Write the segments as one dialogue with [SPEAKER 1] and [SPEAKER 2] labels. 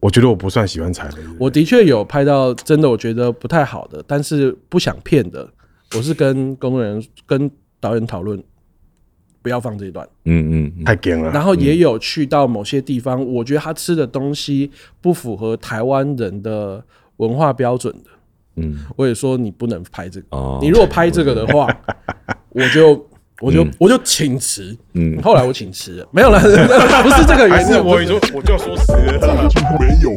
[SPEAKER 1] 我觉得我不算喜欢踩雷的人。
[SPEAKER 2] 我的确有拍到真的我觉得不太好的，但是不想骗的，我是跟工人跟导演讨论，不要放这一段。
[SPEAKER 3] 嗯嗯嗯，
[SPEAKER 1] 太干了。
[SPEAKER 2] 然后也有去到某些地方，我觉得他吃的东西不符合台湾人的文化标准的，
[SPEAKER 3] 嗯，
[SPEAKER 2] 我也说你不能拍这个。
[SPEAKER 3] 哦
[SPEAKER 2] 你如果拍这个的话， 我就我就、我就请辞。
[SPEAKER 3] 嗯
[SPEAKER 2] 后来我请辞了，没有了， 不是这 个
[SPEAKER 1] 还
[SPEAKER 2] 原
[SPEAKER 1] 是
[SPEAKER 2] 因。
[SPEAKER 1] 我跟你说，我就要说死了，
[SPEAKER 4] 没有。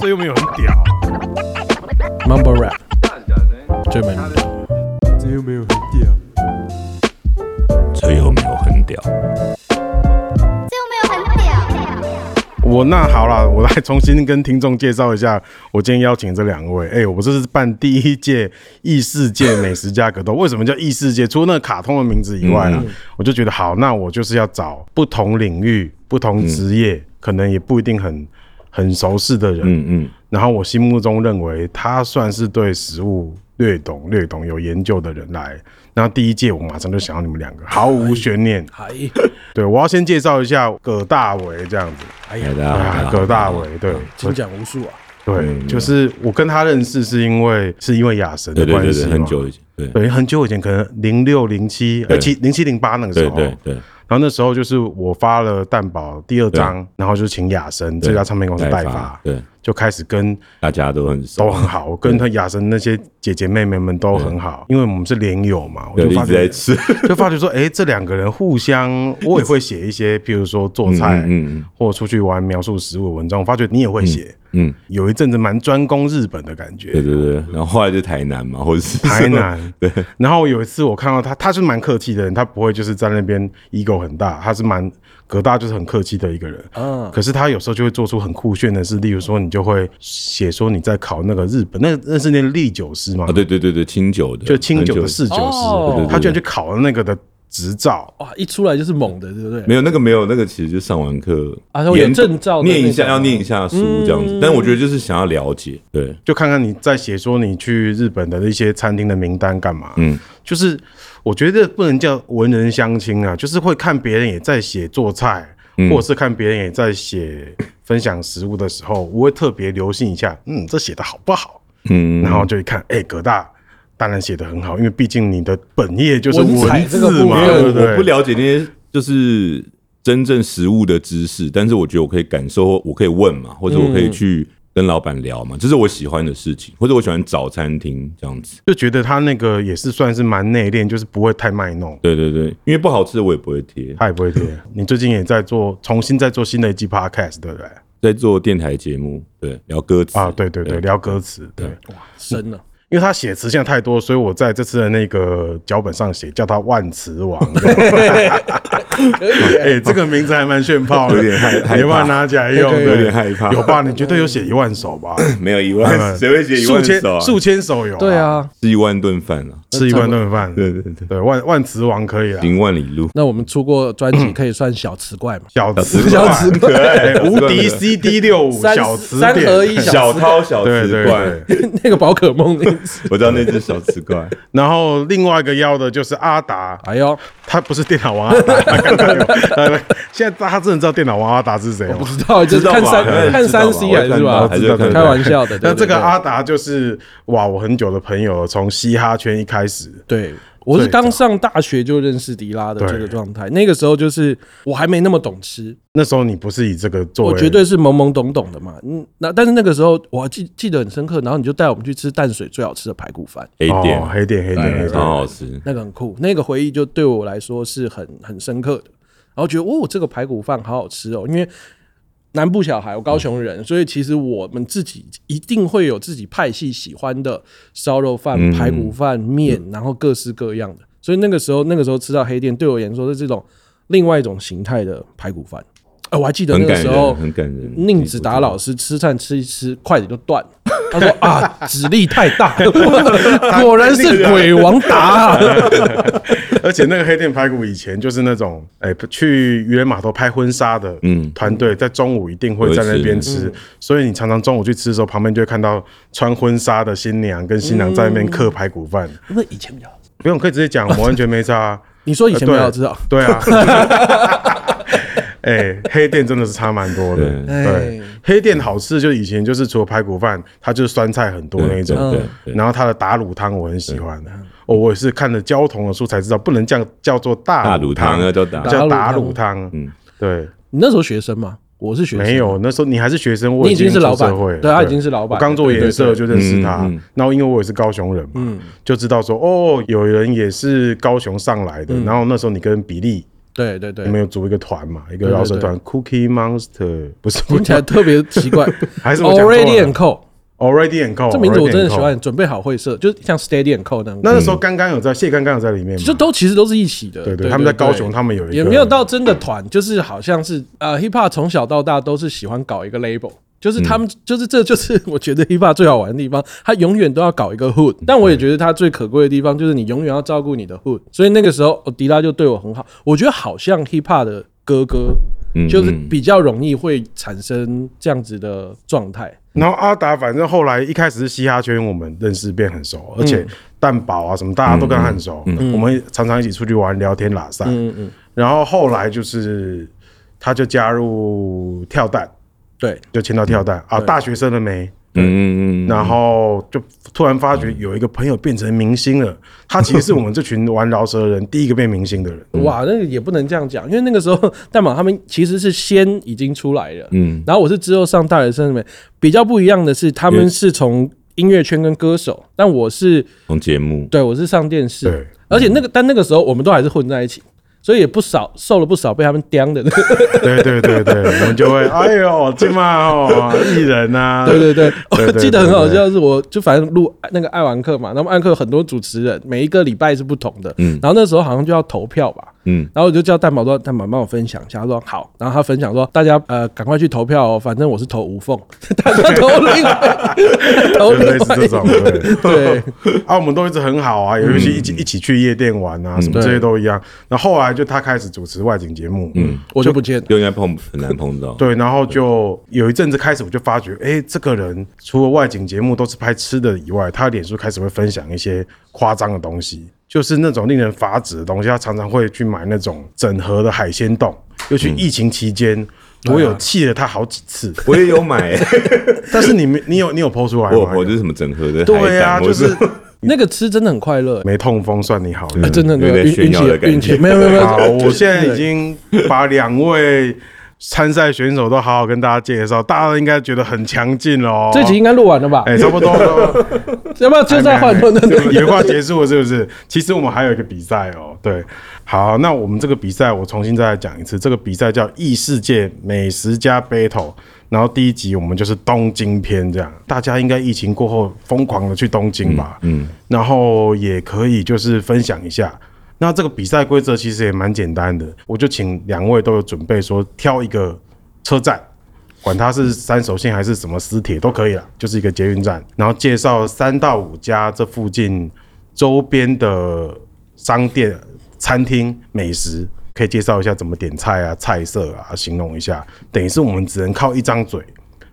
[SPEAKER 1] 这又没有很屌。
[SPEAKER 2] Mumble Rap 最美名。
[SPEAKER 3] 最后没有很屌，
[SPEAKER 5] 这又没有很屌。
[SPEAKER 1] 我那好啦，我来重新跟听众介绍一下，我今天邀请这两位。哎、我这是办第一届异世界美食家格斗，为什么叫异世界？除了那个卡通的名字以外啦，啊我就觉得好，那我就是要找不同领域、不同职业，可能也不一定很很熟识的人，
[SPEAKER 3] 嗯嗯
[SPEAKER 1] 然后我心目中认为他算是对食物略懂、略懂有研究的人来。那第一届我马上就想到你们两个，毫无悬念。
[SPEAKER 2] 哎，
[SPEAKER 1] 对我要先介绍一下葛大为这样子，
[SPEAKER 2] 哎
[SPEAKER 3] 来
[SPEAKER 2] 呀，
[SPEAKER 3] 的
[SPEAKER 1] 啊，葛大为，对
[SPEAKER 2] 金奖无数啊！
[SPEAKER 1] 对，就是我跟他认识是因为是因为亚神
[SPEAKER 3] 对
[SPEAKER 1] 的
[SPEAKER 3] 对
[SPEAKER 1] 关
[SPEAKER 3] 对
[SPEAKER 1] 系
[SPEAKER 3] 对，
[SPEAKER 1] 嘛
[SPEAKER 3] 很久以前，对
[SPEAKER 1] 对，很久以前，可能零六零七，呃，
[SPEAKER 3] 对
[SPEAKER 1] 七零七零八那个时
[SPEAKER 3] 对
[SPEAKER 1] 候，
[SPEAKER 3] 对对，
[SPEAKER 1] 然后那时候就是我发了蛋堡第二张，然后就请亚神这家唱片公司代发，
[SPEAKER 3] 对，
[SPEAKER 1] 就开始跟
[SPEAKER 3] 大家都很
[SPEAKER 1] 都
[SPEAKER 3] 熟，
[SPEAKER 1] 很好，我跟他亚神那些姐姐妹妹们都很好，因为我们是连友嘛，我
[SPEAKER 3] 对，
[SPEAKER 1] 就
[SPEAKER 3] 一
[SPEAKER 1] 发
[SPEAKER 3] 直在
[SPEAKER 1] 觉
[SPEAKER 3] 吃，
[SPEAKER 1] 就发觉说，哎，这两个人互相，我也会写一些，譬如说做菜，
[SPEAKER 3] 嗯嗯
[SPEAKER 1] 或出去玩描述食物的文章，我发觉你也会写，
[SPEAKER 3] 嗯嗯，
[SPEAKER 1] 有一阵子蛮专攻日本的感
[SPEAKER 3] 对
[SPEAKER 1] 觉。
[SPEAKER 3] 对对，然后后来就台南嘛，或者 是
[SPEAKER 1] 台，南，对。然后有一次我看到他，他是蛮客气的人，他不会就是在那边 ego 很大，他是蛮葛大就是很客气的一个人。
[SPEAKER 2] 嗯，
[SPEAKER 1] 可是他有时候就会做出很酷炫的事，例如说你就会写说你在考那个日本，那那是那历酒师嘛，
[SPEAKER 3] 啊，对对对对，清酒的，
[SPEAKER 1] 就清酒
[SPEAKER 3] 很
[SPEAKER 1] 的侍酒
[SPEAKER 2] 哦对对
[SPEAKER 1] 师，
[SPEAKER 3] 对
[SPEAKER 1] 他居然去考了那个的执照。
[SPEAKER 2] 哇，一出来就是猛的，对不对？
[SPEAKER 3] 没有那个没有那个，其实就上完课
[SPEAKER 2] 啊然后
[SPEAKER 3] 研
[SPEAKER 2] 有证照的那嗯
[SPEAKER 3] 念一下，
[SPEAKER 2] 种
[SPEAKER 3] 要念一下书这样子。但我觉得就是想要了解，对，
[SPEAKER 1] 就看看你在写说你去日本的一些餐厅的名单干嘛？
[SPEAKER 3] 嗯，
[SPEAKER 1] 就是我觉得不能叫文人相亲啊，就是会看别人也在写做菜，或者是看别人也在写分享食物的时候，我会特别留心一下，嗯，这写的好不好？
[SPEAKER 3] 嗯，
[SPEAKER 1] 然后就一看，哎、葛大当然写的很好，因为毕竟你的本业就是
[SPEAKER 2] 文采
[SPEAKER 1] 文
[SPEAKER 2] 这个
[SPEAKER 1] 字
[SPEAKER 2] 部
[SPEAKER 1] 嘛，
[SPEAKER 2] 分
[SPEAKER 1] 对
[SPEAKER 3] 我
[SPEAKER 1] 不对？
[SPEAKER 3] 我不了解那些就是真正实物的知识，但是我觉得我可以感受，我可以问嘛，或者我可
[SPEAKER 1] 嗯
[SPEAKER 3] 以去跟老板聊嘛，这是我喜欢的事情，或者我喜欢找餐厅这样子。
[SPEAKER 1] 就觉得他那个也是算是蛮内敛，就是不会太卖弄。
[SPEAKER 3] 对对对，因为不好吃的我也不会贴，
[SPEAKER 1] 他也不会贴。你最近也在做，重新在做新的一季 podcast，对不对？
[SPEAKER 3] 在做电台节目，对，聊歌词
[SPEAKER 1] 啊，对对对，聊歌词，对。
[SPEAKER 2] 深啊了，
[SPEAKER 1] 因为他写词现在太多，所以我在这次的那个脚本上写叫他万词王。
[SPEAKER 2] 可以耶。
[SPEAKER 1] 哎、这个名字还蛮炫炮的，
[SPEAKER 3] 有点害害怕
[SPEAKER 1] 你要不要拿起来用？
[SPEAKER 2] 对
[SPEAKER 3] 有点害怕
[SPEAKER 1] 有吧？你绝对有写一万首 吧？
[SPEAKER 3] 没有一万，谁会写一
[SPEAKER 1] 数
[SPEAKER 3] 万首
[SPEAKER 1] 千
[SPEAKER 3] 啊？
[SPEAKER 1] 数千首有、
[SPEAKER 2] 对，啊，
[SPEAKER 3] 是一万顿饭啊，
[SPEAKER 1] 吃一万顿饭。
[SPEAKER 3] 对对对，
[SPEAKER 1] 对，万万词王可以啊了。
[SPEAKER 3] 行万里路，
[SPEAKER 2] 那我们出过专辑可以算小词怪嘛？
[SPEAKER 1] 小词
[SPEAKER 2] 小词
[SPEAKER 1] 怪，
[SPEAKER 3] 可爱
[SPEAKER 1] 哎无敌 CD 六五
[SPEAKER 2] 三
[SPEAKER 1] 小词
[SPEAKER 2] 三
[SPEAKER 1] 典，
[SPEAKER 2] 合一
[SPEAKER 3] 小
[SPEAKER 2] 小词
[SPEAKER 3] 涛小
[SPEAKER 1] 对
[SPEAKER 3] 吃
[SPEAKER 1] 对
[SPEAKER 3] 怪
[SPEAKER 1] 对，。
[SPEAKER 2] 那个宝可梦那一次。
[SPEAKER 3] 我知道那只小吃怪，
[SPEAKER 1] 然后另外一个要的就是阿达，
[SPEAKER 2] 哎呦，
[SPEAKER 1] 他不是电脑王阿达，他刚刚有呃现在大家真的知道电脑王阿达是谁哦吗？
[SPEAKER 2] 哦不知道，就是看
[SPEAKER 3] 吧
[SPEAKER 2] 三看
[SPEAKER 3] 知道
[SPEAKER 2] 三
[SPEAKER 3] 吧
[SPEAKER 2] C 还是
[SPEAKER 3] 我
[SPEAKER 2] 吧
[SPEAKER 3] 看到还？
[SPEAKER 1] 知
[SPEAKER 3] 是
[SPEAKER 1] 道
[SPEAKER 3] 看到
[SPEAKER 2] 开玩笑的。对
[SPEAKER 1] 那这个，
[SPEAKER 2] 对
[SPEAKER 1] 阿达就是哇，我很久的朋友，从嘻哈圈一开始，
[SPEAKER 2] 对对我是刚上大学就认识迪拉的
[SPEAKER 1] 对
[SPEAKER 2] 这个状态，那个时候就是我还没那么懂吃，
[SPEAKER 1] 那时候你不是以这个作为，
[SPEAKER 2] 我绝对是懵懵懂懂的嘛。嗯，那但是那个时候我记记得很深刻，然后你就带我们去吃淡水最好吃的排骨饭，
[SPEAKER 3] 黑
[SPEAKER 1] 哦
[SPEAKER 3] 点
[SPEAKER 1] 黑点
[SPEAKER 2] 哎
[SPEAKER 1] 黑点黑
[SPEAKER 3] 对，超
[SPEAKER 2] 哦
[SPEAKER 1] 点，
[SPEAKER 3] 好吃，
[SPEAKER 2] 那个很酷，那个回忆就对我来说是很很深刻的。然后觉得哦，这个排骨饭好好吃哦，因为南部小孩，我高雄
[SPEAKER 3] 嗯
[SPEAKER 2] 人，所以其实我们自己一定会有自己派系喜欢的烧肉饭、
[SPEAKER 3] 嗯
[SPEAKER 2] 排骨饭、面，然后各式各样的。所以那个时候，那个时候吃到黑店，对我而言说是这种另外一种形态的排骨饭。呃，我还记得那
[SPEAKER 3] 很
[SPEAKER 2] 个
[SPEAKER 3] 感
[SPEAKER 2] 时候
[SPEAKER 3] 人，，很感人。
[SPEAKER 2] 宁子达老师吃饭吃一吃，筷子就断了。他说啊，指力太大， 果然是鬼王达、
[SPEAKER 1] 哎
[SPEAKER 2] 啊。
[SPEAKER 1] 而且那个黑店排骨以前就是那种，哎、去渔人码头拍婚纱的，嗯
[SPEAKER 3] 嗯，
[SPEAKER 1] 团队在中午一定会在那边
[SPEAKER 2] 嗯
[SPEAKER 1] 吃，所以你常常中午去吃的时候，旁边就会看到穿婚纱的新娘跟新娘在那
[SPEAKER 2] 嗯
[SPEAKER 1] 边嗑排骨饭，
[SPEAKER 2] 因为以前比较好吃。
[SPEAKER 1] 不用可以直接讲，我完全没差啊、
[SPEAKER 2] 你说以前比较好
[SPEAKER 1] 呃
[SPEAKER 2] 吃啊？
[SPEAKER 1] 对对啊。哎，黑店真的是差蛮多的。
[SPEAKER 3] 对
[SPEAKER 2] 哎
[SPEAKER 1] 对，黑店好吃，就以前就是除了排骨饭，它就是酸菜很多那一
[SPEAKER 2] 嗯
[SPEAKER 1] 种。
[SPEAKER 3] 对对
[SPEAKER 1] 然后它的打卤汤我很喜欢，哦，我也是看了焦桐的书才知道，不能叫叫做大
[SPEAKER 3] 大卤汤啊，叫
[SPEAKER 1] 汤
[SPEAKER 3] 打
[SPEAKER 1] 叫打
[SPEAKER 2] 打
[SPEAKER 1] 卤
[SPEAKER 2] 卤
[SPEAKER 1] 汤。嗯
[SPEAKER 3] 嗯，
[SPEAKER 1] 对，
[SPEAKER 2] 你那时候学生嘛，我是学生，
[SPEAKER 1] 没有，那时候你还是学生，我
[SPEAKER 2] 你已经是
[SPEAKER 1] 出
[SPEAKER 2] 老板
[SPEAKER 1] 社会了
[SPEAKER 2] 对他已经是老板
[SPEAKER 1] 我刚做
[SPEAKER 2] 对对
[SPEAKER 1] 颜色
[SPEAKER 2] 对嗯
[SPEAKER 1] 就认识他
[SPEAKER 3] 嗯嗯，
[SPEAKER 1] 然后因为我也是高雄人嘛，就知道说哦，有人也是高雄上来
[SPEAKER 2] 嗯
[SPEAKER 1] 的。然后那时候你跟比利。
[SPEAKER 2] 对对对
[SPEAKER 1] 你，们有组一个团嘛？一个饶舌团，Cookie Monster 不是不
[SPEAKER 2] 听起来特别奇怪。
[SPEAKER 1] 还是我讲错了
[SPEAKER 2] Already and Co，
[SPEAKER 1] Already and Co
[SPEAKER 2] 这名字我真
[SPEAKER 1] Already
[SPEAKER 2] 的
[SPEAKER 1] and
[SPEAKER 2] 喜
[SPEAKER 1] Co
[SPEAKER 2] 欢，准备好会社，就是像 Steady and Co 那样。
[SPEAKER 1] 那时候刚刚有在谢刚刚有在里面嘛？
[SPEAKER 2] 就都其实都是一起的，
[SPEAKER 1] 对对，他们在高雄，他们有一个
[SPEAKER 2] 也没有到真的团，就是好像是呃，hip hop 从小到大都是喜欢搞一个 label，就是他们、就是这就是 我觉得 hip hop 最好玩的地方，他永远都要搞一个 hood，但我也觉得他最可贵的地方就是你永远要照顾你的 hood，所以那个时候哦迪拉就对我很好，我觉得好像 hip hop 的哥哥
[SPEAKER 3] 嗯
[SPEAKER 2] 就是
[SPEAKER 3] 嗯
[SPEAKER 2] 比较容易会产生这样子的状态，
[SPEAKER 1] 然后阿达，反正后来一开始是嘻哈圈，我们认识变很熟，而
[SPEAKER 2] 嗯
[SPEAKER 1] 且蛋堡啊什么，大家都跟他很熟，我们常常一起出去玩、聊天、拉撒。
[SPEAKER 2] 嗯嗯，
[SPEAKER 1] 然后后来就是他就加入跳蛋，
[SPEAKER 2] 对，
[SPEAKER 1] 就签到跳蛋啊，大学生了没？
[SPEAKER 3] 嗯嗯嗯，
[SPEAKER 1] 然后就突然发觉有一个朋友变成明星了，他其实是我们这群玩饶舌的人第一个变明星的人。
[SPEAKER 2] 哇，那个也不能这样讲，因为那个时候 蛋宝他们其实是先已经出来了，嗯，然后我是之后上大学生里面比较不一样的是，他们
[SPEAKER 3] 也
[SPEAKER 2] 是从音乐圈跟歌手，但我是
[SPEAKER 3] 从节目
[SPEAKER 2] 对我是上电
[SPEAKER 1] 对
[SPEAKER 2] 视，而且那个但那个时候我们都还是混在一起，所以也不少受了不少被他们 刁的那个，
[SPEAKER 1] 对对对对，我们就会哎呦，这嘛哦，艺人呐、啊，
[SPEAKER 2] 对对对，
[SPEAKER 1] 对
[SPEAKER 2] 我
[SPEAKER 1] 对
[SPEAKER 2] 记得
[SPEAKER 1] 对
[SPEAKER 2] 很好
[SPEAKER 1] 对
[SPEAKER 2] 笑，是我就反正录那个爱玩课嘛，那么爱玩课很多主持人，每一个礼拜是不同的，嗯，然后那时候好像就要投票吧，
[SPEAKER 3] 嗯，
[SPEAKER 2] 然后我就叫蛋宝说，蛋宝帮我分享一下，他说好，然后他分享说大家呃赶快去投票哦，反正我是投无缝， 大家投另外，投
[SPEAKER 1] 就类
[SPEAKER 2] 另
[SPEAKER 1] 似
[SPEAKER 2] 外
[SPEAKER 1] 这种，对。
[SPEAKER 2] 对，
[SPEAKER 1] 啊，我们都一直很好啊，尤其一起、一起去夜店玩啊，什么这些都一样。那后来就他开始主持外景节目，嗯，
[SPEAKER 2] 我就不见了，
[SPEAKER 3] 就应该碰很难碰到，
[SPEAKER 1] 对，然后就有一阵子开始，我就发觉，哎、这个人除了外景节目都是拍吃的以外，他脸书开始会分享一些夸张的东西，就是那种令人发指的东西。他常常会去买那种整盒的海鲜冻，尤
[SPEAKER 3] 嗯
[SPEAKER 1] 其疫情期间。我有气了他好几次，
[SPEAKER 3] 我也有 买，
[SPEAKER 1] 但是你没，你有你有剖出来
[SPEAKER 3] 我我
[SPEAKER 1] 吗？
[SPEAKER 3] 就是什么整合的
[SPEAKER 1] 对呀、
[SPEAKER 3] 海胆，
[SPEAKER 1] 就
[SPEAKER 3] 我
[SPEAKER 1] 是
[SPEAKER 2] 那个吃真的很快乐、欸
[SPEAKER 1] 没痛风算你好运
[SPEAKER 2] 哎，真的那
[SPEAKER 3] 有
[SPEAKER 2] 个
[SPEAKER 3] 点
[SPEAKER 2] 运
[SPEAKER 3] 炫
[SPEAKER 2] 运
[SPEAKER 3] 耀
[SPEAKER 2] 气
[SPEAKER 3] 的感
[SPEAKER 2] 运气
[SPEAKER 3] 觉
[SPEAKER 2] 没有没有没 有，
[SPEAKER 1] 好，
[SPEAKER 2] 就是
[SPEAKER 1] 我现在已经把两位参赛选手都好好跟大家介绍，大家应该觉得很强劲了哦。
[SPEAKER 2] 这集应该录完了吧？
[SPEAKER 1] 哎、差不多了，
[SPEAKER 2] 要不要就再
[SPEAKER 1] 还
[SPEAKER 2] 换
[SPEAKER 1] 没
[SPEAKER 2] 论论？
[SPEAKER 1] 还没原话结束了是不是？其实我们还有一个比赛哦，对，好，那我们这个比赛我重新再来讲一次，这个比赛叫异世界美食家 battle。然后第一集我们就是东京篇，这样大家应该疫情过后疯狂的去东京吧，嗯，然后也可以就是分享一下。那这个比赛规则其实也蛮简单的，我就请两位都有准备说挑一个车站，管它是三手线还是什么私铁都可以了，就是一个捷运站，然后介绍三到五家这附近周边的商店、餐厅、美食，可以介绍一下怎么点菜啊、菜色啊，形容一下。等于是我们只能靠一张嘴，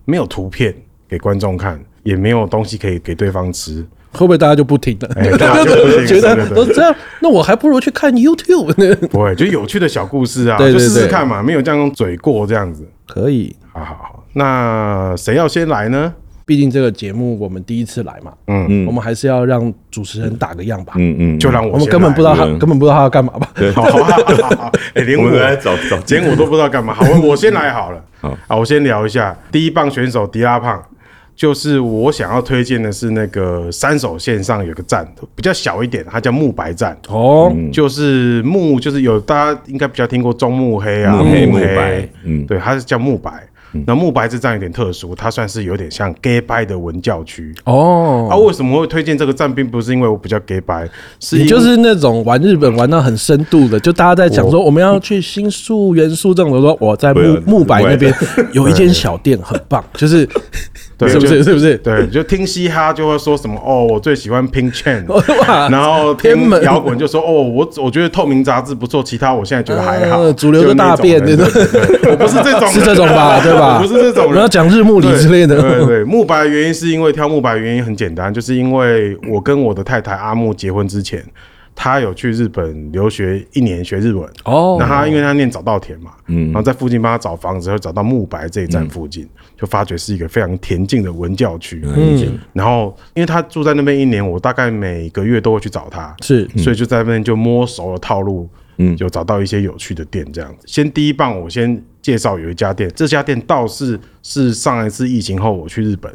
[SPEAKER 1] 没有图片给观众看，也没有东西可以给对方吃。
[SPEAKER 2] 会不会大家就不听了？
[SPEAKER 1] 哎大 家
[SPEAKER 2] 大家
[SPEAKER 1] 就不听
[SPEAKER 2] 都觉
[SPEAKER 1] 对
[SPEAKER 2] 得
[SPEAKER 1] 对对
[SPEAKER 2] 都这样，那我还不如去看 YouTube 呢。
[SPEAKER 1] 不会，就有趣的小故事啊，
[SPEAKER 2] 对对
[SPEAKER 1] 就试试
[SPEAKER 2] 对
[SPEAKER 1] 看嘛，没有这样用嘴过这样子。
[SPEAKER 2] 可以，
[SPEAKER 1] 好好好，那谁要先来呢？
[SPEAKER 2] 毕竟这个节目我们第一次来嘛，嗯，我们还是要让主持人打个样吧。
[SPEAKER 3] 嗯嗯，
[SPEAKER 1] 就让我
[SPEAKER 2] 我们
[SPEAKER 1] 先
[SPEAKER 2] 根本
[SPEAKER 1] 来
[SPEAKER 2] 不知道他
[SPEAKER 3] 对
[SPEAKER 2] 根本不知道他要干嘛吧？
[SPEAKER 1] 好啊，好啊哎，连
[SPEAKER 3] 我
[SPEAKER 1] 我
[SPEAKER 3] 们来找找
[SPEAKER 1] 连我都不知道干嘛。好，我我先来好了。
[SPEAKER 3] 好
[SPEAKER 1] 啊，我先聊一下第一棒选手迪拉胖，就是我想要推荐的是那个三手线上有个站比较小一点，它叫木白站。
[SPEAKER 2] 哦，
[SPEAKER 1] 就是木，就是有大家应该比较听过中木黑啊，
[SPEAKER 3] 木黑
[SPEAKER 1] 木
[SPEAKER 3] 木白嗯
[SPEAKER 1] 对，它是叫木白。
[SPEAKER 2] 嗯
[SPEAKER 1] 那木白这站有点特殊，它算是有点像 gay 拜的文教区。啊，
[SPEAKER 2] 哦，
[SPEAKER 1] 为什么会推荐这个站，并不是因为我比较 gay 拜，是因为
[SPEAKER 2] 你就是那种玩日本玩到很深度的，就大家在讲说我们要去新宿、原宿这种的时候，我在
[SPEAKER 3] 对
[SPEAKER 2] 木
[SPEAKER 3] 啊
[SPEAKER 2] 木白那边有一间小店很棒，就是
[SPEAKER 1] 对
[SPEAKER 2] 是不？
[SPEAKER 1] 就是
[SPEAKER 2] 是 不是？
[SPEAKER 1] 对，就听嘻哈就会说什么哦，我最喜欢 Pink Chain，
[SPEAKER 2] 哇
[SPEAKER 1] 然后
[SPEAKER 2] 偏
[SPEAKER 1] 听
[SPEAKER 2] 门
[SPEAKER 1] 摇滚就说哦，我我觉得透明杂志不错，其他我现在觉得还好，
[SPEAKER 2] 呃主流的大便
[SPEAKER 1] 就那种人对对对我不是这种人，
[SPEAKER 2] 是这种吧？对吧？
[SPEAKER 1] 我不是这种
[SPEAKER 2] 我
[SPEAKER 1] 人，
[SPEAKER 2] 们要讲日暮里之类
[SPEAKER 1] 对对
[SPEAKER 2] 的。
[SPEAKER 1] 对，慕白的原因是因为挑慕白的原因很简单，就是因为我跟我的太太阿木结婚之前，他有去日本留学一年学日文。
[SPEAKER 2] 哦
[SPEAKER 1] 那他因为他念早稻田嘛，
[SPEAKER 3] 嗯
[SPEAKER 1] 然后在附近帮他找房子，然后找到木白这一站附近，就发觉是一个非常恬静的文教区。
[SPEAKER 2] 嗯
[SPEAKER 1] 然后因为他住在那边一年，我大概每个月都会去找他，
[SPEAKER 2] 是
[SPEAKER 1] 所以就在那边就摸熟了套路，嗯，就找到一些有趣的店这样子。先第一棒，我先介绍有一家店，这家店倒是是上一次疫情后我去日本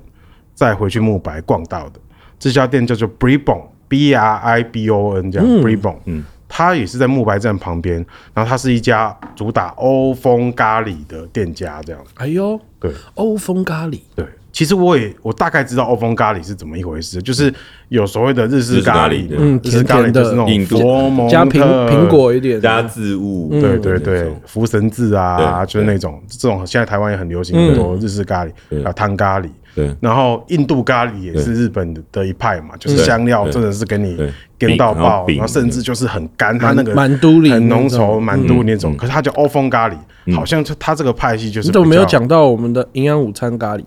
[SPEAKER 1] 再回去慕白逛到的。这家店叫做 Bribon，B R I B O N 这样、Bribon，嗯，它也是在慕白站旁边，然后它是一家主打欧风咖喱的店家这样子。
[SPEAKER 2] 哎呦，
[SPEAKER 1] 对，
[SPEAKER 2] 欧风咖喱，
[SPEAKER 1] 对，其实我也我大概知道欧风咖喱是怎么一回事，就是有所谓的日式咖喱，
[SPEAKER 3] 嗯
[SPEAKER 1] 日式咖喱就是那种
[SPEAKER 3] 甜甜的
[SPEAKER 1] 佛蒙特
[SPEAKER 2] 加苹苹，果一点，
[SPEAKER 3] 加字物，
[SPEAKER 1] 嗯对对对，福神字啊，
[SPEAKER 3] 对
[SPEAKER 1] 就是那种这种现在台湾也很流行
[SPEAKER 2] 嗯
[SPEAKER 1] 很多日式咖喱，还有汤咖喱。
[SPEAKER 3] 对
[SPEAKER 1] 然后印度咖喱也是日本的一派嘛，就是香料
[SPEAKER 3] 对
[SPEAKER 1] 真的是给你
[SPEAKER 3] 对
[SPEAKER 1] 跟到
[SPEAKER 3] 饼然后
[SPEAKER 1] 爆，
[SPEAKER 3] 饼
[SPEAKER 1] 然后甚至就是很干，它那个
[SPEAKER 2] 满都里
[SPEAKER 1] 很浓
[SPEAKER 2] 那种
[SPEAKER 1] 稠，满都里那种。可是它叫欧风咖喱，好像就它这个派系就是
[SPEAKER 2] 你怎么
[SPEAKER 1] 比
[SPEAKER 2] 没有
[SPEAKER 1] 较
[SPEAKER 2] 讲到我们的营养午餐咖喱？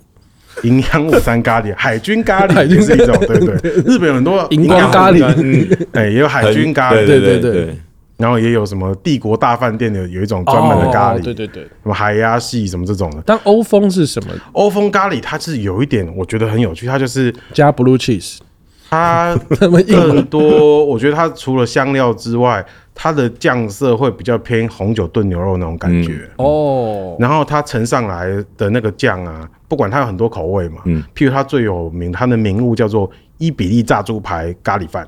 [SPEAKER 1] 营养午餐咖喱、海军咖喱
[SPEAKER 2] 海军
[SPEAKER 1] 也是一种，对对。日本有很多
[SPEAKER 2] 荧光咖喱
[SPEAKER 1] 营养午餐，哎，也有 海军咖喱，
[SPEAKER 3] 嗯对
[SPEAKER 2] 对
[SPEAKER 3] 对
[SPEAKER 2] 对
[SPEAKER 3] 对，
[SPEAKER 1] 然后也有什么帝国大饭店的有一种专门的咖
[SPEAKER 2] 哦
[SPEAKER 1] 喱，
[SPEAKER 2] 对对对。
[SPEAKER 1] 什么海鸭系什么这种的。
[SPEAKER 2] 但欧风是什么？
[SPEAKER 1] 欧风咖喱它是有一点，我觉得很有趣，它就是
[SPEAKER 2] 加 blue cheese，
[SPEAKER 1] 它
[SPEAKER 2] 他们硬
[SPEAKER 1] 更多，我觉得它除了香料之外，它的酱色会比较偏红酒炖牛肉那种感
[SPEAKER 2] 嗯
[SPEAKER 1] 觉。
[SPEAKER 2] 哦，
[SPEAKER 1] 然后它盛上来的那个酱啊，不管它有很多口味嘛，
[SPEAKER 3] 嗯
[SPEAKER 1] 譬如它最有名，它的名物叫做伊比利炸猪排咖喱饭，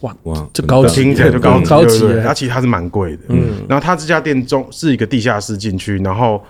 [SPEAKER 2] 哇
[SPEAKER 3] 哇
[SPEAKER 2] 这高级
[SPEAKER 1] 听起来就高级，
[SPEAKER 2] 高级
[SPEAKER 1] 对不对
[SPEAKER 2] 了
[SPEAKER 1] 它其实它是蛮贵的，嗯。然后它这家店中是一个地下室进去，然后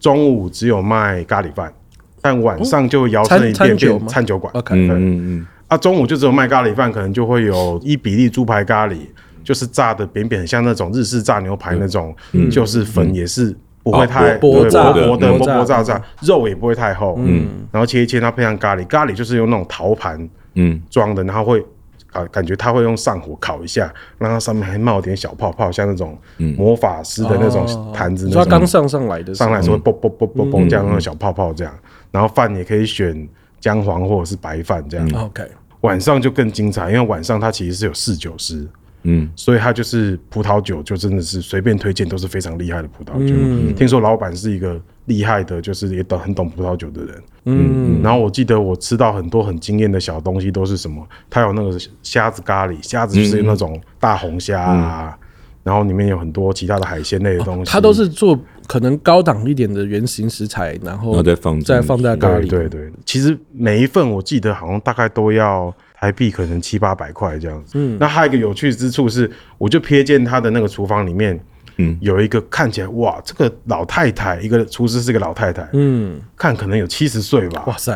[SPEAKER 1] 中午只有卖咖喱饭，但晚上就摇身一
[SPEAKER 2] 餐
[SPEAKER 1] 变
[SPEAKER 2] 餐酒
[SPEAKER 1] 变
[SPEAKER 2] 吗哦
[SPEAKER 1] 餐酒馆。
[SPEAKER 2] ，OK，
[SPEAKER 3] 嗯嗯
[SPEAKER 1] 啊，中午就只有卖咖喱饭，可能就会有伊比利猪排咖喱，就是炸的扁扁，很像那种日式炸牛排那种，就是粉也是不会太
[SPEAKER 3] 哦
[SPEAKER 2] 嗯薄
[SPEAKER 1] 对
[SPEAKER 2] 薄
[SPEAKER 1] 薄
[SPEAKER 2] 炸
[SPEAKER 1] 的
[SPEAKER 2] 的
[SPEAKER 1] 薄
[SPEAKER 2] 薄
[SPEAKER 1] 薄炸
[SPEAKER 2] 炸
[SPEAKER 1] 炸，肉也不会太厚，嗯，然后切一切，它配上咖喱，咖喱就是用那种陶盘
[SPEAKER 3] 嗯
[SPEAKER 1] 装的，然后会。啊，感觉它会用上火烤一下，让它上面还冒点小泡泡，像那种魔法师的那
[SPEAKER 2] 哦
[SPEAKER 1] 种盘子
[SPEAKER 2] 你
[SPEAKER 1] 那
[SPEAKER 2] 说嗯
[SPEAKER 1] 种
[SPEAKER 2] 它刚上上来的时候
[SPEAKER 1] 上来说啵啵啵啵啵这样那种小泡泡这样，然后饭也可以选姜黄或者是白饭这样，
[SPEAKER 2] 哦，OK，
[SPEAKER 1] 晚上就更精彩，因为晚上它其实是有侍酒师，
[SPEAKER 3] 嗯
[SPEAKER 1] 所以它就是葡萄酒，就真的是随便推荐都是非常厉害的葡萄酒。
[SPEAKER 2] 嗯
[SPEAKER 1] 听说老板是一个厉害的，就是也懂很懂葡萄酒的人。嗯，然后我记得我吃到很多很惊艳的小东西，都是什么？它有那个虾子咖喱，虾子就是那种大红虾啊，然后里面有很多其他的海鲜类的东西，
[SPEAKER 2] 哦它都是做可能高档一点的原型食材，然
[SPEAKER 3] 然
[SPEAKER 2] 后
[SPEAKER 3] 后再放进去
[SPEAKER 2] 再放在咖喱，
[SPEAKER 1] 对对对，其实每一份我记得好像大概都要台币可能七八百块这样子。嗯，那还有一个有趣之处是，我就瞥见他的那个厨房里面。
[SPEAKER 3] 嗯
[SPEAKER 1] 有一个看起来哇，这个老太太，一个厨师是个老太太，
[SPEAKER 2] 嗯，
[SPEAKER 1] 看可能有七十岁吧。
[SPEAKER 2] 哇塞，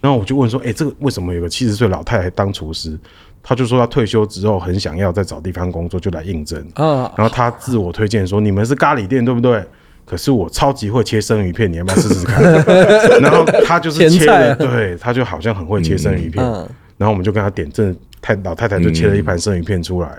[SPEAKER 1] 然后我就问说，哎、这个为什么有个七十岁老太太当厨师？她就说她退休之后很想要再找地方工作，就来应征。
[SPEAKER 2] 啊，
[SPEAKER 1] 然后她自我推荐说：“你们是咖喱店对不对？可是我超级会切生鱼片，你要不要试 试看？”然后她就是切
[SPEAKER 2] 甜菜啊
[SPEAKER 1] 了，对，她就好像很会切生鱼片。
[SPEAKER 2] 嗯
[SPEAKER 1] 然后我们就跟她点，真的太老太太就切了一盘生鱼片出来，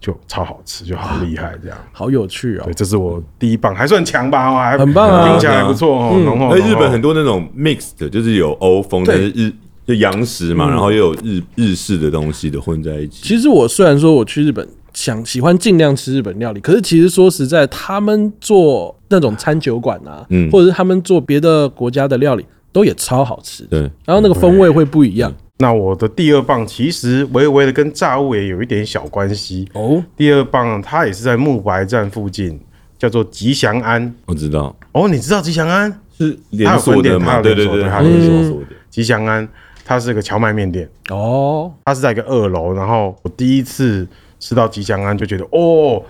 [SPEAKER 1] 就超好吃，就好厉害这样。
[SPEAKER 2] 好有趣哦
[SPEAKER 1] 对，，这是我第一棒，还算强吧，哦还
[SPEAKER 2] 很棒啊
[SPEAKER 1] 听起来还不错哦。浓厚
[SPEAKER 3] 而哎且日本很
[SPEAKER 1] 多
[SPEAKER 3] 多嗯那种 mixed，就是有欧风，但是日就洋食
[SPEAKER 1] 嗯
[SPEAKER 3] 嘛，然后又有日日式的东西的混在一起。
[SPEAKER 2] 其实我虽然说我去日本想喜欢尽量吃日本料理，可是其实说实在，他们做那种餐酒馆啊，
[SPEAKER 3] 嗯
[SPEAKER 2] 或者是他们做别的国家的料理，都也超好吃。
[SPEAKER 3] 对，
[SPEAKER 2] 然后那个风味会不一样
[SPEAKER 1] 那我的第二棒其实微微的跟炸物也有一点小关系。
[SPEAKER 2] 哦。
[SPEAKER 1] 第二棒它也是在木白站附近，叫做吉祥庵。
[SPEAKER 3] 我知道
[SPEAKER 1] 哦，你知道吉祥庵？
[SPEAKER 3] 是连锁的嘛，
[SPEAKER 1] 它有
[SPEAKER 3] 对
[SPEAKER 1] 分
[SPEAKER 3] 对
[SPEAKER 1] 店
[SPEAKER 3] 对，嗯
[SPEAKER 1] 它
[SPEAKER 3] 它
[SPEAKER 1] 有分
[SPEAKER 3] 连
[SPEAKER 1] 店
[SPEAKER 3] 锁的。
[SPEAKER 1] 吉祥庵，它是个荞麦面店，
[SPEAKER 2] 哦，
[SPEAKER 1] 它是在一个二楼。然后我第一次吃到吉祥庵，就觉得哦，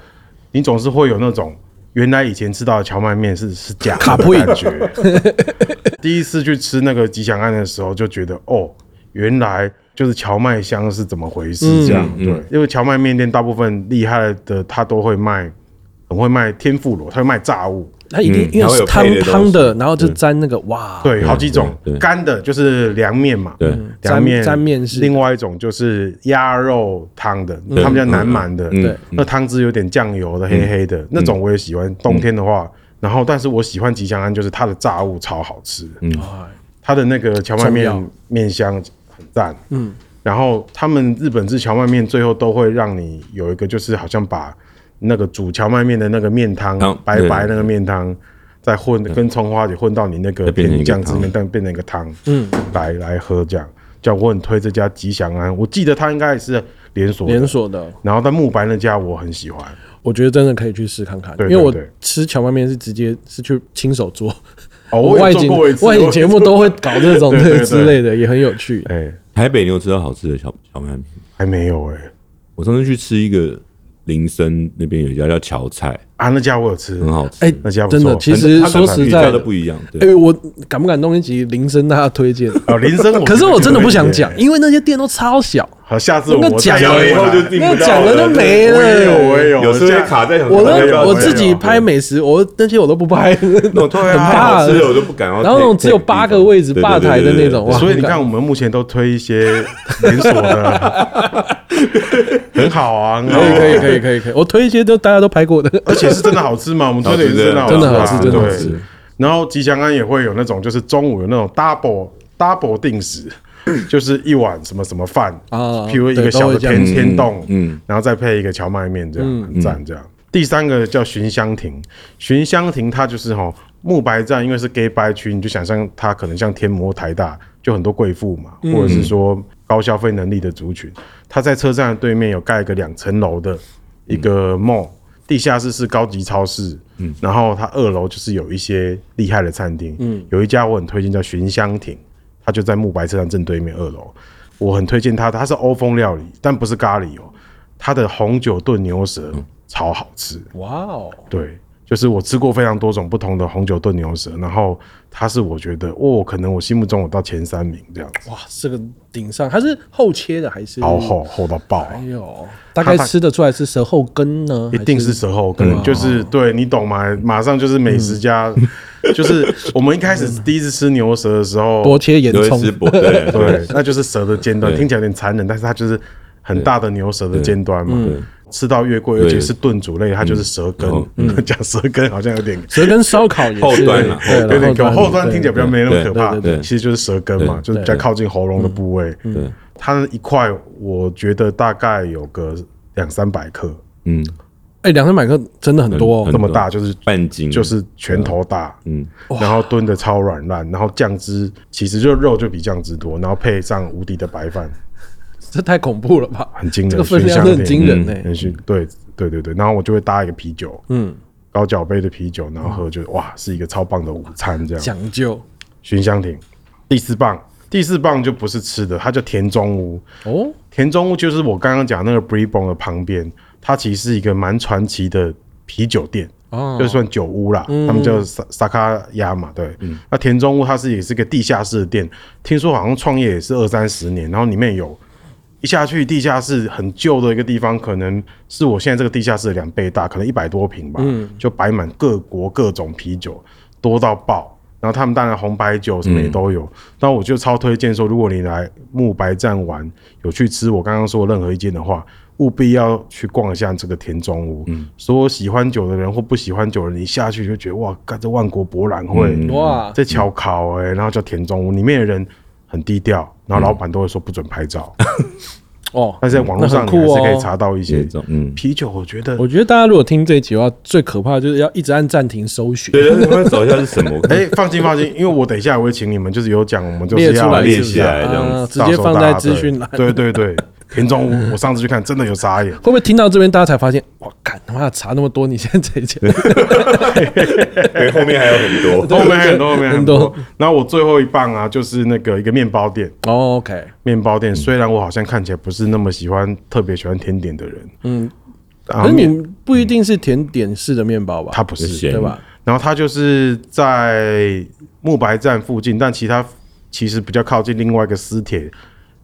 [SPEAKER 1] 你总是会有那种原来以前吃到的荞麦面是是假
[SPEAKER 2] 卡
[SPEAKER 1] 的
[SPEAKER 2] 布
[SPEAKER 1] 感觉。 第一次去吃那个吉祥庵的时候，就觉得哦，原来。就是荞麦香是怎么回事？这样、
[SPEAKER 3] 嗯嗯
[SPEAKER 1] 对，因为荞麦面店大部分厉害的，它都会卖，很会卖天妇罗，它会卖炸物，
[SPEAKER 2] 它一定因
[SPEAKER 3] 嗯
[SPEAKER 2] 为
[SPEAKER 3] 然后
[SPEAKER 2] 是
[SPEAKER 3] 有
[SPEAKER 2] 汤
[SPEAKER 3] 配的东
[SPEAKER 2] 汤
[SPEAKER 3] 西
[SPEAKER 2] 的，然后就沾那个哇，
[SPEAKER 1] 对，好几种
[SPEAKER 3] 对对，
[SPEAKER 1] 干的就是凉面嘛，嗯
[SPEAKER 3] 对，
[SPEAKER 1] 凉面、
[SPEAKER 2] 沾沾面是
[SPEAKER 1] 另外一种就是鸭肉汤的，
[SPEAKER 3] 对
[SPEAKER 1] 他们叫南蛮的，
[SPEAKER 3] 嗯
[SPEAKER 2] 对
[SPEAKER 1] 那汤汁有点酱油的，黑黑的那种我也喜欢。冬天的
[SPEAKER 3] 嗯
[SPEAKER 1] 话，然后但是我喜欢吉祥安，就是它的炸
[SPEAKER 3] 嗯
[SPEAKER 1] 物超好吃，
[SPEAKER 2] 哎
[SPEAKER 1] 它的那个荞麦
[SPEAKER 2] 重要
[SPEAKER 1] 面面香很赞，嗯，然后他们日本制荞麦面最后都会让你有一个，就是好像把那个煮荞麦面的那个面汤
[SPEAKER 3] 汤，
[SPEAKER 1] 白白
[SPEAKER 3] 对
[SPEAKER 1] 那个面汤，再混跟葱花也混到你那个
[SPEAKER 3] 再变
[SPEAKER 1] 甜
[SPEAKER 3] 成一个
[SPEAKER 1] 酱汁里面，但变成一个汤，嗯，来来喝这样。叫我很推这家吉祥安，我记得它应该也是连锁的
[SPEAKER 2] 连，锁的，
[SPEAKER 1] 然后但慕白那家我很喜欢，
[SPEAKER 2] 我觉得真的可以去试看看，
[SPEAKER 1] 对对
[SPEAKER 2] 因为我
[SPEAKER 1] 对
[SPEAKER 2] 吃荞麦面是直接是去亲手做，
[SPEAKER 1] 哦，
[SPEAKER 2] 我
[SPEAKER 1] 我
[SPEAKER 2] 外
[SPEAKER 1] 也做
[SPEAKER 2] 景
[SPEAKER 1] 过一次，
[SPEAKER 2] 外景
[SPEAKER 1] 我
[SPEAKER 2] 节目都会搞这 种
[SPEAKER 1] 对对对
[SPEAKER 2] 之类的，也很有趣。
[SPEAKER 1] 哎、
[SPEAKER 3] 台北你有吃到好吃的小小麦面？
[SPEAKER 1] 还没有哎、
[SPEAKER 3] 我上次去吃一个林森那边有一家叫乔菜，
[SPEAKER 1] 啊，那家我有吃，
[SPEAKER 3] 很好吃，
[SPEAKER 2] 哎，
[SPEAKER 1] 那家不
[SPEAKER 2] 真的
[SPEAKER 1] 错，
[SPEAKER 2] 其实
[SPEAKER 1] 很
[SPEAKER 2] 说实
[SPEAKER 3] 每
[SPEAKER 2] 在
[SPEAKER 3] 家
[SPEAKER 2] 的
[SPEAKER 3] 都不一样。
[SPEAKER 2] 哎、
[SPEAKER 3] 对，
[SPEAKER 2] 我敢不敢弄一集铃声大家推 荐？
[SPEAKER 1] 哦，林森，
[SPEAKER 2] 可是我真的不想讲，
[SPEAKER 1] 哎
[SPEAKER 2] 因为那些店都 超小，
[SPEAKER 1] 好，下次我
[SPEAKER 2] 那
[SPEAKER 1] 我
[SPEAKER 2] 讲
[SPEAKER 1] 再
[SPEAKER 2] 了
[SPEAKER 1] 邀你
[SPEAKER 2] 以
[SPEAKER 1] 来
[SPEAKER 2] 后
[SPEAKER 3] 就定
[SPEAKER 2] 那
[SPEAKER 3] 不到
[SPEAKER 2] 讲了
[SPEAKER 3] 了
[SPEAKER 2] 就没
[SPEAKER 1] 我也有，我
[SPEAKER 2] 了。
[SPEAKER 1] 也有，
[SPEAKER 3] 有时候
[SPEAKER 1] 这
[SPEAKER 3] 会
[SPEAKER 1] 样
[SPEAKER 3] 卡在想说
[SPEAKER 2] 我
[SPEAKER 3] 哎
[SPEAKER 1] 有
[SPEAKER 3] 呀
[SPEAKER 2] 那我
[SPEAKER 1] 有
[SPEAKER 2] 自己
[SPEAKER 1] 有
[SPEAKER 2] 拍美食，我那些我都不 拍，
[SPEAKER 3] 那 种
[SPEAKER 1] 对啊
[SPEAKER 3] 很
[SPEAKER 2] 怕
[SPEAKER 3] 好吃的我都不敢要 take- take 地方。
[SPEAKER 2] 然后那种只有八个位置
[SPEAKER 3] 对对
[SPEAKER 2] 吧台的那种哇
[SPEAKER 1] 所以你看，我们目前都推一些连锁的， 很好啊，很好
[SPEAKER 2] 可以可以
[SPEAKER 1] 啊。
[SPEAKER 2] 可以可以可以，我推一些都大家都拍过的，
[SPEAKER 1] 而且是真的好吃嘛？我们推的也是
[SPEAKER 3] 真的
[SPEAKER 1] 真的
[SPEAKER 2] 好
[SPEAKER 1] 吃
[SPEAKER 2] 吃
[SPEAKER 1] 啊，
[SPEAKER 2] 真的好
[SPEAKER 1] 对
[SPEAKER 2] 吃真的好吃。
[SPEAKER 1] 然后吉祥安也会有那种，就是中午有那种 double double 定时，就是一碗什么什么饭
[SPEAKER 2] 啊
[SPEAKER 1] 譬如一个
[SPEAKER 2] 对
[SPEAKER 1] 小
[SPEAKER 2] 都
[SPEAKER 1] 的
[SPEAKER 2] 会这样
[SPEAKER 1] 天
[SPEAKER 3] 嗯
[SPEAKER 1] 天冻，
[SPEAKER 3] 嗯，
[SPEAKER 1] 然后再配一个荞麦面，这样很赞。这样第三个叫寻香亭，寻香亭它就是哈木白站，因为是 gay 白区，你就想象它可能像天魔台大，就很多贵妇嘛，或者是说高消费能力的族群。它在车站的对面有盖一个两层楼的一个 mall，地下室是高级超市，嗯，然后它二楼就是有一些厉害的餐厅，嗯，有一家我很推荐叫寻香亭，它就在木白车站正对面二楼。我很推荐它，它是欧风料理，但不是咖喱哦。它的红酒炖牛舌超好吃，
[SPEAKER 2] 哇哦，
[SPEAKER 1] 对，就是我吃过非常多种不同的红酒炖牛舌，然后它是我觉得哦，可能我心目中我到前三名这样子，
[SPEAKER 2] 哇，这个顶上它是厚切的还是？
[SPEAKER 1] 好厚厚到爆啊、
[SPEAKER 2] 哎呦，大概吃得出来是舌后根呢？
[SPEAKER 1] 一定是舌后根，就是对你懂吗？马上就是美食家， 就是我们一开始第一次吃牛舌的时候，
[SPEAKER 2] 多切洋
[SPEAKER 3] 有一
[SPEAKER 2] 葱
[SPEAKER 3] 吃，博对
[SPEAKER 1] 对，那就是蛇的尖端，
[SPEAKER 3] 对
[SPEAKER 1] 听起来有点残忍，但是它就是很大的牛舌的尖端嘛。吃到越贵，
[SPEAKER 3] 对
[SPEAKER 1] 而且是炖煮类，它就是舌根
[SPEAKER 3] 哦。
[SPEAKER 1] 讲舌根好像有点
[SPEAKER 2] 舌根烧烤也是
[SPEAKER 3] 后端啊
[SPEAKER 2] 对
[SPEAKER 1] 有点
[SPEAKER 2] 了
[SPEAKER 1] 可怕后端听起来比较没那么
[SPEAKER 3] 对
[SPEAKER 1] 可怕
[SPEAKER 2] 对
[SPEAKER 3] 对，对
[SPEAKER 1] 其实就是舌根嘛，就是比较靠近喉咙的部位。
[SPEAKER 3] 对，
[SPEAKER 1] 它那一块我觉得大概有个两三百克，
[SPEAKER 3] 嗯，
[SPEAKER 2] 哎，两三百克真的很多哦
[SPEAKER 3] 很
[SPEAKER 1] 这，么大就是
[SPEAKER 3] 半斤
[SPEAKER 1] 就是拳头大，
[SPEAKER 3] 嗯，
[SPEAKER 1] 然后炖的超软烂，然后酱汁其实就肉就比酱汁多，然后配上无敌的白饭，
[SPEAKER 2] 这太恐怖了吧？
[SPEAKER 1] 很惊人，
[SPEAKER 2] 这个分
[SPEAKER 1] 熏
[SPEAKER 2] 量
[SPEAKER 1] 香
[SPEAKER 2] 是很
[SPEAKER 1] 甜
[SPEAKER 2] 惊人呢。
[SPEAKER 1] 很熏，对对对对，然后我就会搭一个啤酒，
[SPEAKER 2] 嗯，
[SPEAKER 1] 高脚杯的啤酒，然后喝就哇，是一个超棒的午餐这样。
[SPEAKER 2] 讲究
[SPEAKER 1] 寻香亭，第四棒，第四棒就不是吃的，它叫田中屋。
[SPEAKER 2] 哦，
[SPEAKER 1] 田中屋就是我刚刚讲那个 b r e b o n 的旁边，它其实是一个蛮传奇的啤酒店。
[SPEAKER 2] 哦
[SPEAKER 1] 就算酒屋啦，他们叫萨萨卡亚嘛，对。那田中屋它是也是个地下室的店，听说好像创业也是二三十年，然后里面有一下去地下室很旧的一个地方，可能是我现在这个地下室的两倍大，可能一百多平吧，就摆满各国各种啤酒，多到爆。然后他们当然红白酒什么也都有，但我就超推荐说，如果你来木白站玩，有去吃我刚刚说的任何一间的话，务必要去逛一下这个田中屋。所有喜欢酒的人或不喜欢酒的人，一下去就觉得哇，干这万国博览会，
[SPEAKER 3] 嗯
[SPEAKER 2] 哇，
[SPEAKER 1] 这巧考哎、然后叫田中屋，里面的人很低调，然后老板都会说不准拍照，
[SPEAKER 2] 哦，
[SPEAKER 1] 但是在网络上你
[SPEAKER 2] 那很
[SPEAKER 1] 还
[SPEAKER 2] 酷哦
[SPEAKER 1] 是可以查到一些
[SPEAKER 3] 这种嗯，
[SPEAKER 1] 啤酒，我觉得
[SPEAKER 2] 我觉得大家如果听这一集的话，最可怕的就是要一直按暂停搜寻，
[SPEAKER 3] 对，我要找一下是什么，我看
[SPEAKER 1] 哎，放心放心，因为我等一下我会请你们，就是有讲我们就是
[SPEAKER 2] 列出
[SPEAKER 1] 要
[SPEAKER 2] 来
[SPEAKER 3] 列
[SPEAKER 2] 是不是
[SPEAKER 3] 下来这样子
[SPEAKER 2] 啊直接放在资讯栏。
[SPEAKER 1] 对对对，田中屋，我上次去看真的有傻 眼，
[SPEAKER 2] 会不会听到这边大家才发现，哇，干他妈查那么多，你现在才讲，
[SPEAKER 3] 对后面还有很多，
[SPEAKER 1] 后面还有很多，后面还有很
[SPEAKER 2] 很
[SPEAKER 1] 多
[SPEAKER 2] 多。
[SPEAKER 1] Oh 然后我最后一棒啊，就是那个一个面包店，
[SPEAKER 2] 哦，OK，
[SPEAKER 1] 面包店虽然我好像看起来不是那么喜欢，特别喜欢甜点的人，
[SPEAKER 2] 嗯，
[SPEAKER 1] 然后
[SPEAKER 2] 可是你不一定是甜点式的面包吧？
[SPEAKER 1] 他不
[SPEAKER 3] 是
[SPEAKER 1] 是，
[SPEAKER 3] 咸
[SPEAKER 2] 对吧？
[SPEAKER 1] 然后他就是在木白站附近，但其他其实比较靠近另外一个私铁。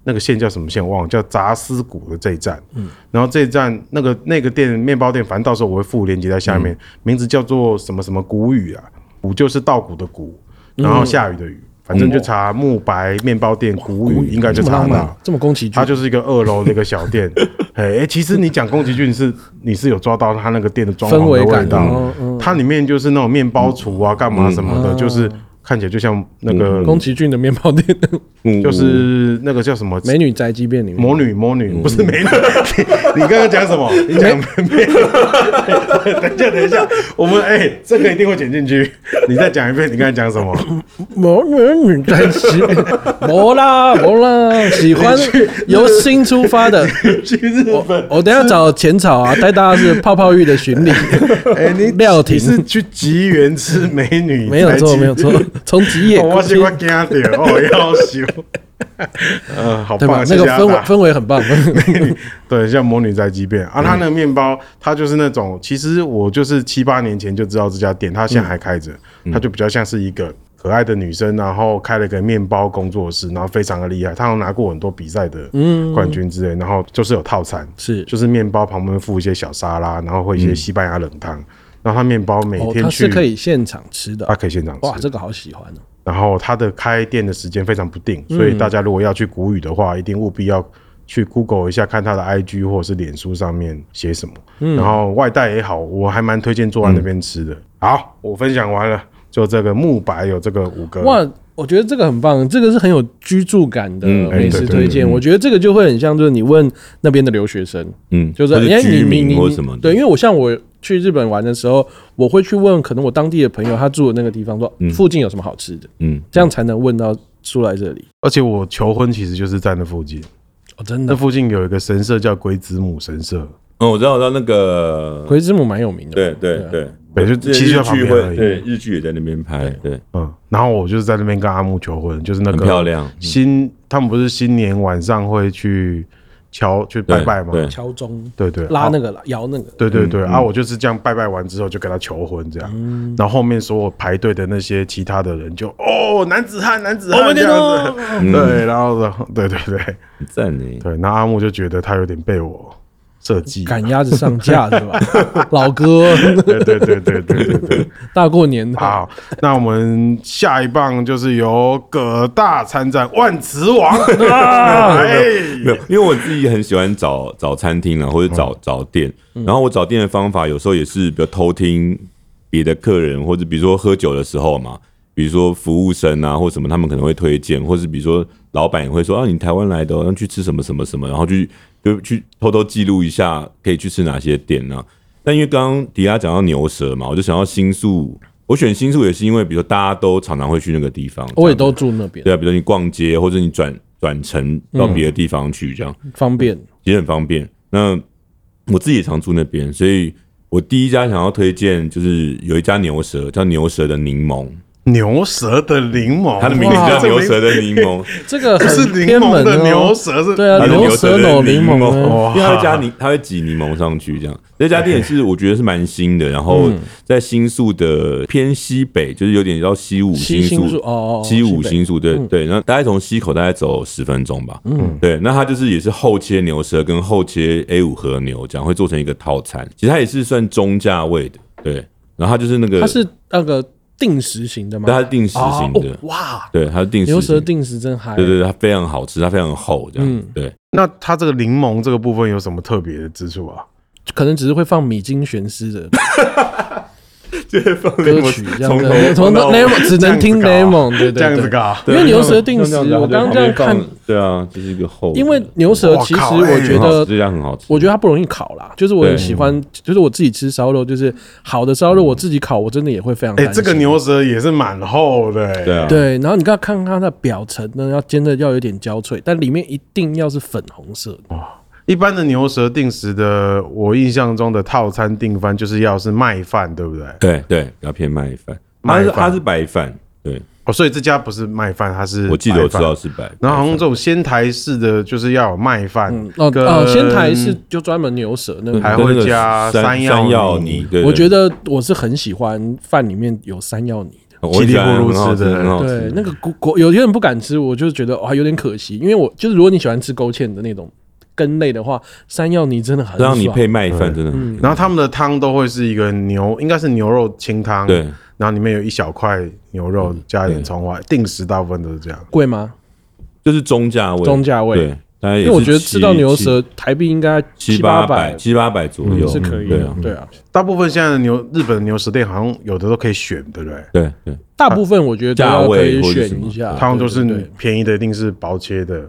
[SPEAKER 1] 那个线叫什么线？我忘了，叫杂斯谷的这一站。嗯，然后这一站那个那个店面包店，反正到时候我会附链接在下
[SPEAKER 2] 嗯
[SPEAKER 1] 面，名字叫做什么什么谷雨啊，谷就是稻谷的谷，然
[SPEAKER 2] 嗯
[SPEAKER 1] 后下雨的雨，反正就查木白面包店谷雨，应该就
[SPEAKER 2] 哦这么
[SPEAKER 1] 查
[SPEAKER 2] 浪
[SPEAKER 1] 得
[SPEAKER 2] 漫
[SPEAKER 1] 到。，
[SPEAKER 2] 嗯这么宫崎
[SPEAKER 1] 嗯它
[SPEAKER 2] 骏，
[SPEAKER 1] 就是一个二楼的一个小 店，哎、哎其实你讲宫崎骏是你是有抓到它那个店的装潢
[SPEAKER 2] 氛
[SPEAKER 1] 的
[SPEAKER 2] 围感
[SPEAKER 1] 味道，
[SPEAKER 2] 哦嗯
[SPEAKER 1] 它里面就是那种面包厨啊，干嘛什么的，就是看起来就像那个，
[SPEAKER 2] 嗯宫崎骏的面包店 的
[SPEAKER 3] 嗯
[SPEAKER 1] 就是那个叫什么
[SPEAKER 2] 美女嗯宅急便里面，
[SPEAKER 1] 魔女，魔女不是美 女。你你刚刚讲什么？你讲美女？等一下，等一下，我们哎、这个一定会剪进去。你再讲一遍，你刚才讲什么？
[SPEAKER 2] 魔女宅急便，魔啦魔啦，喜欢由心出发的。
[SPEAKER 1] 去日本？
[SPEAKER 2] 我等一下找浅草啊，带大家是泡泡浴的巡礼。
[SPEAKER 1] 哎、你
[SPEAKER 2] 料亭
[SPEAKER 1] 你是去吉原吃美女？
[SPEAKER 2] 没有错，没有错，从吉 野
[SPEAKER 1] 哦。我
[SPEAKER 2] 过去
[SPEAKER 1] 喜，欢惊点， 哦，要修。嗯，好
[SPEAKER 2] 对吧
[SPEAKER 1] 棒，？
[SPEAKER 2] 那
[SPEAKER 1] 谢
[SPEAKER 2] 个
[SPEAKER 1] 谢
[SPEAKER 2] 氛围
[SPEAKER 1] 阿达。
[SPEAKER 2] 氛围很嗯棒。
[SPEAKER 1] 对，像魔女宅急便啊，它那个面包，它就是那种，其实我就是七八年前就知道这家店，它现
[SPEAKER 2] 嗯
[SPEAKER 1] 在还开着，它就比较像是一个可爱的女生，然后开了一个面包工作室，然后非常的厉害，她有拿过很多比赛的冠军之类，然后就是有套餐，
[SPEAKER 2] 嗯是嗯
[SPEAKER 1] 就是面包旁边附一些小沙拉，然后会一些西班牙冷汤，然后它面包每
[SPEAKER 2] 哦，
[SPEAKER 1] 天
[SPEAKER 2] 它
[SPEAKER 1] 去，
[SPEAKER 2] 是可以现场吃的
[SPEAKER 1] 它，可以现场吃
[SPEAKER 2] 哇，，这个好喜欢哦。
[SPEAKER 1] 然后它的开店的时间非常不定，所以大家如果要去谷雨的话，一定务必要去 Google 一下，看它的 IG 或者是脸书上面写什么。然后外带也好，我还蛮推荐坐在那边吃的。好，我分享完了，就这个木白有这个五个，
[SPEAKER 2] 哇，我觉得这个很棒，这个是很有居住感的
[SPEAKER 3] 嗯
[SPEAKER 1] 哎
[SPEAKER 2] 美
[SPEAKER 1] 对
[SPEAKER 2] 食
[SPEAKER 1] 对
[SPEAKER 2] 推荐。
[SPEAKER 3] 对
[SPEAKER 2] 我觉得这个就会很像，就是你问那边的留学生，
[SPEAKER 3] 嗯，
[SPEAKER 2] 就是
[SPEAKER 3] 或
[SPEAKER 2] 哎
[SPEAKER 3] 居
[SPEAKER 2] 你你
[SPEAKER 3] 民
[SPEAKER 2] 你
[SPEAKER 3] 或什么的，
[SPEAKER 2] 对，因为我像我去日本玩的时候，我会去问可能我当地的朋友，他住的那个地方说附近有什么好吃的，
[SPEAKER 3] 嗯，
[SPEAKER 2] 这样才能问到出来这里。
[SPEAKER 1] 而且我求婚其实就是在那附近，
[SPEAKER 2] 哦，真
[SPEAKER 1] 那
[SPEAKER 2] 的，
[SPEAKER 1] 附近有一个神社叫龟子母神社，
[SPEAKER 3] 哦，我知道，我知道那个，
[SPEAKER 2] 葵之母蛮有名的。
[SPEAKER 3] 对对对，
[SPEAKER 1] 对就
[SPEAKER 3] 之前
[SPEAKER 1] 其实就在
[SPEAKER 3] 日
[SPEAKER 1] 旁
[SPEAKER 3] 剧
[SPEAKER 1] 边而
[SPEAKER 3] 会，
[SPEAKER 1] 已
[SPEAKER 3] 对日剧也在那边拍，对，
[SPEAKER 1] 嗯，然后我就是在那边跟阿木求婚，就是那
[SPEAKER 3] 很
[SPEAKER 1] 个
[SPEAKER 3] 漂亮，
[SPEAKER 1] 新，他们不是新年晚上会去敲去拜拜吗？
[SPEAKER 3] 对
[SPEAKER 2] 敲钟
[SPEAKER 1] 对对，
[SPEAKER 2] 拉
[SPEAKER 1] 啊
[SPEAKER 2] 那个啦摇那个，
[SPEAKER 1] 对对
[SPEAKER 3] 嗯
[SPEAKER 1] 对、啊，我就是这样拜拜完之后就跟他求婚这样，
[SPEAKER 2] 嗯
[SPEAKER 1] 然后后面所有排队的那些其他的人就哦男子汉男子汉这样子，
[SPEAKER 3] 嗯
[SPEAKER 1] 对，然后然后对对对
[SPEAKER 3] 很赞呢。
[SPEAKER 1] 对，那阿木就觉得他有点被我设计，
[SPEAKER 2] 赶鸭子上架是吧？ 老哥，
[SPEAKER 1] 对对对对对对对，
[SPEAKER 2] 大过年的，
[SPEAKER 1] 好，那我们下一棒就是由葛大参战万磁王，
[SPEAKER 2] 啊
[SPEAKER 1] 哎，
[SPEAKER 3] 没有，因为我自己很喜欢找找餐厅啊，或者
[SPEAKER 2] 嗯
[SPEAKER 3] 找找店。然后我找店的方法，有时候也是比如偷听别的客人，或者比如说喝酒的时候嘛，比如说服务生啊或什么，他们可能会推荐，或是比如说老板也会说啊，你台湾来的哦、要去吃什么什么什么，然后去就去偷偷记录一下可以去吃哪些店啊。但因为刚刚迪亚讲到牛舌嘛，我就想到新宿。我选新宿也是因为，比如说大家都常常会去那个地方，
[SPEAKER 2] 我也都住那边，
[SPEAKER 3] 对啊，比如说你逛街或者你转转乘到别的地方去，这样、
[SPEAKER 2] 方便。
[SPEAKER 3] 也很方便。那我自己也常住那边，所以我第一家想要推荐就是有一家牛舌，叫牛舌的柠檬，
[SPEAKER 2] 哦
[SPEAKER 1] 牛舌的柠檬，
[SPEAKER 3] 它的名字
[SPEAKER 1] 哇
[SPEAKER 3] 叫
[SPEAKER 1] 这
[SPEAKER 3] 牛
[SPEAKER 1] 名
[SPEAKER 3] 舌的柠檬，
[SPEAKER 2] 这个
[SPEAKER 1] 不
[SPEAKER 2] 很
[SPEAKER 1] 是柠
[SPEAKER 2] 偏
[SPEAKER 1] 檬
[SPEAKER 2] 门
[SPEAKER 1] 的
[SPEAKER 2] 哦
[SPEAKER 1] 牛舌是
[SPEAKER 2] 对啊
[SPEAKER 3] 它是
[SPEAKER 2] 牛
[SPEAKER 3] 舌
[SPEAKER 2] 舌
[SPEAKER 3] 的
[SPEAKER 2] 脑柠
[SPEAKER 3] 檬，
[SPEAKER 2] 檬
[SPEAKER 1] 哦
[SPEAKER 3] 因为它会加柠，它会挤柠檬上去这样。这家店也是我觉得是蛮新的，然后
[SPEAKER 2] 嗯
[SPEAKER 3] 在新宿的偏西北，就是有点叫西武
[SPEAKER 2] 西新宿
[SPEAKER 3] 宿
[SPEAKER 2] 哦哦哦
[SPEAKER 3] 西武
[SPEAKER 2] 西北
[SPEAKER 3] 新宿对对，那大概从西口大概走十分钟吧，嗯，对，那它就是也是后切牛舌跟后切 A 五和牛这样会做成一个套餐，其实它也是算中价位的，对，然后它就是那个
[SPEAKER 2] 它是那个定时型的吗？
[SPEAKER 3] 对它是定时型的，
[SPEAKER 2] 哦哦哇，
[SPEAKER 3] 对，它是定时
[SPEAKER 2] 牛舌
[SPEAKER 3] 型的，
[SPEAKER 2] 定时真嗨。
[SPEAKER 3] 对对对，它非常好吃，它非常厚这样，对。
[SPEAKER 1] 那它这个柠檬这个部分有什么特别的之处啊？
[SPEAKER 2] 可能只是会放米津玄 师的
[SPEAKER 3] 就是放
[SPEAKER 2] 歌曲这样
[SPEAKER 3] 从头
[SPEAKER 2] 的，从
[SPEAKER 3] 放到
[SPEAKER 2] Lemon 只
[SPEAKER 1] 这
[SPEAKER 2] 能
[SPEAKER 1] 样子
[SPEAKER 2] 听
[SPEAKER 1] 搞啊
[SPEAKER 2] Lemon，对对
[SPEAKER 1] 这样子
[SPEAKER 2] 对
[SPEAKER 1] 搞啊
[SPEAKER 2] 因为牛舌定时，
[SPEAKER 3] 对
[SPEAKER 2] 我刚刚这样，
[SPEAKER 3] 它就
[SPEAKER 2] 看
[SPEAKER 3] 旁，边放对啊，这是一个厚的，
[SPEAKER 2] 因为牛舌其实
[SPEAKER 1] 哇靠哎
[SPEAKER 2] 我觉
[SPEAKER 3] 很好吃
[SPEAKER 2] 得。
[SPEAKER 3] 这家很好吃，
[SPEAKER 2] 我觉得它不容易烤啦，就是我很喜欢，就是我自己吃烧肉，就是好的烧肉我自己烤，我真的也会非常
[SPEAKER 1] 哎、
[SPEAKER 2] 担心。
[SPEAKER 1] 这个牛舌也是蛮厚的、哎
[SPEAKER 3] 对啊，
[SPEAKER 2] 对，然后你刚看它的表层呢，要煎的要有点焦脆，但里面一定要是粉红色的。
[SPEAKER 1] 一般的牛舌定时的，我印象中的套餐订饭就是要是麦饭，对不对？
[SPEAKER 3] 对对，比较偏麦饭，它
[SPEAKER 1] 麦
[SPEAKER 3] 是
[SPEAKER 1] 饭
[SPEAKER 3] 它是白饭，对
[SPEAKER 1] 哦，所以这家不是麦饭，它是
[SPEAKER 3] 我记得
[SPEAKER 1] 白
[SPEAKER 3] 我知
[SPEAKER 1] 饭
[SPEAKER 3] 道。是白，
[SPEAKER 1] 然后好像
[SPEAKER 3] 白
[SPEAKER 1] 这种仙台式的，就是要有麦饭、
[SPEAKER 2] 哦
[SPEAKER 1] 跟
[SPEAKER 2] 哦，仙台是就专门牛舌那
[SPEAKER 3] 饭
[SPEAKER 1] 还
[SPEAKER 2] 个。
[SPEAKER 1] 会
[SPEAKER 3] 跟那个
[SPEAKER 1] 加
[SPEAKER 3] 山
[SPEAKER 1] 山药
[SPEAKER 3] 山药
[SPEAKER 1] 泥
[SPEAKER 3] 泥，对，
[SPEAKER 2] 我觉
[SPEAKER 3] 得
[SPEAKER 2] 得我是很喜欢饭里面有山药泥的，
[SPEAKER 3] 我
[SPEAKER 1] 稀里
[SPEAKER 3] 喜欢
[SPEAKER 1] 糊涂
[SPEAKER 3] 很好
[SPEAKER 1] 吃
[SPEAKER 3] 吃
[SPEAKER 1] 的
[SPEAKER 3] 很好
[SPEAKER 2] 对
[SPEAKER 3] 吃，，
[SPEAKER 2] 那个锅锅有些人不敢吃，我就觉得哦哇有点可惜，因为我就是如果你喜欢吃勾芡的那种根类的话，山药泥真的很
[SPEAKER 3] 这样你
[SPEAKER 2] 爽
[SPEAKER 3] 配麦饭真的很，
[SPEAKER 2] 嗯
[SPEAKER 1] 然后他们的汤都会是一个牛，应该是牛肉清汤，
[SPEAKER 3] 对，嗯
[SPEAKER 1] 然后里面有一小块牛肉，加一点葱花，定时大部分都是这样。
[SPEAKER 2] 贵吗？
[SPEAKER 3] 就是中价位，
[SPEAKER 2] 中价位
[SPEAKER 3] 对，大概也
[SPEAKER 2] 因
[SPEAKER 3] 是
[SPEAKER 2] 为我觉得
[SPEAKER 3] 七
[SPEAKER 2] 吃到牛舌台币应该
[SPEAKER 3] 七七
[SPEAKER 2] 八嗯
[SPEAKER 3] 八百七八百左右
[SPEAKER 2] 是可以
[SPEAKER 3] 对
[SPEAKER 2] 的
[SPEAKER 3] 啊，
[SPEAKER 2] 对啊，
[SPEAKER 1] 大部分现在的牛日本的牛舌店好像有的都可以选，对不对？
[SPEAKER 3] 对对，
[SPEAKER 2] 大部分我觉得都要
[SPEAKER 3] 价
[SPEAKER 2] 可
[SPEAKER 3] 位
[SPEAKER 2] 以
[SPEAKER 3] 或者什
[SPEAKER 2] 选
[SPEAKER 3] 么
[SPEAKER 2] 一下，
[SPEAKER 1] 他们都
[SPEAKER 2] 对
[SPEAKER 1] 是嗯
[SPEAKER 2] 对对
[SPEAKER 1] 便宜的，一定是薄切的。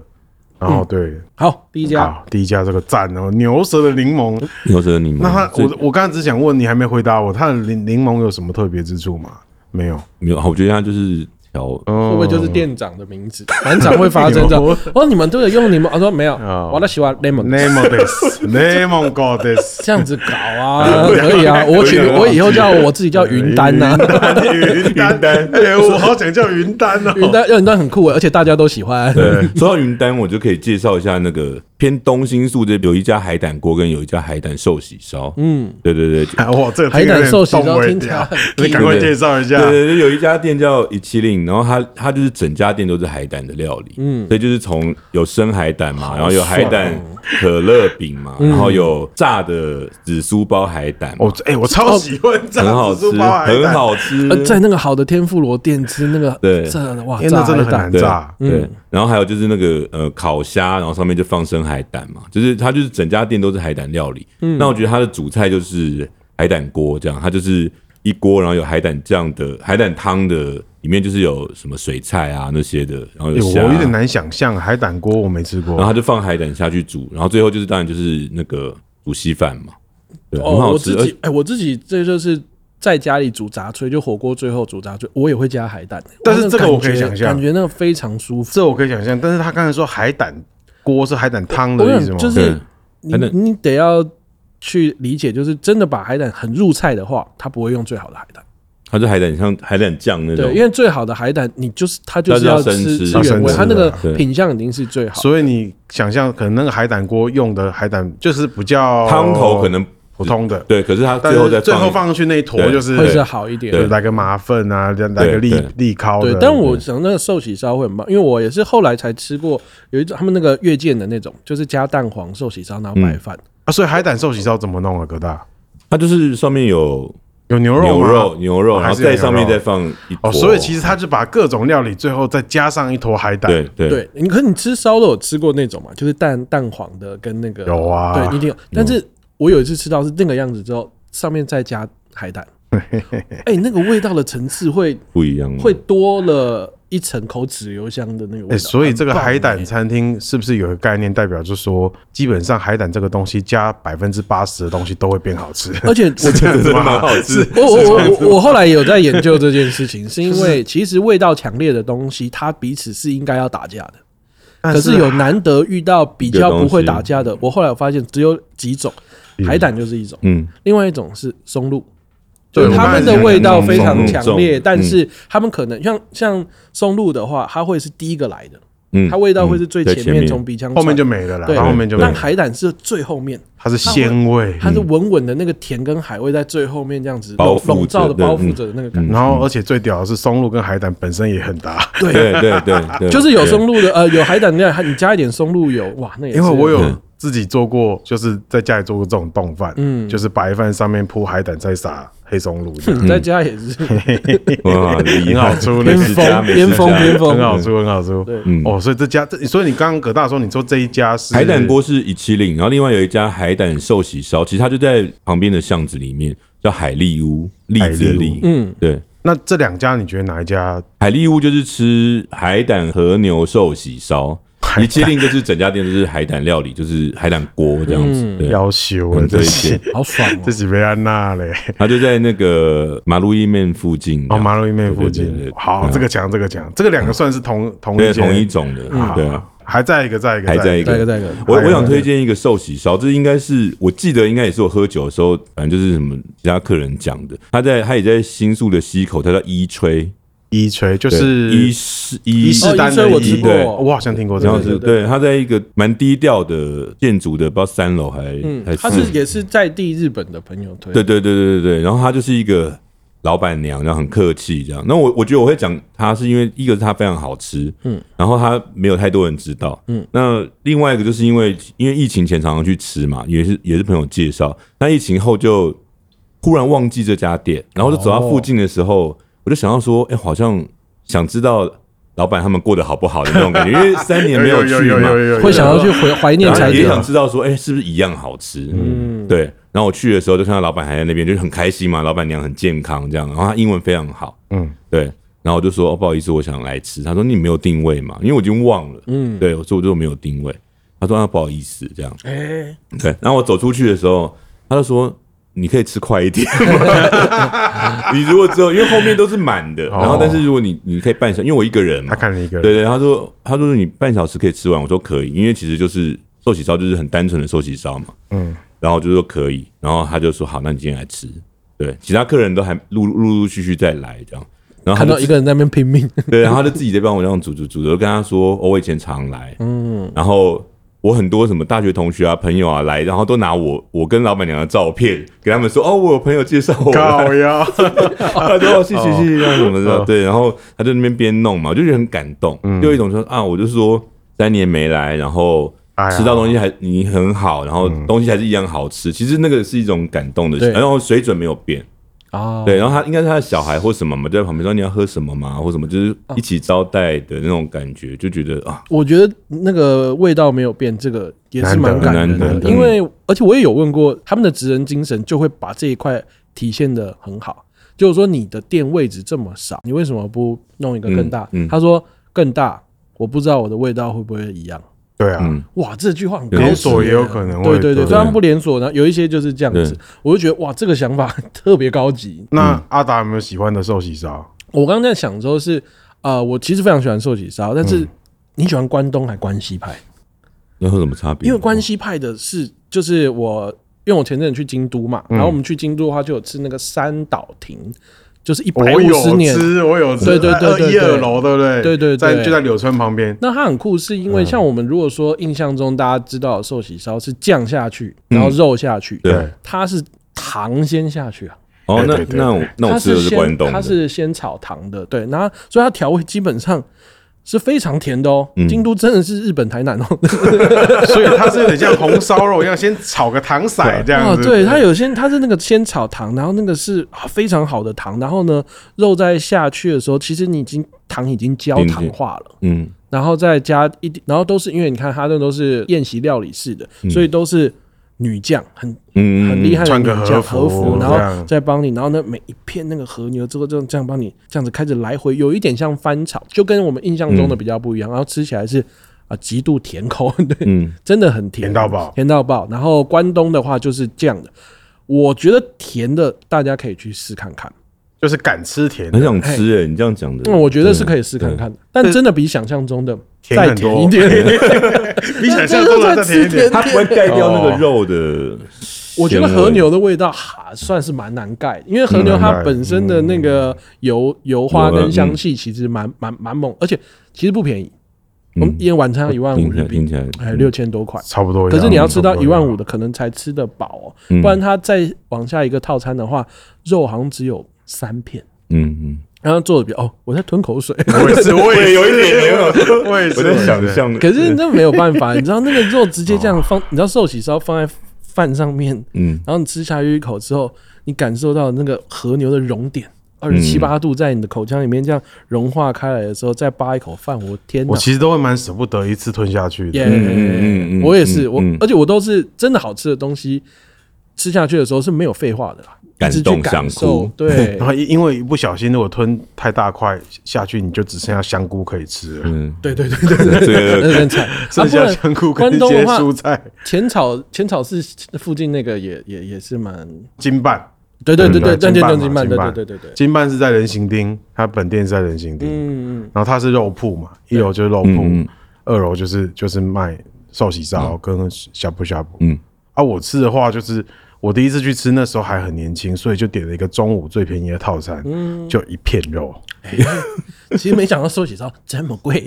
[SPEAKER 1] 然后对，
[SPEAKER 2] 好第一家，
[SPEAKER 1] 好，第一家这个赞哦，牛舌的柠檬。
[SPEAKER 3] 牛舌柠檬。
[SPEAKER 1] 那它
[SPEAKER 3] 这
[SPEAKER 1] 我我刚才只想问你，还没回答我，它的柠柠檬有什么特别之处吗？没有，
[SPEAKER 3] 没有，我觉得它就是调
[SPEAKER 1] 哦
[SPEAKER 2] 会不会
[SPEAKER 3] 哦
[SPEAKER 2] 就是店长的名字？ 蛮常会发生这样。 哦，你们都有用你们？我说没有，
[SPEAKER 1] 哦
[SPEAKER 2] 我都喜欢 lemon。
[SPEAKER 1] ？Nemo this, Nemo go this。
[SPEAKER 2] 这样子 搞啊，可以啊，我取
[SPEAKER 3] 可以啊
[SPEAKER 2] 我以后叫我自己叫云丹啊呐，
[SPEAKER 1] 啊云丹，云丹，哎，我好想叫云丹哦。
[SPEAKER 2] 云丹，要云丹很酷欸，而且大家都喜欢。
[SPEAKER 3] 对，说到云丹，我就可以介绍一下那个偏东新宿这有一家海胆锅，跟有一家海胆寿喜烧。嗯，对对对，
[SPEAKER 1] 哎哇，这个
[SPEAKER 2] 海胆寿喜烧
[SPEAKER 1] 听着有点
[SPEAKER 2] 听起来
[SPEAKER 1] 动
[SPEAKER 2] 很
[SPEAKER 1] 味 你赶快介绍一下。
[SPEAKER 3] 对对对，有一家店叫一七零，然后它它就是整家店都是海胆的料理，嗯，所以就是从有生海胆嘛，然后有海胆可乐饼嘛，然后有炸的紫苏包海胆嘛，
[SPEAKER 1] 我哎，我超喜欢炸
[SPEAKER 3] 很好
[SPEAKER 1] 紫
[SPEAKER 3] 吃，
[SPEAKER 1] 苏包海
[SPEAKER 3] 很
[SPEAKER 1] 胆，
[SPEAKER 3] 好吃，
[SPEAKER 2] 呃，在那个好的天妇罗店吃那个，
[SPEAKER 3] 对
[SPEAKER 2] 真的哇，
[SPEAKER 1] 嗯因为哎那
[SPEAKER 2] 炸
[SPEAKER 1] 真的很
[SPEAKER 2] 海胆
[SPEAKER 1] 难
[SPEAKER 3] 对
[SPEAKER 1] 炸。
[SPEAKER 2] 嗯
[SPEAKER 3] 对，然后还有就是那个呃烤虾，然后上面就放生海胆嘛，就是它就是整家店都是海胆料理。
[SPEAKER 2] 嗯
[SPEAKER 3] 那我觉得它的主菜就是海胆锅这样，它就是一锅，然后有海胆酱的海胆汤的，里面就是有什么水菜啊那些的，然后有
[SPEAKER 1] 哎
[SPEAKER 3] 虾，啊
[SPEAKER 1] 我有点难想象海胆锅，我没吃
[SPEAKER 3] 然后
[SPEAKER 1] 过。
[SPEAKER 3] 它就放海胆下去煮，然后最后就是当然就是那个煮稀饭嘛，对，很
[SPEAKER 2] 哦，
[SPEAKER 3] 好
[SPEAKER 2] 我
[SPEAKER 3] 吃。
[SPEAKER 2] 自
[SPEAKER 3] 而且
[SPEAKER 2] 己哎，我自己这就是在家里煮杂炊，就火锅最后煮杂炊，我也会加海胆，
[SPEAKER 1] 但是
[SPEAKER 2] 哇那
[SPEAKER 1] 这个
[SPEAKER 2] 感
[SPEAKER 1] 我可以
[SPEAKER 2] 觉
[SPEAKER 1] 想象
[SPEAKER 2] 感觉那个非常舒服。
[SPEAKER 1] 这我可以想象，但是他刚才说海胆锅是海胆汤的
[SPEAKER 2] 我
[SPEAKER 1] 意思
[SPEAKER 2] 想
[SPEAKER 1] 吗？
[SPEAKER 2] 就是你
[SPEAKER 3] 海胆
[SPEAKER 2] 你得要去理解，就是真的把海胆很入菜的话，它不会用最好的海胆。
[SPEAKER 3] 它是海胆像海胆酱那种
[SPEAKER 2] 对，，因为最好的海胆，你就是它就是
[SPEAKER 3] 它
[SPEAKER 2] 要
[SPEAKER 3] 是要生
[SPEAKER 2] 吃
[SPEAKER 3] 吃
[SPEAKER 2] 吃原
[SPEAKER 1] 要
[SPEAKER 2] 味，
[SPEAKER 1] 生吃的
[SPEAKER 2] 它那个
[SPEAKER 3] 对
[SPEAKER 2] 品相已经是最好。
[SPEAKER 1] 所以你想象，可能那个海胆锅用的海胆就是比较
[SPEAKER 3] 汤头可能
[SPEAKER 1] 普通的，
[SPEAKER 3] 对，可是它
[SPEAKER 1] 哦但
[SPEAKER 3] 最后
[SPEAKER 1] 是
[SPEAKER 3] 再
[SPEAKER 1] 最后放上去那一坨
[SPEAKER 3] 对
[SPEAKER 1] 就是
[SPEAKER 2] 会是好一点，
[SPEAKER 1] 对来个麻粉啊，来来个
[SPEAKER 3] 对
[SPEAKER 1] 利
[SPEAKER 3] 对
[SPEAKER 1] 利烤的。
[SPEAKER 2] 对，但我想那个寿喜烧会很棒，因为我也是后来才吃过有一种他们那个越见的那种，就是加蛋黄寿喜烧，然后白饭。
[SPEAKER 1] 啊，所以海胆寿喜烧怎么弄啊？葛大
[SPEAKER 3] 它就是上面有
[SPEAKER 1] 有牛肉
[SPEAKER 3] 牛
[SPEAKER 1] 吗
[SPEAKER 3] 肉，牛肉，
[SPEAKER 1] 哦
[SPEAKER 3] 然
[SPEAKER 1] 还
[SPEAKER 3] 后
[SPEAKER 1] 是有
[SPEAKER 3] 在上面
[SPEAKER 1] 牛肉
[SPEAKER 3] 再放一坨。
[SPEAKER 1] 哦，所以其实他就把各种料理最后再加上一坨海胆。
[SPEAKER 3] 对对
[SPEAKER 2] 对，你可你吃烧肉有吃过那种嘛？就是蛋蛋黄的跟那个
[SPEAKER 1] 有啊
[SPEAKER 2] 对，一定有。但是我有一次吃到是那个样子之后，上面再加 海胆，哎，那个味道的层次会
[SPEAKER 1] 嗯
[SPEAKER 3] 不一样嘛，
[SPEAKER 2] 会多了一层口齿留香的那个
[SPEAKER 1] 哎、
[SPEAKER 2] 味道。
[SPEAKER 1] 所以这个
[SPEAKER 2] 很棒
[SPEAKER 1] 海胆
[SPEAKER 2] 哎
[SPEAKER 1] 餐厅是不是有一个概念，代表就是说，基本上海胆这个东西加百分之八十的东西都会变好吃？
[SPEAKER 2] 而且我
[SPEAKER 1] 这样子
[SPEAKER 3] 真的蛮
[SPEAKER 1] 吗？
[SPEAKER 3] 好 吃。
[SPEAKER 2] 我我我我我后来有在研究这件事情，是因为其实味道强烈的东西，它彼此是应该要打架的。
[SPEAKER 1] 但
[SPEAKER 2] 可是有难得遇到比较不会打架的，我后来发现只有几种，海胆就是一种，
[SPEAKER 3] 嗯，
[SPEAKER 2] 另外一种是松露。
[SPEAKER 1] 对
[SPEAKER 2] 就是它们的味道非常
[SPEAKER 3] 松
[SPEAKER 2] 强
[SPEAKER 3] 露
[SPEAKER 2] 烈，
[SPEAKER 3] 嗯
[SPEAKER 2] 但是它们可能像像松露的话，它会是第一个来的，
[SPEAKER 3] 嗯，
[SPEAKER 2] 它味道会是最
[SPEAKER 3] 在
[SPEAKER 2] 前面从鼻腔
[SPEAKER 1] 后面就
[SPEAKER 2] 传
[SPEAKER 1] 没了啦，
[SPEAKER 2] 对，
[SPEAKER 1] 然后后面就没
[SPEAKER 2] 但
[SPEAKER 1] 了。
[SPEAKER 2] 海胆是最后面，
[SPEAKER 1] 它是鲜味，
[SPEAKER 2] 它是稳稳的那个甜跟海味在最后面这样子
[SPEAKER 3] 嗯包
[SPEAKER 2] 笼
[SPEAKER 3] 覆着
[SPEAKER 2] 笼罩的
[SPEAKER 3] 对
[SPEAKER 2] 包覆
[SPEAKER 3] 嗯
[SPEAKER 2] 着的那个感觉。
[SPEAKER 1] 然后而且最屌的是松露跟海胆本身也很搭，
[SPEAKER 3] 对对对嗯对，
[SPEAKER 2] 就是有松露的，呃，有海胆料，还你加一点松露油，哇，那也是
[SPEAKER 1] 因为我有自己做过，就是在家里做过这种冻饭，嗯，就是白饭上面铺海胆，再撒黑松露， 这样
[SPEAKER 3] 嗯
[SPEAKER 2] 在家也 是
[SPEAKER 3] 对哇，
[SPEAKER 1] 很
[SPEAKER 3] 厉害
[SPEAKER 1] 好，吃，那
[SPEAKER 2] 边
[SPEAKER 1] 个
[SPEAKER 3] 美食家
[SPEAKER 2] 疯边疯
[SPEAKER 3] 美食
[SPEAKER 1] 很
[SPEAKER 2] 边
[SPEAKER 3] 家
[SPEAKER 2] 疯，
[SPEAKER 1] 好吃，很好吃。
[SPEAKER 2] 对
[SPEAKER 1] 嗯，哦，所以这家，这所以你刚刚葛大说，你说这一家是
[SPEAKER 3] 海胆锅是一七零，然后另外有一家海胆寿喜烧，其实它就在旁边的巷子里面，叫海蛎屋，
[SPEAKER 1] 海
[SPEAKER 3] 栗子的
[SPEAKER 1] 蛎
[SPEAKER 3] 栗，嗯，对，
[SPEAKER 1] 那这两家你觉得哪一家？
[SPEAKER 3] 海蛎屋就是吃海胆和牛寿喜烧，一七零就是整家店都是海胆料理，就是海胆锅这样子，对，
[SPEAKER 1] 要修了，
[SPEAKER 3] 很
[SPEAKER 1] 这
[SPEAKER 3] 推
[SPEAKER 1] 是
[SPEAKER 3] 荐
[SPEAKER 2] 好爽哦
[SPEAKER 1] 这！是维安娜嘞，
[SPEAKER 3] 它就在那个马路一面附近，
[SPEAKER 1] 哦，马路一面附
[SPEAKER 3] 对对对
[SPEAKER 1] 近
[SPEAKER 3] 对。
[SPEAKER 1] 好，这个强，这个强，这个两个算是同同
[SPEAKER 3] 对
[SPEAKER 1] 一间
[SPEAKER 3] 同一种的，对啊。
[SPEAKER 1] 啊，还在一个，在一个，
[SPEAKER 3] 还在一
[SPEAKER 2] 再一个，
[SPEAKER 3] 个
[SPEAKER 2] 再一个，
[SPEAKER 3] 我
[SPEAKER 1] 还有
[SPEAKER 3] 我想推荐一个寿喜烧，这应该是我记得应该也是我喝酒的时候，反正就是什么其他客人讲的。他在他也在新宿的西口，他叫一吹，
[SPEAKER 1] 一锤，就
[SPEAKER 3] 对
[SPEAKER 1] 是
[SPEAKER 3] 一是一
[SPEAKER 1] 伊势丹的
[SPEAKER 2] 哦伊势我
[SPEAKER 1] 伊
[SPEAKER 2] 吃过
[SPEAKER 1] 对我好像听过这
[SPEAKER 3] 然
[SPEAKER 1] 样
[SPEAKER 2] 对
[SPEAKER 3] 后
[SPEAKER 1] 子
[SPEAKER 3] 是
[SPEAKER 2] 对对
[SPEAKER 3] 对，他在一个蛮低调的建筑的，不知道三楼还
[SPEAKER 2] 嗯
[SPEAKER 3] 还，
[SPEAKER 2] 他
[SPEAKER 3] 四
[SPEAKER 2] 是也是在地日本的朋友推，
[SPEAKER 3] 对对对对对对，然后她就是一个老板娘，然后很客气这样。那我我觉得我会讲她是因为一个是她非常好吃，嗯，然后她没有太多人知道，嗯，那另外一个就是因为因为疫情前常常去吃嘛，也是也是朋友介绍，那疫情后就忽然忘
[SPEAKER 1] 哦
[SPEAKER 3] 记这家店，然后就走到附近的时候，我就想到说，哎、好像想知道老板他们过得好不好的那种感觉，因为三年没去
[SPEAKER 1] 有有有有
[SPEAKER 3] 嘛，
[SPEAKER 1] 有有
[SPEAKER 2] 会想要去怀怀念
[SPEAKER 3] 然后
[SPEAKER 2] 踩
[SPEAKER 3] 也
[SPEAKER 2] 点。
[SPEAKER 3] 想知道说，哎，是不是一样好吃？嗯，对。然后我去的时候就看到老板还在那边，就是很开心嘛，老板娘很健康这样，然后她英文非常好，
[SPEAKER 1] 嗯
[SPEAKER 3] 嗯，对。然后我就说、哦不好意思，我想来吃。他说你没有定位嘛，因为我已经忘了，嗯，对，我说我就没有定位。他说啊不好意思这样，
[SPEAKER 2] 哎，
[SPEAKER 3] 对，然后我走出去的时候，他就说：“你可以吃快一点 吗你如果只有，因为后面都是满的，然后但是如果你你可以半小，因为我一个人嘛，
[SPEAKER 1] 他看了一个
[SPEAKER 3] 对
[SPEAKER 1] 人，
[SPEAKER 3] 对，他说他说你半小时可以吃完，我说可以，因为其实就是寿喜烧就是很单纯的寿喜烧嘛，
[SPEAKER 1] 嗯
[SPEAKER 3] 嗯，然后我就说可以，然后他就说好，那你今天来吃，对，其他客人都还陆陆陆续续再来这样，然后他
[SPEAKER 2] 看
[SPEAKER 3] 就
[SPEAKER 2] 到一个人在那边拼命，
[SPEAKER 3] 对，然后他就自己在帮我这样煮煮煮，我就跟他说、哦我以前常来，嗯，然后我很多什么大学同学啊、朋友啊来，然后都拿我我跟老板娘的照片给他们说，哦，我有朋友介绍我来，
[SPEAKER 1] 靠呀，
[SPEAKER 3] 他说哦谢谢谢谢这样什么的，对，然后他就那边边弄嘛，我就觉得很感动，就有一种说啊，我就说三年没来，然后。
[SPEAKER 1] 哎呀
[SPEAKER 3] 吃到东西还你很好，然后东西还是一样好吃，其实那个是一种感动的
[SPEAKER 2] 对，
[SPEAKER 3] 然后水准没有变，
[SPEAKER 2] 啊，
[SPEAKER 3] 对，然后他应该是他的小孩或什么嘛，就在旁边说你要喝什么嘛，或什么，就是一起招待的那种感觉，就觉得啊，
[SPEAKER 2] 我觉得那个味道没有变，这个也是蛮感人
[SPEAKER 1] 难
[SPEAKER 2] 的
[SPEAKER 1] 得难。得
[SPEAKER 2] 因为而且我也有问过他们的职人精神，就会把这一块体现的很好。就是说你的店位置这么少，你为什么不弄一个更大？
[SPEAKER 3] 嗯嗯
[SPEAKER 2] 他说更大，我不知道我的味道会不会一样。
[SPEAKER 1] 对啊，
[SPEAKER 3] 嗯，
[SPEAKER 2] 哇，这句话很高
[SPEAKER 3] 连
[SPEAKER 1] 锁
[SPEAKER 2] 级
[SPEAKER 1] 也有可能会
[SPEAKER 2] 对对对，
[SPEAKER 1] 对
[SPEAKER 2] 虽然不连锁，然后有一些就是这样子
[SPEAKER 3] 对，
[SPEAKER 2] 我就觉得哇，这个想法特别高级。
[SPEAKER 1] 那阿达有没有喜欢的寿喜烧？
[SPEAKER 2] 我刚刚在想的时候是，呃，我其实非常喜欢寿喜烧，但是
[SPEAKER 1] 嗯
[SPEAKER 2] 你喜欢关东还关西派？
[SPEAKER 3] 那有什么差别？
[SPEAKER 2] 因为关西派的是，就是我，因为我前阵子去京都嘛，
[SPEAKER 3] 嗯
[SPEAKER 2] 然后我们去京都的话，就有吃那个三岛亭，就是一百
[SPEAKER 3] 哦
[SPEAKER 1] 我
[SPEAKER 2] 五
[SPEAKER 1] 有
[SPEAKER 2] 十年。
[SPEAKER 1] 吃，我有吃，
[SPEAKER 2] 对对对对
[SPEAKER 1] 一二楼对不对？
[SPEAKER 2] 对对对
[SPEAKER 1] 在就在柳村旁边，
[SPEAKER 2] 那它很酷，是因为
[SPEAKER 3] 嗯
[SPEAKER 2] 像我们如果说印象中大家知道的寿喜烧是酱下去，然后肉下去，
[SPEAKER 3] 嗯对，
[SPEAKER 2] 它是糖先下去啊，
[SPEAKER 3] 哦，那
[SPEAKER 1] 对对对
[SPEAKER 3] 那我那
[SPEAKER 2] 它
[SPEAKER 3] 我吃的
[SPEAKER 2] 是
[SPEAKER 3] 是
[SPEAKER 2] 先
[SPEAKER 3] 关东
[SPEAKER 2] 它
[SPEAKER 3] 的，
[SPEAKER 2] 是先炒糖的，对，然后所以它调味基本上是非常甜的哦。
[SPEAKER 3] 嗯
[SPEAKER 2] 京都真的是日本台南哦，
[SPEAKER 1] 所以它是有点像红烧肉一样，先炒个糖色这样
[SPEAKER 2] 哦，
[SPEAKER 1] 子。
[SPEAKER 2] 对，它有些它是那个先炒糖，然后那个是啊非常好的糖，然后呢肉在下去的时候，其实你已经糖已经焦糖化了，
[SPEAKER 3] 嗯，
[SPEAKER 2] 然后再加一点，然后都是因为你看哈顿都是宴席料理式的，所以都是女将，很
[SPEAKER 3] 嗯
[SPEAKER 2] 很厉害
[SPEAKER 1] 嗯
[SPEAKER 2] 的
[SPEAKER 1] 穿
[SPEAKER 2] 女
[SPEAKER 1] 个和
[SPEAKER 2] 将和
[SPEAKER 1] 服
[SPEAKER 2] 服，然
[SPEAKER 1] 这
[SPEAKER 2] 后
[SPEAKER 1] 样
[SPEAKER 2] 再帮你，然后呢每一片那个和牛之后就这样帮你这样子开始来回，有一点像翻炒，就跟我们印象
[SPEAKER 1] 嗯
[SPEAKER 2] 中的比较不一样，然后吃起来是啊极度甜口， 对，
[SPEAKER 3] 嗯，
[SPEAKER 2] 真的很甜，
[SPEAKER 1] 甜到爆
[SPEAKER 2] 甜到爆。然后关东的话就是这样的，我觉得甜的大家可以去试看看，
[SPEAKER 1] 就是敢吃甜
[SPEAKER 3] 很，想吃哎，你这样讲的，
[SPEAKER 2] 那嗯我觉得是可以试看看的，但真的比想象中的
[SPEAKER 1] 嗯甜
[SPEAKER 2] 再
[SPEAKER 1] 很
[SPEAKER 2] 甜
[SPEAKER 1] 多
[SPEAKER 2] 一点。
[SPEAKER 1] 比 想象中的再甜一
[SPEAKER 2] 这就是在吃甜
[SPEAKER 1] 点。
[SPEAKER 3] 它不 会盖掉那个肉的，
[SPEAKER 2] 我觉得和牛的味道还算是蛮难盖，因为和牛它本身的那个
[SPEAKER 1] 嗯
[SPEAKER 2] 油油花跟香气其实蛮蛮蛮猛，而且其实不便宜，
[SPEAKER 1] 嗯
[SPEAKER 2] 我们一人晚餐要一万五
[SPEAKER 3] 听起
[SPEAKER 2] 日
[SPEAKER 3] 来
[SPEAKER 2] 币，
[SPEAKER 3] 听起来，
[SPEAKER 2] 哎，六千多块。
[SPEAKER 1] 差不多一
[SPEAKER 2] 可
[SPEAKER 1] 样。
[SPEAKER 2] 是你要吃到
[SPEAKER 1] 差不
[SPEAKER 2] 一
[SPEAKER 1] 多
[SPEAKER 2] 万
[SPEAKER 1] 样
[SPEAKER 2] 五的，可能才吃得饱哦，
[SPEAKER 3] 嗯
[SPEAKER 2] 不然它再往下一个套餐的话，肉好像只有三片。
[SPEAKER 3] 嗯嗯，
[SPEAKER 2] 然后做的比较哦，我在吞口水，
[SPEAKER 1] 我也是，我也
[SPEAKER 3] 有一点没有，
[SPEAKER 1] 我也是，
[SPEAKER 3] 我在想象，
[SPEAKER 2] 可是那没有办法，你知道那个肉直接这样放，你知道寿喜烧放在饭上面，
[SPEAKER 3] 嗯，
[SPEAKER 2] 然后你吃下去一口之后，你感受到那个和牛的熔点，二十七八度在你的口腔里面这样融化开来的时候，再扒一口饭，我天哪
[SPEAKER 1] 我！其实都会蛮舍不得一次吞下去
[SPEAKER 2] 耶、
[SPEAKER 1] 的。
[SPEAKER 3] 嗯嗯嗯
[SPEAKER 2] 我也是，我、
[SPEAKER 3] 嗯
[SPEAKER 2] 而且我都是真的好吃的东西，吃下去的时候是没有废话的啦，
[SPEAKER 3] 感
[SPEAKER 2] 一直去
[SPEAKER 3] 动想
[SPEAKER 2] 感
[SPEAKER 3] 哭
[SPEAKER 2] 受，对
[SPEAKER 1] 然后因因为一不小心，如果吞太大块下去，你就只剩下香菇可以吃了，
[SPEAKER 3] 嗯，
[SPEAKER 2] 对对对 对对，
[SPEAKER 3] 这
[SPEAKER 2] 那
[SPEAKER 3] 个
[SPEAKER 2] 很惨。啊，
[SPEAKER 1] 剩
[SPEAKER 2] 不
[SPEAKER 1] 下
[SPEAKER 2] 然
[SPEAKER 1] 香菇跟
[SPEAKER 2] 关
[SPEAKER 1] 一
[SPEAKER 2] 东
[SPEAKER 1] 些
[SPEAKER 2] 的话，
[SPEAKER 1] 蔬菜、
[SPEAKER 2] 浅草浅草寺附近那个也也也是蛮，
[SPEAKER 3] 嗯
[SPEAKER 1] 金拌。
[SPEAKER 2] 对对对
[SPEAKER 1] 对
[SPEAKER 2] 对，
[SPEAKER 1] 对
[SPEAKER 2] 但
[SPEAKER 1] 金
[SPEAKER 2] 就
[SPEAKER 1] 办嘛
[SPEAKER 2] 东京慢，
[SPEAKER 1] 金
[SPEAKER 2] 对
[SPEAKER 1] 办
[SPEAKER 2] 对对对对，
[SPEAKER 1] 金拌是在人行町，它本店是在人行町，
[SPEAKER 2] 嗯嗯，
[SPEAKER 1] 然后它是肉铺嘛，一楼就是肉铺，
[SPEAKER 3] 嗯嗯
[SPEAKER 1] 二楼就是就是卖寿喜烧跟呷哺呷哺。
[SPEAKER 3] 嗯，
[SPEAKER 1] 啊，我吃的话就是我第一次去吃，那时候还很年轻，所以就点了一个中午最便宜的套餐，就一片 肉，
[SPEAKER 2] 嗯其实没想到寿喜烧这么贵，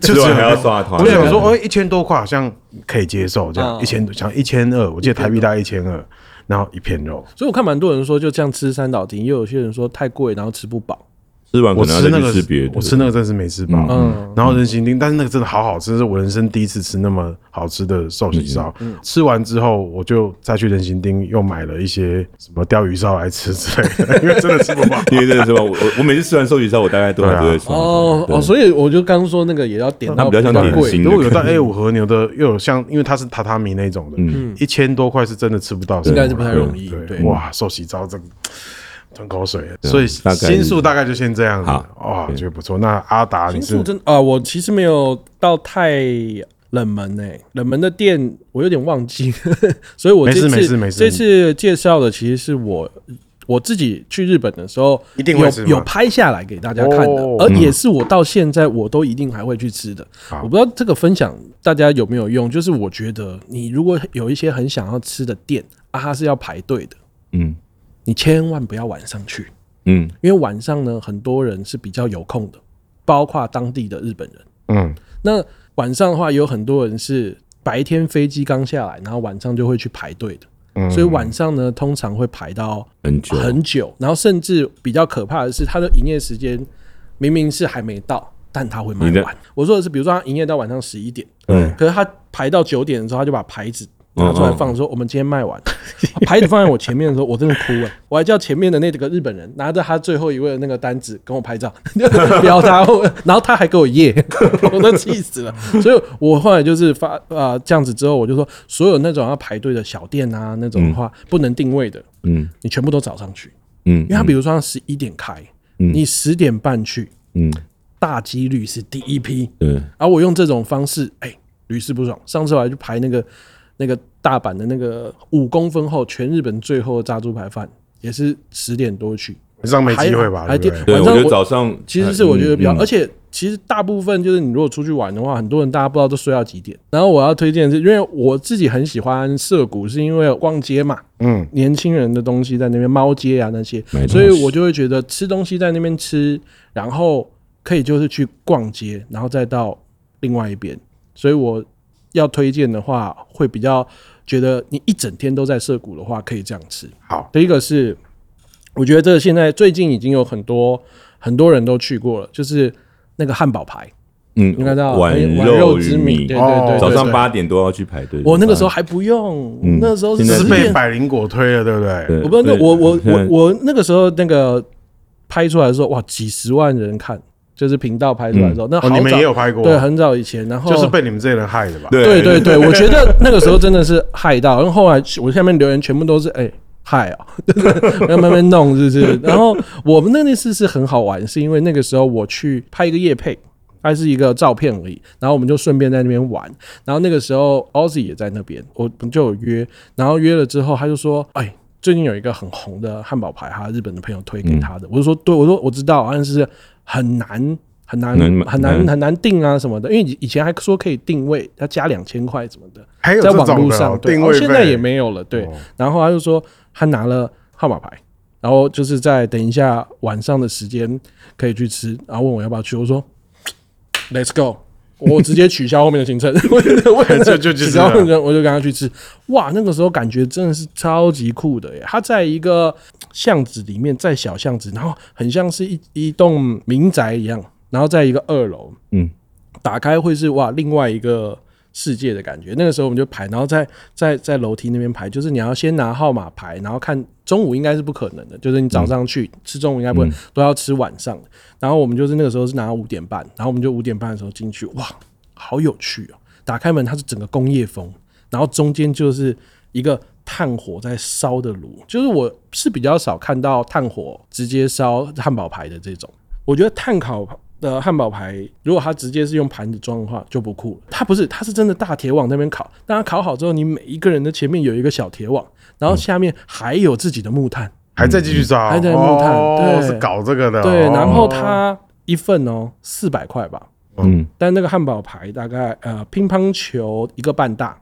[SPEAKER 1] 就
[SPEAKER 3] 吃
[SPEAKER 1] 是
[SPEAKER 3] 完还要刷团，
[SPEAKER 1] 我想说，哎，一千多块好像可以接受，这样
[SPEAKER 2] 嗯
[SPEAKER 1] 一千想一千二，我记得台币大概一千二，然后一片肉，
[SPEAKER 2] 所以我看蛮多人说就这样吃三岛亭，也有些人说太贵，然后吃不饱。
[SPEAKER 3] 吃完
[SPEAKER 1] 我
[SPEAKER 3] 可能
[SPEAKER 1] 吃
[SPEAKER 3] 要
[SPEAKER 1] 那
[SPEAKER 3] 再
[SPEAKER 1] 个
[SPEAKER 3] 去吃别的。
[SPEAKER 1] 我吃那个真的是没吃饱。
[SPEAKER 2] 嗯，
[SPEAKER 1] 然后人形丁，但是那个真的好好吃，是我人生第一次吃那么好吃的寿喜烧。
[SPEAKER 3] 嗯
[SPEAKER 1] 吃完之后，我就再去人形丁又买了一些什么鲷鱼烧来吃之类的，因为真的吃 不饱。
[SPEAKER 3] 因为真的是吧，我我我每次吃完寿喜烧，我大概都还不会爽。
[SPEAKER 2] 哦哦，所以我就刚说那个也要点到
[SPEAKER 3] 那比较像点
[SPEAKER 2] 贵
[SPEAKER 3] 心
[SPEAKER 1] 如果有到 A 五和牛的，又有像，因为它是榻榻米那种的，一千多块是真的吃不到什
[SPEAKER 2] 嗯应
[SPEAKER 1] 么，
[SPEAKER 2] 该是不太容易。
[SPEAKER 1] 对，
[SPEAKER 2] 对，
[SPEAKER 1] 哇，寿喜烧这个吞口水，所以
[SPEAKER 3] 大概是
[SPEAKER 1] 心数大概就先这样子。
[SPEAKER 3] 好
[SPEAKER 1] 哇，觉得不错。那阿达，你
[SPEAKER 2] 新
[SPEAKER 1] 是
[SPEAKER 2] 宿真啊，我其实没有到太冷门诶、冷门的店我有点忘记， 所以我这
[SPEAKER 1] 没事
[SPEAKER 2] 次
[SPEAKER 1] 没事没事
[SPEAKER 2] 这次介绍的其实是我我自己去日本的时候
[SPEAKER 1] 一定会吃
[SPEAKER 2] 有
[SPEAKER 1] 吗
[SPEAKER 2] 有拍下来给大家看的，
[SPEAKER 1] 哦
[SPEAKER 2] 而也是我到现在我都一定还会去吃的。
[SPEAKER 1] 好
[SPEAKER 2] 我不知道这个分享大家有没有用，就是我觉得你如果有一些很想要吃的店啊，它是要排队的，
[SPEAKER 3] 嗯
[SPEAKER 2] 你千万不要晚上去。
[SPEAKER 3] 嗯，
[SPEAKER 2] 因为晚上呢，很多人是比较有空的，包括当地的日本人。
[SPEAKER 1] 嗯，
[SPEAKER 2] 那晚上的话，有很多人是白天飞机刚下来，然后晚上就会去排队的。
[SPEAKER 1] 嗯
[SPEAKER 2] 所以晚上呢，通常会排到
[SPEAKER 3] 很久，
[SPEAKER 2] 很久，然后甚至比较可怕的是，它的营业时间明明是还没到，但它会卖
[SPEAKER 3] 你的嗯
[SPEAKER 2] 完。我说的是，比如说它营业到晚上十一点，
[SPEAKER 3] 对，
[SPEAKER 2] 可是他排到九点的时候，他就把牌子
[SPEAKER 3] 嗯
[SPEAKER 2] 拿出来放，说我们今天卖完。牌子放在我前面的时候，我真的哭 了，我还叫前面的那个日本人拿着他最后一位的那个单子跟我拍照， 标他，然后他还给我耶， 我都气死了。
[SPEAKER 3] 嗯
[SPEAKER 2] 所以我后来就是发啊、呃这样子之后，我就说所有那种要排队的小店啊那种的话，不能定位的，
[SPEAKER 3] 嗯
[SPEAKER 2] 你全部都找上去，
[SPEAKER 3] 嗯
[SPEAKER 2] 因为他比如说他十一点开，你十点半去，
[SPEAKER 3] 嗯，
[SPEAKER 2] 大几率是第一批。
[SPEAKER 3] 对，
[SPEAKER 2] 而、啊我用这种方式，哎、屡试不爽。上次我还去排那个那个大阪的那个五公分厚全日本最后的炸猪排饭，也是十点多去，
[SPEAKER 1] 晚上没机会吧？
[SPEAKER 2] 还
[SPEAKER 1] 对
[SPEAKER 2] 还
[SPEAKER 1] 不对？
[SPEAKER 3] 对，
[SPEAKER 2] 晚
[SPEAKER 3] 我
[SPEAKER 2] 上
[SPEAKER 3] 觉得
[SPEAKER 2] 我
[SPEAKER 3] 早上
[SPEAKER 2] 其实是我觉得比较，
[SPEAKER 3] 嗯嗯
[SPEAKER 2] 而且其实大部分就是你如果出去玩的话，很多人大家不知道都睡到几点。然后我要推荐的是，因为我自己很喜欢涩谷，是因为逛街嘛，
[SPEAKER 1] 嗯，
[SPEAKER 2] 年轻人的东西在那边猫街啊那些
[SPEAKER 3] 没，错
[SPEAKER 2] 所以我就会觉得吃东西在那边吃，然后可以就是去逛街，然后再到另外一边。所以我要推荐的话，会比较觉得你一整天都在涩谷的话，可以这样吃。
[SPEAKER 1] 好，
[SPEAKER 2] 第一个是，我觉得这个现在最近已经有很多很多人都去过了，就是那个汉堡排，
[SPEAKER 3] 嗯，
[SPEAKER 2] 你看到
[SPEAKER 3] 碗
[SPEAKER 2] 碗
[SPEAKER 3] 肉
[SPEAKER 2] 哎之
[SPEAKER 3] 米，
[SPEAKER 2] 对对
[SPEAKER 1] 哦
[SPEAKER 2] 对对
[SPEAKER 3] 早上
[SPEAKER 2] 对
[SPEAKER 3] 八点多要去排队。
[SPEAKER 2] 我那个时候还不用，
[SPEAKER 3] 嗯
[SPEAKER 2] 那时候
[SPEAKER 3] 现在
[SPEAKER 1] 是
[SPEAKER 2] 十
[SPEAKER 1] 被
[SPEAKER 2] 点，
[SPEAKER 1] 百灵果推了，对不对？
[SPEAKER 3] 对，
[SPEAKER 2] 我不知道那
[SPEAKER 3] 对
[SPEAKER 2] 我我
[SPEAKER 3] 现在
[SPEAKER 2] 我我那个时候那个拍出来的时候，哇，几十万人看，就是频道拍出来的时
[SPEAKER 3] 嗯
[SPEAKER 2] 候，那好
[SPEAKER 1] 哦，
[SPEAKER 2] 早
[SPEAKER 1] 你们也有拍过，
[SPEAKER 2] 对，很早以前，然后
[SPEAKER 1] 就是被你们这些人害的吧？
[SPEAKER 3] 对
[SPEAKER 2] 对对对，我觉得那个时候真的是害到，然后后来我下面留言全部都是哎。害哦， 就是要慢慢弄，是不是？然后我们那那次是很好玩，是因为那个时候我去拍一个夜配，拍是一个照片而已，然后我们就顺便在那边玩。然后那个时候 Ozzy 也在那边，我们就有约，然后约了之后他就说：“哎，最近有一个很红的汉堡排，他日本的朋友推给他的。我就说：“对，我说我知道，但是很难。”很难
[SPEAKER 3] 难买
[SPEAKER 2] 很难
[SPEAKER 3] 难
[SPEAKER 2] 很难定啊什么的，因为以以前还说可以定位，要加两千块什么的，
[SPEAKER 1] 还有
[SPEAKER 2] 在
[SPEAKER 1] 这种
[SPEAKER 2] 网络
[SPEAKER 1] 的
[SPEAKER 2] 上
[SPEAKER 1] 哦
[SPEAKER 2] 对
[SPEAKER 1] 定
[SPEAKER 2] 哦
[SPEAKER 1] 位费，
[SPEAKER 2] 现在也没有了。对
[SPEAKER 1] 哦，
[SPEAKER 2] 然后他就说他拿了号码牌，然后就是在等一下晚上的时间可以去吃，然后问我要不要去，我说 Let's go。我直接取消后面的 行程，我我
[SPEAKER 1] 就就就
[SPEAKER 2] 取
[SPEAKER 1] 是
[SPEAKER 2] 消
[SPEAKER 1] 这
[SPEAKER 2] 后面
[SPEAKER 1] 样
[SPEAKER 2] 的，我就跟他去吃。哇，那个时候感觉真的是超级酷的耶！他在一个巷子里面，在小巷子，然后很像是一一栋民宅一样，然后在一个二楼，
[SPEAKER 3] 嗯，
[SPEAKER 2] 打开会是哇另外一个世界的感觉。那个时候我们就排，然后在在在楼梯那边排，就是你要先拿号码牌，然后看中午应该是不可能的，就是你早上去、吃中午应该不会，都要吃晚上的。然后我们就是那个时候是拿五点半，然后我们就五点半的时候进去，哇，好有趣哦！打开门，它是整个工业风，然后中间就是一个炭火在烧的炉，就是我是比较少看到炭火直接烧汉堡排的这种。我觉得炭烤的汉堡排，如果它直接是用盘子装的话，就不酷了。它不是，它是真的大铁网那边烤，但它烤好之后，你每一个人的前面有一个小铁网，然后下面还有自己的木炭，
[SPEAKER 1] 还在继续烧，
[SPEAKER 2] 嗯还在木炭
[SPEAKER 1] 哦
[SPEAKER 2] 对
[SPEAKER 1] 是搞这个的哦。
[SPEAKER 2] 对，然后它一份哦四百块吧，
[SPEAKER 3] 嗯，
[SPEAKER 2] 但那个汉堡排大概呃乒乓球一个半大，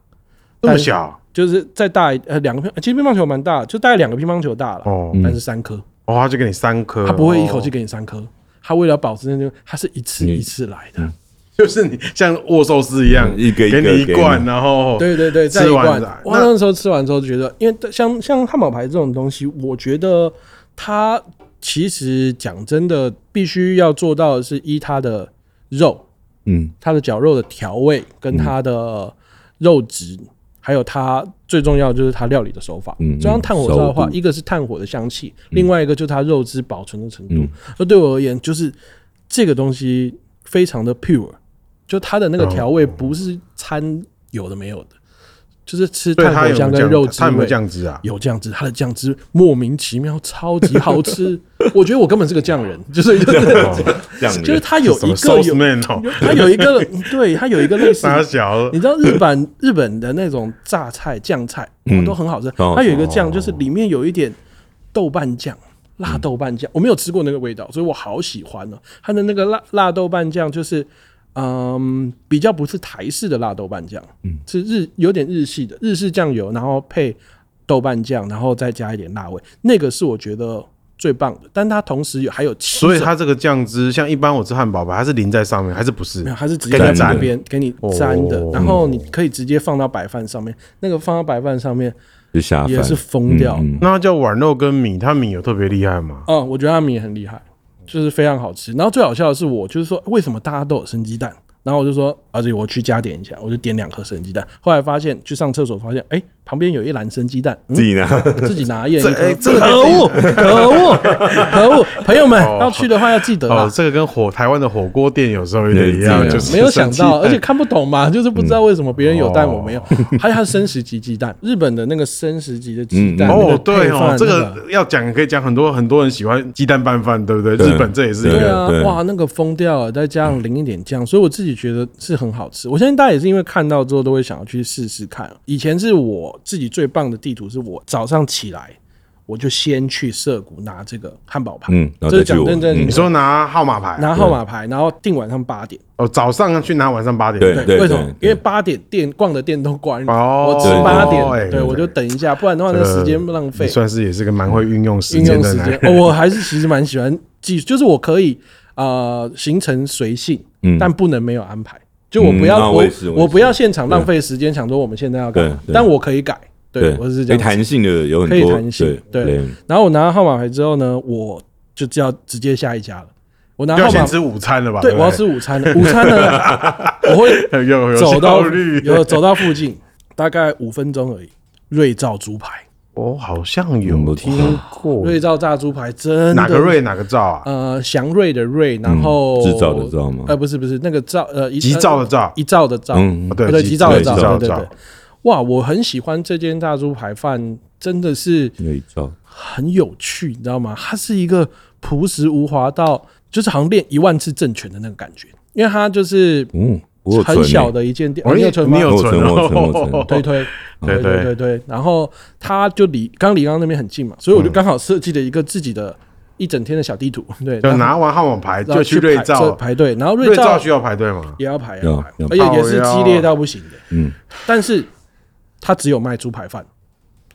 [SPEAKER 1] 这么小
[SPEAKER 2] 就是再大一呃两个乒，其实乒乓球蛮大，就大概两个乒乓球大了，
[SPEAKER 1] 哦
[SPEAKER 2] 但是三颗，
[SPEAKER 1] 哦，他就给你三颗，
[SPEAKER 2] 他不会一口
[SPEAKER 1] 哦
[SPEAKER 2] 气给你三颗，他为了保持那个，他是一次
[SPEAKER 3] 你
[SPEAKER 2] 一次来的。
[SPEAKER 1] 就是你像握寿司一样，
[SPEAKER 3] 嗯一个一个
[SPEAKER 1] 给你一
[SPEAKER 3] 给
[SPEAKER 1] 罐，
[SPEAKER 3] 你
[SPEAKER 1] 然后
[SPEAKER 2] 对对对，再
[SPEAKER 1] 吃
[SPEAKER 2] 一
[SPEAKER 1] 完
[SPEAKER 2] 罐
[SPEAKER 1] 了。
[SPEAKER 2] 我
[SPEAKER 1] 那
[SPEAKER 2] 那时候吃完之后觉得，因为像像汉堡排这种东西，我觉得它其实讲真的，必须要做到的是依它的肉，
[SPEAKER 3] 嗯，
[SPEAKER 2] 它的绞肉的调味跟它
[SPEAKER 1] 嗯
[SPEAKER 2] 的肉质，还有它最重要的就是它料理的手法。
[SPEAKER 3] 嗯嗯
[SPEAKER 2] 这样炭火烧的话
[SPEAKER 3] 熟，度
[SPEAKER 2] 一个是炭火的香气，
[SPEAKER 1] 嗯
[SPEAKER 2] 另外一个就是它肉质保存的程度。而对我而言，就是这个东西非常的 pure，就它的那个调味不是掺有的没有的，就是吃
[SPEAKER 1] 对
[SPEAKER 2] 炭
[SPEAKER 1] 它
[SPEAKER 2] 火
[SPEAKER 1] 有
[SPEAKER 2] 香
[SPEAKER 1] 酱
[SPEAKER 2] 跟肉，汁
[SPEAKER 1] 它有没有
[SPEAKER 2] 味。
[SPEAKER 1] 酱汁啊？
[SPEAKER 2] 有酱汁，它的酱汁莫名其妙超级 好吃。我觉得我根本是个匠人，就是就是
[SPEAKER 3] 这样
[SPEAKER 2] 就是
[SPEAKER 3] 子。
[SPEAKER 2] 它有
[SPEAKER 1] 哦啊什么
[SPEAKER 2] 一个有
[SPEAKER 1] Sauceman 哦，
[SPEAKER 2] 它有 一个对它有一个类似，
[SPEAKER 1] 傻小
[SPEAKER 2] 你知道日本日本的那种榨菜酱菜、
[SPEAKER 3] 嗯
[SPEAKER 2] 都很好吃，
[SPEAKER 3] 很
[SPEAKER 1] 哦
[SPEAKER 3] 好吃
[SPEAKER 2] 它有一个酱就是里面有一点豆瓣酱。辣豆瓣酱，我没有吃过那个味道，所以我好喜欢哦。它的那个辣辣豆瓣酱就是，嗯，比较不是台式的辣豆瓣酱，嗯，是日有点日系的日式酱油，然后配豆瓣酱，然后再加一点辣味，那个是我觉得最棒的。但它同时有还有七
[SPEAKER 1] 所以
[SPEAKER 2] 种
[SPEAKER 1] 它这个酱汁，像一般我吃汉堡包，它是淋在上面还是不是
[SPEAKER 2] 没？有，它是直接
[SPEAKER 3] 给
[SPEAKER 2] 在
[SPEAKER 3] 你
[SPEAKER 2] 旁
[SPEAKER 3] 沾
[SPEAKER 2] 边给你沾的，
[SPEAKER 1] 哦
[SPEAKER 2] 然后你可以直接放到白饭上面。那个放到白饭上面
[SPEAKER 3] 就下
[SPEAKER 2] 也
[SPEAKER 3] 饭
[SPEAKER 2] 是疯掉。嗯
[SPEAKER 3] 嗯
[SPEAKER 1] 那它叫碗肉跟米，它米有特别厉害吗？
[SPEAKER 2] 哦我觉得他们也很厉害，就是非常好吃。然后最好笑的是我，就是说为什么大家都有生鸡蛋？然后我就说，而且我去加点一下，我就点两颗生鸡蛋。后来发现去上厕所，发现哎、旁边有一篮生鸡蛋，嗯
[SPEAKER 3] 自己拿，
[SPEAKER 2] 自己拿一人
[SPEAKER 1] 这
[SPEAKER 2] 一颗
[SPEAKER 1] 哎这个
[SPEAKER 2] 可恶，可恶，可恶！朋友们要去的话要记得啊
[SPEAKER 1] 哦，，这个跟火台湾的火锅店有时候有点一样，
[SPEAKER 3] 对
[SPEAKER 1] 就
[SPEAKER 3] 对
[SPEAKER 1] 是哎
[SPEAKER 2] 没有想 到，而
[SPEAKER 3] 哎
[SPEAKER 1] 生
[SPEAKER 2] 且
[SPEAKER 1] 气
[SPEAKER 2] 看不懂
[SPEAKER 3] 嗯
[SPEAKER 2] 嘛，就是不知道为什么别人有蛋
[SPEAKER 1] 哦
[SPEAKER 2] 我没有。 还有它生食级鸡蛋，日本的那个生食级的鸡蛋，
[SPEAKER 3] 嗯啊
[SPEAKER 2] 那个
[SPEAKER 1] 哦，对
[SPEAKER 2] 配
[SPEAKER 1] 哦
[SPEAKER 2] 饭，
[SPEAKER 1] 这
[SPEAKER 2] 那
[SPEAKER 1] 个要讲可以讲很多很多人喜欢鸡蛋拌饭，对不对？
[SPEAKER 3] 对
[SPEAKER 1] 日本这也是一
[SPEAKER 2] 对
[SPEAKER 1] 个
[SPEAKER 2] 啊
[SPEAKER 3] 对，
[SPEAKER 2] 哇，那个疯掉了，再加上淋一点酱，所以我自己觉得是很好吃。我相信大家也是因为看到之后都会想要去试试看。以前是我自己最棒的地图，是我早上起来我就先去涩谷拿这个汉堡牌，
[SPEAKER 3] 嗯然后
[SPEAKER 2] 这是
[SPEAKER 3] 再去
[SPEAKER 2] 讲
[SPEAKER 3] 我
[SPEAKER 2] 认真的，
[SPEAKER 3] 嗯
[SPEAKER 1] 你说拿号码牌啊，
[SPEAKER 2] 拿号码牌，然后定晚上八点。
[SPEAKER 1] 哦，早上去拿，晚上八点。
[SPEAKER 3] 对
[SPEAKER 2] 对，
[SPEAKER 3] 对
[SPEAKER 2] 为什么？
[SPEAKER 3] 对
[SPEAKER 2] 因为八点店逛的店都关了，
[SPEAKER 1] 哦
[SPEAKER 2] 我吃八点，
[SPEAKER 1] 对对
[SPEAKER 2] 对
[SPEAKER 1] 对
[SPEAKER 2] 我就等一下，不然的话
[SPEAKER 1] 这
[SPEAKER 2] 那
[SPEAKER 1] 个
[SPEAKER 2] 时间浪费
[SPEAKER 1] 你，算是也是个蛮会运用时
[SPEAKER 2] 运
[SPEAKER 1] 间
[SPEAKER 2] 用
[SPEAKER 1] 的
[SPEAKER 2] 时
[SPEAKER 1] 男
[SPEAKER 2] 间
[SPEAKER 1] 人。。
[SPEAKER 2] 哦我还是其实蛮喜欢记，就是我可以呃行程随性，
[SPEAKER 3] 嗯
[SPEAKER 2] 但不能没有安排。就我不
[SPEAKER 3] 嗯
[SPEAKER 2] 要
[SPEAKER 3] 那
[SPEAKER 2] 我
[SPEAKER 3] 我也是我也是
[SPEAKER 2] 我不要现场浪费时间，想说我们现在要干嘛
[SPEAKER 3] 对，对
[SPEAKER 2] 但我可以改。对，我是这
[SPEAKER 3] 可
[SPEAKER 2] 样
[SPEAKER 3] 以
[SPEAKER 2] 子。
[SPEAKER 3] 哎弹性的有很
[SPEAKER 2] 可以
[SPEAKER 3] 多，
[SPEAKER 2] 弹性
[SPEAKER 3] 对
[SPEAKER 2] 对然后我拿到号码牌之后呢，我就要直接下一家了。我拿号
[SPEAKER 1] 要
[SPEAKER 2] 码
[SPEAKER 1] 先，吃午餐了吧？
[SPEAKER 2] 对
[SPEAKER 1] 不
[SPEAKER 2] 我要吃午餐了。午餐呢，我会
[SPEAKER 1] 有有
[SPEAKER 2] 走到
[SPEAKER 1] 效率
[SPEAKER 2] 有走到附近，大概五分钟而已。瑞兆猪排，
[SPEAKER 1] 哦，好像
[SPEAKER 3] 嗯
[SPEAKER 1] 有
[SPEAKER 3] 我
[SPEAKER 1] 听过
[SPEAKER 2] 瑞兆炸猪排真的
[SPEAKER 1] 哦哪个？瑞哪个兆啊？
[SPEAKER 2] 呃，祥瑞的瑞，然后
[SPEAKER 3] 制造的知道吗
[SPEAKER 2] 呃，不是不是那个兆，呃，一
[SPEAKER 1] 急兆的兆
[SPEAKER 2] 呃一兆的兆，
[SPEAKER 3] 嗯
[SPEAKER 1] 哦
[SPEAKER 2] 不对，急
[SPEAKER 1] 急
[SPEAKER 2] 兆的
[SPEAKER 1] 急
[SPEAKER 2] 兆，
[SPEAKER 1] 兆
[SPEAKER 2] 对对对。哇，我很喜欢这间炸猪排饭，真的是
[SPEAKER 3] 有一招，
[SPEAKER 2] 很有趣，你知道吗？它是一个朴实无华到，就是好像练一万次正拳的那个感觉，因为它就是
[SPEAKER 3] 嗯，我有存
[SPEAKER 2] 很
[SPEAKER 3] 欸
[SPEAKER 2] 小，的一间店，
[SPEAKER 1] 哦
[SPEAKER 2] 哦你有存吗
[SPEAKER 1] 你有
[SPEAKER 3] 我有存我有存我有
[SPEAKER 1] 哦
[SPEAKER 3] 存？
[SPEAKER 2] 推推，
[SPEAKER 1] 对
[SPEAKER 2] 对对对对。然后他就离刚离刚那边很近嘛，所以
[SPEAKER 1] 嗯
[SPEAKER 2] 我就刚好设计了一个自己的一整天的小地图， 对，
[SPEAKER 1] 就
[SPEAKER 2] 然后
[SPEAKER 1] 拿完号码牌
[SPEAKER 2] 然后
[SPEAKER 1] 就去瑞
[SPEAKER 2] 排
[SPEAKER 1] 兆，啊
[SPEAKER 2] 排队，然后
[SPEAKER 1] 瑞
[SPEAKER 2] 兆
[SPEAKER 1] 兆需哦要排队吗？
[SPEAKER 2] 也要排，
[SPEAKER 3] 要
[SPEAKER 2] 要排
[SPEAKER 3] 要，
[SPEAKER 2] 而且也是激烈到不行的，
[SPEAKER 3] 嗯，
[SPEAKER 2] 但是他只有卖猪排饭，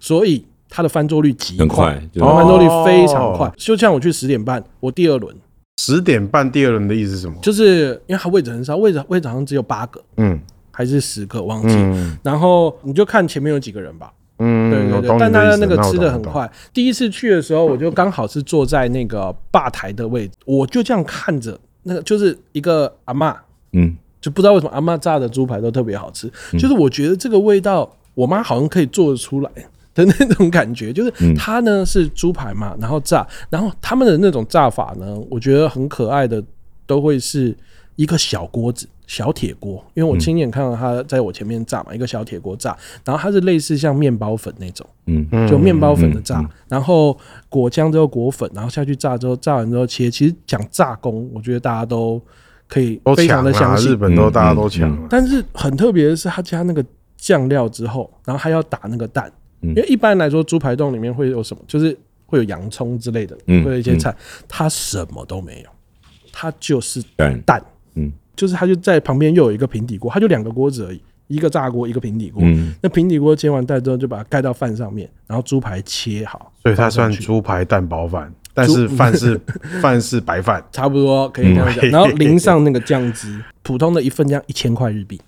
[SPEAKER 2] 所以他的翻桌率极
[SPEAKER 3] 很快，就是
[SPEAKER 1] 哦
[SPEAKER 2] 翻桌率非常快。就像我去十点半，我第二轮
[SPEAKER 1] 十点半第二轮的意思是什么？
[SPEAKER 2] 就是因为他位置很少，位置位置好像只有八个
[SPEAKER 1] 嗯
[SPEAKER 2] 还是十个，忘记了。
[SPEAKER 1] 嗯
[SPEAKER 2] 然后你就看前面有几个人吧。
[SPEAKER 1] 嗯，
[SPEAKER 2] 对对
[SPEAKER 1] 我
[SPEAKER 2] 对
[SPEAKER 1] 懂，你
[SPEAKER 2] 但
[SPEAKER 1] 的
[SPEAKER 2] 他
[SPEAKER 1] 意
[SPEAKER 2] 的
[SPEAKER 1] 思
[SPEAKER 2] 那个
[SPEAKER 1] 我
[SPEAKER 2] 吃
[SPEAKER 1] 懂
[SPEAKER 2] 的
[SPEAKER 1] 我
[SPEAKER 2] 很
[SPEAKER 1] 懂
[SPEAKER 2] 快。第一次去的时候，我就刚好是坐在那个吧台的位置，我就这样看着那个，就是一个阿嬷，
[SPEAKER 3] 嗯，
[SPEAKER 2] 就不知道为什么阿嬷炸的猪排都特别好吃，
[SPEAKER 1] 嗯
[SPEAKER 2] 就是我觉得这个味道，我妈好像可以做得出来。的那种感觉，
[SPEAKER 1] 嗯
[SPEAKER 2] 就是它呢是猪排嘛，然后炸，然后他们的那种炸法呢，我觉得很可爱的，都会是一个小锅子、小铁锅，因为我亲眼看到它在我前面炸嘛，一个小铁锅炸，然后它是类似像面包粉那种，
[SPEAKER 3] 嗯，
[SPEAKER 2] 就面包粉的
[SPEAKER 1] 嗯
[SPEAKER 2] 炸，然后果浆之后裹粉，然后下去炸之后，炸完之后切。其实讲炸工，我觉得大家都可以
[SPEAKER 1] 都
[SPEAKER 2] 非常
[SPEAKER 1] 强
[SPEAKER 2] 的
[SPEAKER 1] 啊，
[SPEAKER 2] 相
[SPEAKER 1] 日
[SPEAKER 2] 信。
[SPEAKER 1] 本都
[SPEAKER 3] 嗯
[SPEAKER 1] 大家都
[SPEAKER 3] 嗯
[SPEAKER 1] 强
[SPEAKER 3] 嗯
[SPEAKER 1] 啊。
[SPEAKER 2] 但是很特别的是，他加那个酱料之后，然后还要打那个蛋，
[SPEAKER 3] 嗯
[SPEAKER 2] 因为一般来说猪排冻里面会有什么，就是会有洋葱之类的，
[SPEAKER 3] 嗯
[SPEAKER 2] 会有一些菜，它什么都没有，它就是
[SPEAKER 3] 干，
[SPEAKER 2] 蛋，
[SPEAKER 3] 嗯，
[SPEAKER 2] 就是它就在旁边又有一个平底锅，它就两个锅子而已，一个炸锅，一个平底锅。
[SPEAKER 3] 嗯，
[SPEAKER 2] 那平底锅煎完蛋之后，就把它盖到饭上面，然后猪排切好，
[SPEAKER 1] 所以它
[SPEAKER 2] 放
[SPEAKER 1] 算
[SPEAKER 2] 上去
[SPEAKER 1] 猪排蛋包饭，但是饭是饭是白饭，
[SPEAKER 2] 差不多可以这样讲。
[SPEAKER 1] 嗯
[SPEAKER 2] 然后淋上那个酱汁，普通的一份这样一千块日币，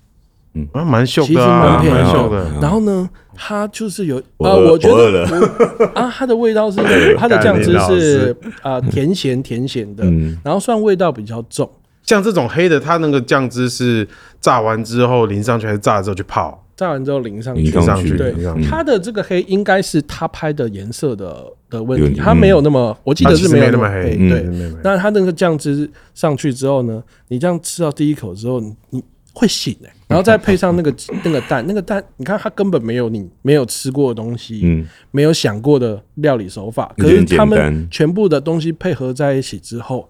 [SPEAKER 1] 啊，蛮秀
[SPEAKER 2] 其实
[SPEAKER 1] 的啊，
[SPEAKER 2] 蛮
[SPEAKER 3] 便宜的
[SPEAKER 1] 蛮秀的。
[SPEAKER 2] 然后呢，它就是有
[SPEAKER 3] 我
[SPEAKER 2] 啊，
[SPEAKER 3] 饿
[SPEAKER 2] 我觉
[SPEAKER 3] 我饿
[SPEAKER 2] 得
[SPEAKER 3] 了，
[SPEAKER 2] 啊，它的味道是它的酱
[SPEAKER 1] 干你
[SPEAKER 2] 汁
[SPEAKER 1] 老
[SPEAKER 2] 是
[SPEAKER 1] 师嗯
[SPEAKER 2] 啊甜咸甜咸的，然后算味道比较重。
[SPEAKER 1] 像这种黑的，它那个酱汁是炸完之后淋上去，还是炸了之后去泡？
[SPEAKER 2] 炸完之后淋上
[SPEAKER 3] 淋
[SPEAKER 2] 去，
[SPEAKER 1] 上
[SPEAKER 3] 去
[SPEAKER 1] 去
[SPEAKER 2] 对
[SPEAKER 1] 淋上，去
[SPEAKER 2] 它的这个黑应该是它拍的颜色的的问
[SPEAKER 3] 有
[SPEAKER 2] 题，
[SPEAKER 3] 点
[SPEAKER 2] 它没有那么，我记
[SPEAKER 1] 嗯它
[SPEAKER 2] 得
[SPEAKER 1] 其
[SPEAKER 2] 是
[SPEAKER 1] 实
[SPEAKER 2] 没有
[SPEAKER 1] 没那
[SPEAKER 2] 么
[SPEAKER 1] 么黑嗯
[SPEAKER 2] 对
[SPEAKER 1] 其实没那么黑，
[SPEAKER 2] 那它那个酱汁上去之后呢，你这样吃到第一口之后，你你会醒哎、然后再配上那个 那个蛋，那个蛋，你看它根本没有你没有吃过的东西，
[SPEAKER 3] 嗯，
[SPEAKER 2] 没有想过的料理手法，
[SPEAKER 3] 有
[SPEAKER 2] 可是
[SPEAKER 3] 点简
[SPEAKER 2] 他们
[SPEAKER 3] 单
[SPEAKER 2] 全部的东西配合在一起之后，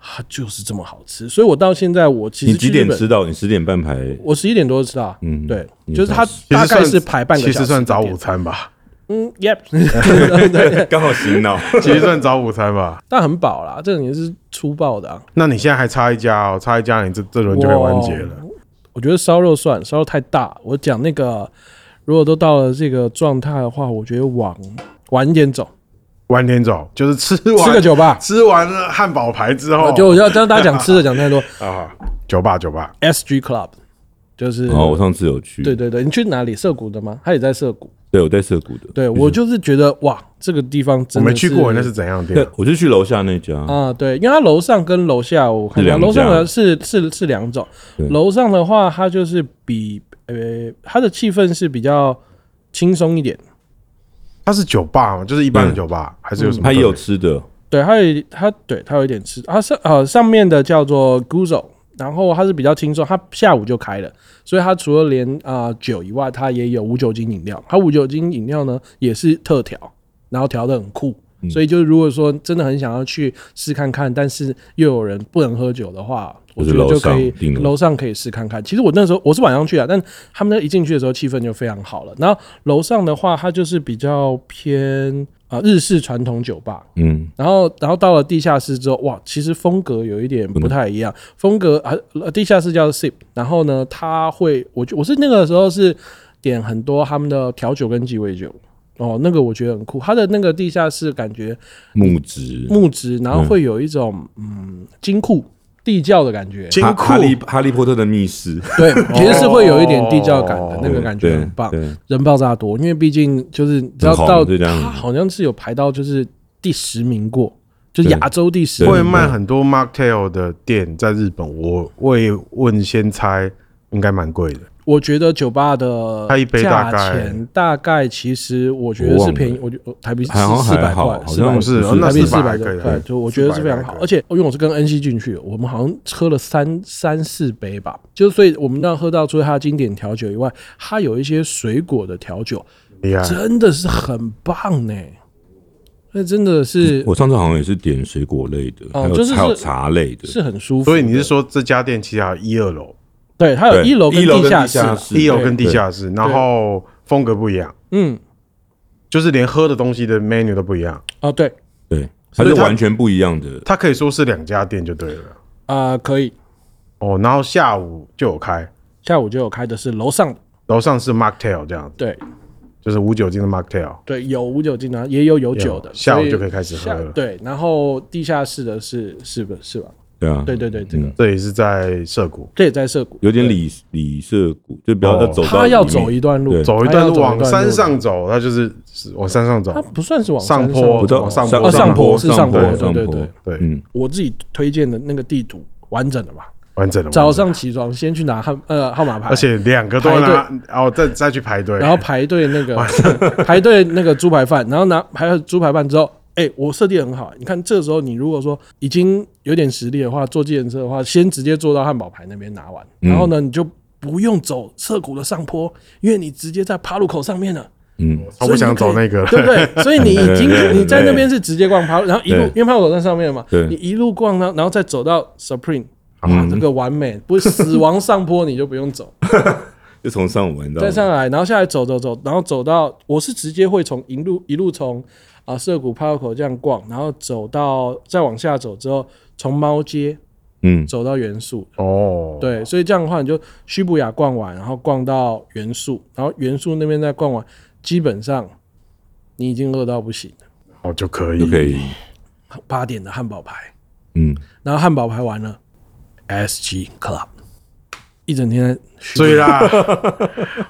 [SPEAKER 2] 它就是这么好吃。所以我到现在我其
[SPEAKER 3] 你
[SPEAKER 2] 实去
[SPEAKER 3] 几
[SPEAKER 2] 日
[SPEAKER 3] 点
[SPEAKER 2] 本
[SPEAKER 3] 吃到？你十点半排，
[SPEAKER 2] 我十一点多就吃到，
[SPEAKER 3] 嗯
[SPEAKER 2] 对，
[SPEAKER 3] 你
[SPEAKER 2] 就是它
[SPEAKER 3] 早
[SPEAKER 1] 其
[SPEAKER 2] 大
[SPEAKER 1] 实
[SPEAKER 2] 概
[SPEAKER 1] 算
[SPEAKER 2] 是排半个小
[SPEAKER 1] 其
[SPEAKER 2] 时，
[SPEAKER 1] 实算早午，餐吧，
[SPEAKER 2] 嗯，yep，
[SPEAKER 3] 刚好醒脑。
[SPEAKER 1] 其实算早午餐吧。
[SPEAKER 2] 但很饱啦，这个也是粗暴的啊，
[SPEAKER 1] 那你现在还差一家哦，差一家，你这这轮就可以完结了。
[SPEAKER 2] 哇。哦我觉得烧肉算烧肉太大，我讲那个如果都到了这个状态的话，我觉得往晚一点走，
[SPEAKER 1] 完天走就是吃
[SPEAKER 2] 吃个
[SPEAKER 1] 完
[SPEAKER 2] 酒吧。
[SPEAKER 1] 吃完了汉堡排之后，
[SPEAKER 2] 就我要跟大家讲吃的讲太多
[SPEAKER 1] 啊，酒吧酒吧，
[SPEAKER 2] ，SG Club 就是
[SPEAKER 3] 哦，我上次有去，
[SPEAKER 2] 对对对，你去哪里？涩谷的吗？他也在涩谷。
[SPEAKER 3] 对，我在涩谷的，
[SPEAKER 2] 对我就是觉得哇，这个地方
[SPEAKER 1] 嗯我
[SPEAKER 2] 真的
[SPEAKER 1] 没去过，那
[SPEAKER 2] 是
[SPEAKER 1] 是怎样的
[SPEAKER 3] 对
[SPEAKER 1] 店？，
[SPEAKER 3] 我就去楼下那家，
[SPEAKER 2] 啊、对，因为它楼上跟楼下，我看
[SPEAKER 3] 是
[SPEAKER 2] 到
[SPEAKER 3] 两
[SPEAKER 2] 楼上的
[SPEAKER 3] 家
[SPEAKER 2] 是是是两种
[SPEAKER 3] 对，
[SPEAKER 2] 楼上的话，它就是比呃，它的气氛是比较轻松一点，
[SPEAKER 1] 它是酒吧吗？就是一般的酒吧，还是有什么特
[SPEAKER 3] 他
[SPEAKER 1] 别？
[SPEAKER 3] 嗯也有吃的，
[SPEAKER 2] 对，它有它对它有一点吃，它上呃上面的叫做 Guzo，然后它是比较轻松，它下午就开了，所以它除了连啊、呃酒以外，它也有无酒精饮料，它无酒精饮料呢也是特调，然后调的很酷。所以就是，如果说真的很想要去试看看，但是又有人不能喝酒的话，我
[SPEAKER 3] 就
[SPEAKER 2] 觉得就
[SPEAKER 3] 是楼上
[SPEAKER 2] 可以
[SPEAKER 3] 订了
[SPEAKER 2] 楼上可以试看看。其实我那时候我是晚上去啊，但他们那一进去的时候气氛就非常好了。然后楼上的话，它就是比较偏啊、呃日式传统酒吧，
[SPEAKER 3] 嗯，
[SPEAKER 2] 然后，然后到了地下室之后，哇，其实风格有一点不太一样。风格啊，呃地下室叫 sip，然后呢，它会，我就我是那个时候是点很多他们的调酒跟鸡尾酒。哦，那个我觉得很酷，它的那个地下室感觉
[SPEAKER 3] 木质，
[SPEAKER 2] 木质，然后会有一种嗯金库地窖的感觉，
[SPEAKER 1] 金
[SPEAKER 3] 哈
[SPEAKER 1] 库
[SPEAKER 3] 哈利哈利波特的密室，
[SPEAKER 2] 对，其实是会有一点地窖感的、那个感觉
[SPEAKER 3] 哦对
[SPEAKER 2] 很棒，
[SPEAKER 3] 对，
[SPEAKER 2] 人爆炸多，因为毕竟就是你知道
[SPEAKER 3] 很红
[SPEAKER 2] 到
[SPEAKER 3] 就这样
[SPEAKER 2] 它好像是有排到就是第十名过，就是
[SPEAKER 3] 对
[SPEAKER 2] 亚洲第十名
[SPEAKER 1] 会卖很多 mocktail 的店在日本，我未问先猜，应该蛮贵的。
[SPEAKER 2] 我觉得酒吧的
[SPEAKER 1] 它一杯
[SPEAKER 2] 价
[SPEAKER 1] 大概
[SPEAKER 2] 钱大概其实我觉得
[SPEAKER 3] 我忘
[SPEAKER 2] 是
[SPEAKER 3] 了
[SPEAKER 2] 便宜，我觉得呃台币
[SPEAKER 3] 好像
[SPEAKER 2] 四百
[SPEAKER 3] 还好
[SPEAKER 2] 块，
[SPEAKER 3] 好
[SPEAKER 2] 四百
[SPEAKER 3] 像
[SPEAKER 1] 不哦是
[SPEAKER 3] 不是
[SPEAKER 1] 那
[SPEAKER 2] 嗯台币
[SPEAKER 1] 400
[SPEAKER 2] 四百
[SPEAKER 1] 可以
[SPEAKER 2] 块，
[SPEAKER 1] 可以
[SPEAKER 2] 就我觉得是非常好
[SPEAKER 1] 400可。以
[SPEAKER 2] 而且因为我是跟恩熙进去，我们好像喝了三三四杯吧，就是所以我们那喝到除了它的经典调酒以外，它有一些水果的调酒，
[SPEAKER 1] 厉
[SPEAKER 3] 哎
[SPEAKER 1] 害，
[SPEAKER 2] 真的是很棒呢。那真的是
[SPEAKER 3] 我上次好像也是点水果类的，
[SPEAKER 2] 哦
[SPEAKER 3] 还有
[SPEAKER 2] 就是
[SPEAKER 3] 还有
[SPEAKER 2] 是
[SPEAKER 3] 茶类的，
[SPEAKER 2] 是很舒服的。
[SPEAKER 1] 所以你是说这家店其实还有一二楼，
[SPEAKER 2] 对，它有
[SPEAKER 3] 对
[SPEAKER 2] 一楼跟
[SPEAKER 3] 一楼
[SPEAKER 2] 地
[SPEAKER 3] 跟
[SPEAKER 2] 下
[SPEAKER 3] 地
[SPEAKER 2] 室
[SPEAKER 3] 下
[SPEAKER 2] 啊，
[SPEAKER 3] 室，
[SPEAKER 1] 一楼
[SPEAKER 2] 对
[SPEAKER 1] 跟地下室，然后风格不一样，
[SPEAKER 2] 嗯，
[SPEAKER 1] 就是连喝的东西的 menu 都不一样。
[SPEAKER 2] 哦对，
[SPEAKER 3] 对，它
[SPEAKER 1] 所
[SPEAKER 3] 是
[SPEAKER 1] 以它
[SPEAKER 3] 完全不一样的，
[SPEAKER 1] 它可以说是两家店就对了。
[SPEAKER 2] 啊可以，
[SPEAKER 1] 哦，然后下午就有开，
[SPEAKER 2] 下午就有开的是楼上的
[SPEAKER 1] 楼上是 mocktail 这样子，
[SPEAKER 2] 对。
[SPEAKER 1] 就是无酒精的 mocktail。
[SPEAKER 2] 对，有无酒精的，也有有酒的，
[SPEAKER 1] 下午
[SPEAKER 2] 所
[SPEAKER 1] 就可以开始喝了
[SPEAKER 2] 下对，然后地下室的是是不是吧？
[SPEAKER 3] 对啊，
[SPEAKER 2] 对对对，这个、
[SPEAKER 1] 这也是在涩谷，
[SPEAKER 2] 这也在涩谷，
[SPEAKER 3] 有点里里涩谷，就不要
[SPEAKER 1] 哦
[SPEAKER 3] 要走到
[SPEAKER 2] 他要
[SPEAKER 3] 里面
[SPEAKER 2] 走一段路，
[SPEAKER 3] 对
[SPEAKER 1] 走一
[SPEAKER 2] 他要
[SPEAKER 1] 段
[SPEAKER 2] 走
[SPEAKER 1] 路往山
[SPEAKER 2] 路，
[SPEAKER 1] 上走，它就是是往山上走
[SPEAKER 2] 它。不算是往
[SPEAKER 1] 上
[SPEAKER 2] 山
[SPEAKER 1] 坡
[SPEAKER 3] 我知
[SPEAKER 2] 走
[SPEAKER 3] 道
[SPEAKER 1] 往上
[SPEAKER 3] 上
[SPEAKER 1] 坡
[SPEAKER 2] 哦上坡
[SPEAKER 3] 坡
[SPEAKER 2] 是上
[SPEAKER 3] 上
[SPEAKER 2] 坡对
[SPEAKER 3] 上
[SPEAKER 2] 对
[SPEAKER 3] 坡
[SPEAKER 2] 对
[SPEAKER 1] 对
[SPEAKER 3] 嗯，
[SPEAKER 2] 我自己推荐的那个地图完整的吧，
[SPEAKER 1] 完整的。
[SPEAKER 2] 早上起床先去拿号呃号码牌，
[SPEAKER 1] 而且两个都拿，然后再再去排队，
[SPEAKER 2] 然后排队那 个排队那个猪排饭，然后拿排了猪排饭之后，哎、我设计很好。你看这时候你如果说已经有点实力的话，坐计程车的话，先直接坐到汉堡排那边拿完，
[SPEAKER 1] 嗯
[SPEAKER 2] 然后呢你就不用走涩谷的上坡，因为你直接在趴路口上面了。
[SPEAKER 3] 嗯，
[SPEAKER 1] 我不想走那个
[SPEAKER 2] 所以你就可以对不对？所以你 已
[SPEAKER 3] 对对对
[SPEAKER 2] 经
[SPEAKER 3] 对
[SPEAKER 2] 你在那边是直接逛趴路，然后一路
[SPEAKER 3] 对
[SPEAKER 2] 因为趴路口在上面嘛
[SPEAKER 3] 对，
[SPEAKER 2] 你一路逛呢，然后再走到 Supreme。啊，
[SPEAKER 1] 嗯
[SPEAKER 2] 这个完美，不是死亡上坡你就不用走，
[SPEAKER 3] 就从上玩到
[SPEAKER 2] 再上来，然后下来走走走，然后走到我是直接会从一路一路从啊涩谷泡口这样逛，然后走到再往下走之后，从猫街
[SPEAKER 3] 嗯，
[SPEAKER 2] 走到元素，
[SPEAKER 1] 哦，
[SPEAKER 2] 对，所以这样的话你就须布雅逛完，然后逛到元素，然后元素那边再逛完，基本上你已经饿到不行了。
[SPEAKER 1] 哦就可以，
[SPEAKER 3] 就可以，
[SPEAKER 2] 八点的汉堡排，
[SPEAKER 3] 嗯，
[SPEAKER 2] 然后汉堡排完了，SG Club 一整天在学
[SPEAKER 1] 对 啦，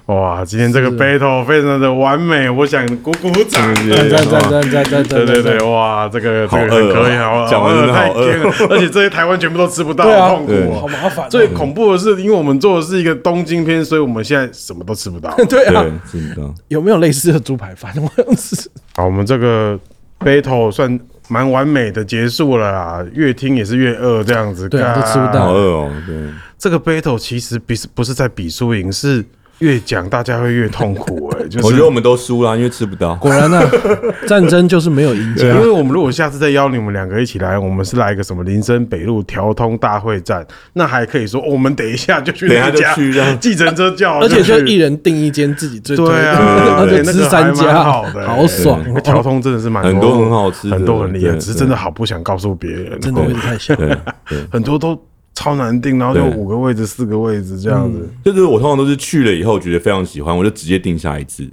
[SPEAKER 1] 哇，今天这
[SPEAKER 2] 啊
[SPEAKER 1] 个 battle 非常的完美，我想鼓鼓掌。
[SPEAKER 2] 赞赞赞赞赞
[SPEAKER 1] 啊
[SPEAKER 2] 赞
[SPEAKER 1] 对
[SPEAKER 2] 赞，
[SPEAKER 1] 对对，哇，这个这
[SPEAKER 3] 好
[SPEAKER 1] 个很
[SPEAKER 3] 饿哦
[SPEAKER 1] 可以，好饿
[SPEAKER 3] 讲完真的
[SPEAKER 1] 太
[SPEAKER 3] 好饿
[SPEAKER 1] 甜 了，而且这些台湾全部都吃不到，
[SPEAKER 2] 对啊
[SPEAKER 1] 好痛苦
[SPEAKER 2] 好
[SPEAKER 1] 哦。
[SPEAKER 2] 麻烦哦，
[SPEAKER 1] 最恐怖的是，因为我们做的是一个东京片，所以我们现在什么都吃不到。
[SPEAKER 2] 对
[SPEAKER 3] 对
[SPEAKER 2] 啊，，
[SPEAKER 3] 真的。
[SPEAKER 2] 有没有类似的猪排饭？我想吃。
[SPEAKER 1] 好，我们这个 battle 算蛮完美的结束了啦，越听也是越饿这样子，
[SPEAKER 2] 对啊
[SPEAKER 1] 干
[SPEAKER 2] 都吃不到
[SPEAKER 3] 好饿哦，对，
[SPEAKER 1] 这个 battle 其实不是不是在比输赢，是越讲大家会越痛苦 哎、就是
[SPEAKER 3] 我觉得我们都输啦，因为吃不到。
[SPEAKER 2] 果然呢、啊 战争就是没有赢
[SPEAKER 1] 对啊
[SPEAKER 2] 家
[SPEAKER 1] 因。为我们如果下次再邀你们两个一起来，我们是来一个什么林森北路调通大会战，那还可以说、哦我们等一下就去
[SPEAKER 3] 等一
[SPEAKER 1] 那
[SPEAKER 3] 下就
[SPEAKER 1] 家
[SPEAKER 3] 去这样
[SPEAKER 1] 计程车叫，
[SPEAKER 2] 而且就一
[SPEAKER 1] 人
[SPEAKER 2] 人订一间自己最
[SPEAKER 1] 对 啊，
[SPEAKER 2] 推
[SPEAKER 1] 对
[SPEAKER 2] 荐
[SPEAKER 1] 那
[SPEAKER 2] 就
[SPEAKER 1] 个
[SPEAKER 2] 吃三
[SPEAKER 1] 还蛮
[SPEAKER 2] 家，
[SPEAKER 1] 好的、
[SPEAKER 2] 好爽
[SPEAKER 1] 对调通真的是蛮
[SPEAKER 3] 很多很好吃的
[SPEAKER 1] 很多很厉害，
[SPEAKER 3] 对
[SPEAKER 1] 只是真的好不想告诉别人，
[SPEAKER 2] 真的位置 太小。
[SPEAKER 3] 对，
[SPEAKER 1] 很多都超难定，然后就
[SPEAKER 3] 对
[SPEAKER 1] 五个位置、四个位置这样
[SPEAKER 2] 嗯
[SPEAKER 1] 子，
[SPEAKER 3] 就是我通常都是去了以后觉得非常喜欢，我就直接定下一次。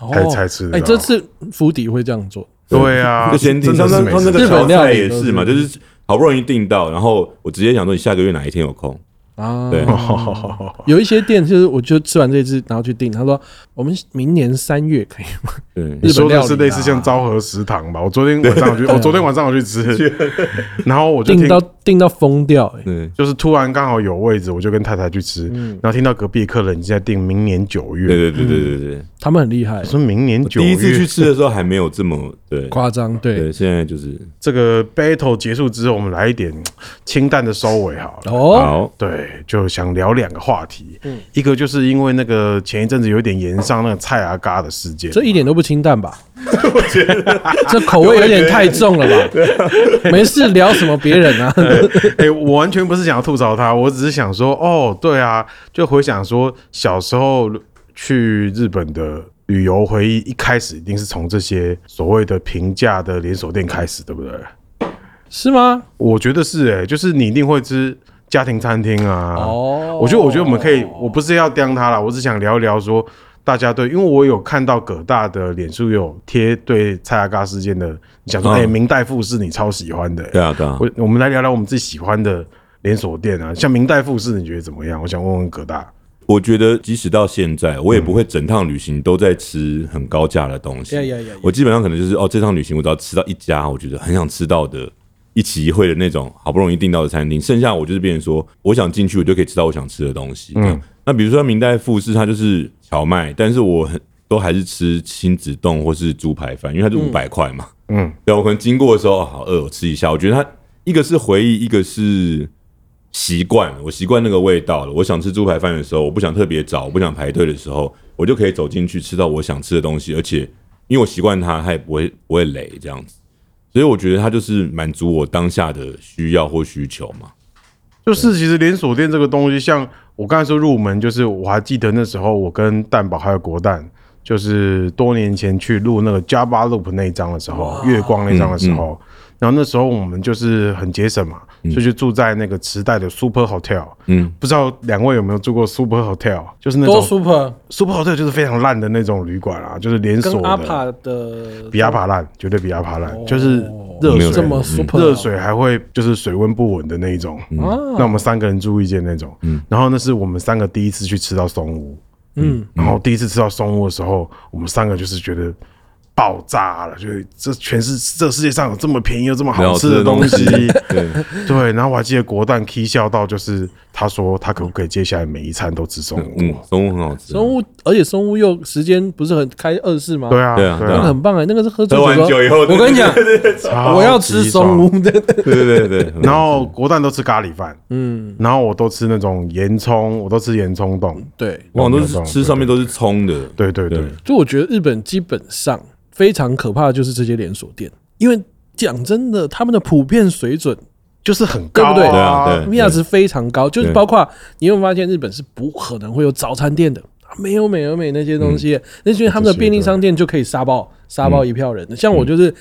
[SPEAKER 2] 哦
[SPEAKER 1] 才才吃得
[SPEAKER 2] 哎，
[SPEAKER 1] 到
[SPEAKER 2] 这次府邸会这样做，
[SPEAKER 1] 对啊，
[SPEAKER 3] 就先订，
[SPEAKER 1] 真的
[SPEAKER 3] 像
[SPEAKER 1] 是
[SPEAKER 3] 像
[SPEAKER 1] 没
[SPEAKER 3] 像
[SPEAKER 1] 事
[SPEAKER 3] 那个
[SPEAKER 2] 日本
[SPEAKER 3] 小
[SPEAKER 2] 料
[SPEAKER 3] 菜
[SPEAKER 2] 理
[SPEAKER 3] 也
[SPEAKER 2] 都
[SPEAKER 3] 是
[SPEAKER 2] 是
[SPEAKER 3] 嘛，就是好不容易订到，然后我直接想说你下个月哪一天有空？
[SPEAKER 2] 啊。
[SPEAKER 3] 对，哦
[SPEAKER 2] 有一些店就是，我就吃完这只，然后去订。他说我们明年三月可以吗？
[SPEAKER 3] 对，
[SPEAKER 1] 你
[SPEAKER 2] 日本
[SPEAKER 1] 说
[SPEAKER 2] 料理
[SPEAKER 1] 的
[SPEAKER 2] 啊
[SPEAKER 1] 是类似像昭和食堂吧？我昨天晚上我去，
[SPEAKER 3] 啊
[SPEAKER 1] 我昨天晚上我去 吃，然后我就
[SPEAKER 2] 订
[SPEAKER 1] 听
[SPEAKER 2] 到订到疯掉，哎，
[SPEAKER 3] 对，
[SPEAKER 1] 就是突然刚好有位置，我就跟太太去吃，然后听到隔壁客人已经在订明年九月，
[SPEAKER 3] 嗯对对对对对对。
[SPEAKER 2] 他们很厉害
[SPEAKER 1] 我，说明年九
[SPEAKER 3] 第一次去
[SPEAKER 1] 月
[SPEAKER 3] 吃的时候还没有这么对
[SPEAKER 2] 夸张。对，
[SPEAKER 3] 对，现在就是
[SPEAKER 1] 这个 battle 结束之后，我们来一点清淡的收尾好了。
[SPEAKER 2] 哦，
[SPEAKER 3] 好，
[SPEAKER 1] 对，就想聊两个话题，
[SPEAKER 3] 嗯
[SPEAKER 1] 一个就是因为那个前一阵子有点延上那个蔡阿嘎的事件，
[SPEAKER 2] 这一点都不清淡吧？这口味有点太重了吧？没事聊什么别人 啊？
[SPEAKER 1] 哎、我完全不是想要吐槽他，我只是想说，哦，对啊，就回想说小时候去日本的旅游回忆，一开始一定是从这些所谓的平价的连锁店开始，对不对？
[SPEAKER 2] 是吗？
[SPEAKER 1] 我觉得是、哎，就是你一定会吃家庭餐厅啊。
[SPEAKER 2] 哦
[SPEAKER 1] 我觉得，我觉得我们可以，我不是要刁他啦，我只想聊聊说大家对，因为我有看到葛大的脸书有贴对蔡阿嘎事件的，讲说，
[SPEAKER 3] 嗯
[SPEAKER 1] 哎、明代富士你超喜欢的、哎
[SPEAKER 3] 对啊对啊，
[SPEAKER 1] 我我们来聊聊我们自己喜欢的连锁店啊，像明代富士，你觉得怎么样？我想问问葛大。
[SPEAKER 3] 我觉得即使到现在，我也不会整趟旅行都在吃很高价的东西。
[SPEAKER 2] 呀呀呀呀
[SPEAKER 3] 我基本上可能就是哦，这趟旅行我只要吃到一家我觉得很想吃到的、一期一会的那种好不容易订到的餐厅，剩下我就是变成说，我想进去我就可以吃到我想吃的东西。嗯，那比如说明代富士，它就是荞麦，但是我很都还是吃亲子冻或是猪排饭，因为它是五百块嘛。
[SPEAKER 1] 嗯，
[SPEAKER 3] 对，我可能经过的时候，哦好饿，我吃一下。我觉得它一个是回忆，一个是习惯了，我习惯那个味道了。我想吃猪排饭的时候，我不想特别找，我不想排队的时候，我就可以走进去吃到我想吃的东西，而且因为我习惯它，它也不会不会累这样子。所以我觉得它就是满足我当下的需要或需求嘛。
[SPEAKER 1] 就是其实连锁店这个东西，像我刚才说入门，就是我还记得那时候我跟蛋宝还有国蛋，就是多年前去录那个 Java Loop 那一张的时候，月光那张
[SPEAKER 2] 嗯
[SPEAKER 1] 的时候，然后那时候我们就是很节省嘛，所以就住在那个池袋的 Super Hotel。
[SPEAKER 3] 嗯，
[SPEAKER 1] 不知道两位有没有住过 Super Hotel？就是那
[SPEAKER 2] 多
[SPEAKER 1] 种
[SPEAKER 2] super
[SPEAKER 1] Super Hotel 就是非常烂的那种旅馆啊，就是连锁
[SPEAKER 2] 跟
[SPEAKER 1] 的。
[SPEAKER 2] 阿帕的
[SPEAKER 1] 比阿帕烂，绝对比阿帕烂，就是热
[SPEAKER 3] 没
[SPEAKER 1] 水
[SPEAKER 3] 有
[SPEAKER 2] 哦这么
[SPEAKER 3] 嗯
[SPEAKER 2] super
[SPEAKER 1] 热水还会就是水温不稳的那一种。
[SPEAKER 2] 啊
[SPEAKER 1] 那我们三个人住一间那种，
[SPEAKER 3] 嗯
[SPEAKER 1] 然后那是我们三个第一次去吃到松屋，
[SPEAKER 2] 嗯，
[SPEAKER 1] 然后第一次吃到松屋的时候，我们三个就是觉得爆炸了，就是这全是这世界上有这么便宜又这么好吃的东西
[SPEAKER 3] 了吃的，对，
[SPEAKER 1] 对。然后我还记得国蛋 K 笑到，就是他说他可不可以接下来每一餐都吃松屋？
[SPEAKER 3] 嗯，松屋很好吃。
[SPEAKER 2] 松屋，而且松屋又时间不是很开二四吗？
[SPEAKER 1] 对，啊，
[SPEAKER 3] 对啊
[SPEAKER 1] 对
[SPEAKER 3] 对
[SPEAKER 2] 那个
[SPEAKER 1] 啊
[SPEAKER 3] 啊，
[SPEAKER 2] 很棒哎，那个是喝醉
[SPEAKER 3] 喝完
[SPEAKER 2] 说
[SPEAKER 3] 酒以后，
[SPEAKER 2] 我跟你讲，
[SPEAKER 3] 对对
[SPEAKER 1] 超
[SPEAKER 2] 我要吃
[SPEAKER 1] 级
[SPEAKER 2] 松
[SPEAKER 1] 爽
[SPEAKER 2] 屋的，
[SPEAKER 3] 对对对，很好吃
[SPEAKER 1] 然后国蛋都吃咖喱饭，嗯，然后我都吃那种盐葱，我都吃盐葱冻，
[SPEAKER 2] 对，
[SPEAKER 3] 我好像都是吃上面都是葱的，
[SPEAKER 1] 对对对，
[SPEAKER 2] 就我觉得日本基本上非常可怕的就是这些连锁店，因为讲真的，他们的普遍水准
[SPEAKER 1] 就是很高、
[SPEAKER 2] 对不对
[SPEAKER 3] 对啊对
[SPEAKER 2] VR 值非常高，就是
[SPEAKER 3] 对
[SPEAKER 2] 包括你有没有发现日本是不可能会有早餐店的，啊没有美而美那些东
[SPEAKER 3] 嗯
[SPEAKER 2] 西，那些他们的便利商
[SPEAKER 3] 嗯
[SPEAKER 2] 店就可以杀爆杀爆一票人的。像我就是，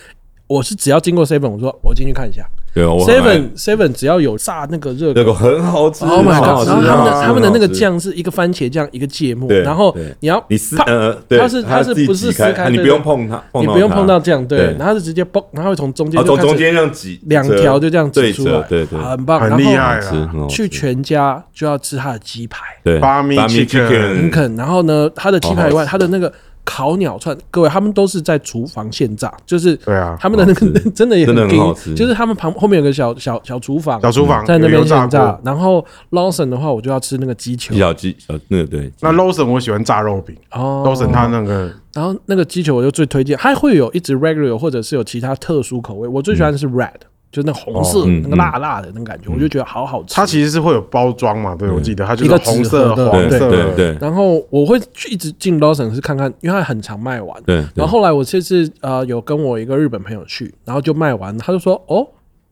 [SPEAKER 2] 我是只要经过 seven，我说我进去看一下，
[SPEAKER 3] 对我很爱
[SPEAKER 2] Seven Seven 只要有炸那个热
[SPEAKER 3] 那
[SPEAKER 2] 狗。
[SPEAKER 3] 个很好吃
[SPEAKER 2] Oh my
[SPEAKER 3] 很好
[SPEAKER 2] god！
[SPEAKER 3] 吃
[SPEAKER 2] 然后他们的
[SPEAKER 3] 很好吃
[SPEAKER 2] 他们的那个
[SPEAKER 3] 很好吃
[SPEAKER 2] 酱是一个番茄酱，一个芥末，
[SPEAKER 3] 对
[SPEAKER 2] 然后
[SPEAKER 3] 对
[SPEAKER 2] 你要
[SPEAKER 3] 你撕
[SPEAKER 2] 啪
[SPEAKER 3] 呃，对，
[SPEAKER 2] 它是它是
[SPEAKER 3] 自己
[SPEAKER 2] 不是
[SPEAKER 3] 挤开
[SPEAKER 2] 撕开
[SPEAKER 3] 啊你
[SPEAKER 2] 对
[SPEAKER 3] 不用碰它，
[SPEAKER 2] 你
[SPEAKER 3] 到
[SPEAKER 2] 不用
[SPEAKER 3] 它
[SPEAKER 2] 碰到酱，
[SPEAKER 3] 对
[SPEAKER 2] 对，然后是直接嘣，然后会从中间
[SPEAKER 3] 哦，
[SPEAKER 2] 就
[SPEAKER 3] 从
[SPEAKER 2] 开始
[SPEAKER 3] 中间这样挤
[SPEAKER 2] 两条就这样
[SPEAKER 3] 对
[SPEAKER 2] 挤出
[SPEAKER 3] 折
[SPEAKER 2] 来，
[SPEAKER 3] 对对，
[SPEAKER 1] 啊
[SPEAKER 2] 很棒，
[SPEAKER 1] 很厉害
[SPEAKER 3] 好吃很
[SPEAKER 1] 啦。
[SPEAKER 3] 好吃
[SPEAKER 2] 去全家就要吃他的鸡排，
[SPEAKER 3] 对
[SPEAKER 1] Barmy
[SPEAKER 3] Barmy
[SPEAKER 1] chicken
[SPEAKER 3] chicken
[SPEAKER 2] 林肯，然后呢，他的鸡排以
[SPEAKER 3] 好好
[SPEAKER 2] 外，
[SPEAKER 3] 吃
[SPEAKER 2] 他的那个烤鸟串，各位他们都是在厨房现炸，就是
[SPEAKER 1] 对啊
[SPEAKER 2] 他们的那
[SPEAKER 3] 好吃
[SPEAKER 2] 个 真的也
[SPEAKER 3] 真的很
[SPEAKER 2] 硬
[SPEAKER 3] 好吃
[SPEAKER 2] 就是他们旁后面有个小小小厨房，
[SPEAKER 1] 小厨房
[SPEAKER 2] 嗯在那
[SPEAKER 1] 有
[SPEAKER 2] 边
[SPEAKER 1] 油炸
[SPEAKER 2] 现炸
[SPEAKER 1] 过。。
[SPEAKER 2] 然后 Lawson 的话，我就要吃那个鸡球
[SPEAKER 3] 鸡，小鸡小那个对，
[SPEAKER 1] 那 l o s o n 我喜欢炸肉饼 l
[SPEAKER 2] 哦
[SPEAKER 1] o s o n 它那个
[SPEAKER 2] 然后那个鸡球我就最推荐，它会有一直 regular 或者是有其他特殊口味，我最喜欢的是 red，就是那个红色
[SPEAKER 3] 哦嗯
[SPEAKER 2] 那个辣辣的那个感觉，我就觉得好好吃。
[SPEAKER 1] 嗯它其实是会有包装嘛，对我记得它就是
[SPEAKER 2] 一个纸
[SPEAKER 1] 红色、
[SPEAKER 2] 盒的
[SPEAKER 1] 黄
[SPEAKER 3] 嗯对
[SPEAKER 1] 色
[SPEAKER 3] 对
[SPEAKER 1] 的，
[SPEAKER 3] 对
[SPEAKER 2] 然后我会去一直进 Lawson 是看看，因为它很常卖完。
[SPEAKER 3] 对，
[SPEAKER 2] 然后后来我这次呃有跟我一个日本朋友去，然后就卖完，他就说哦，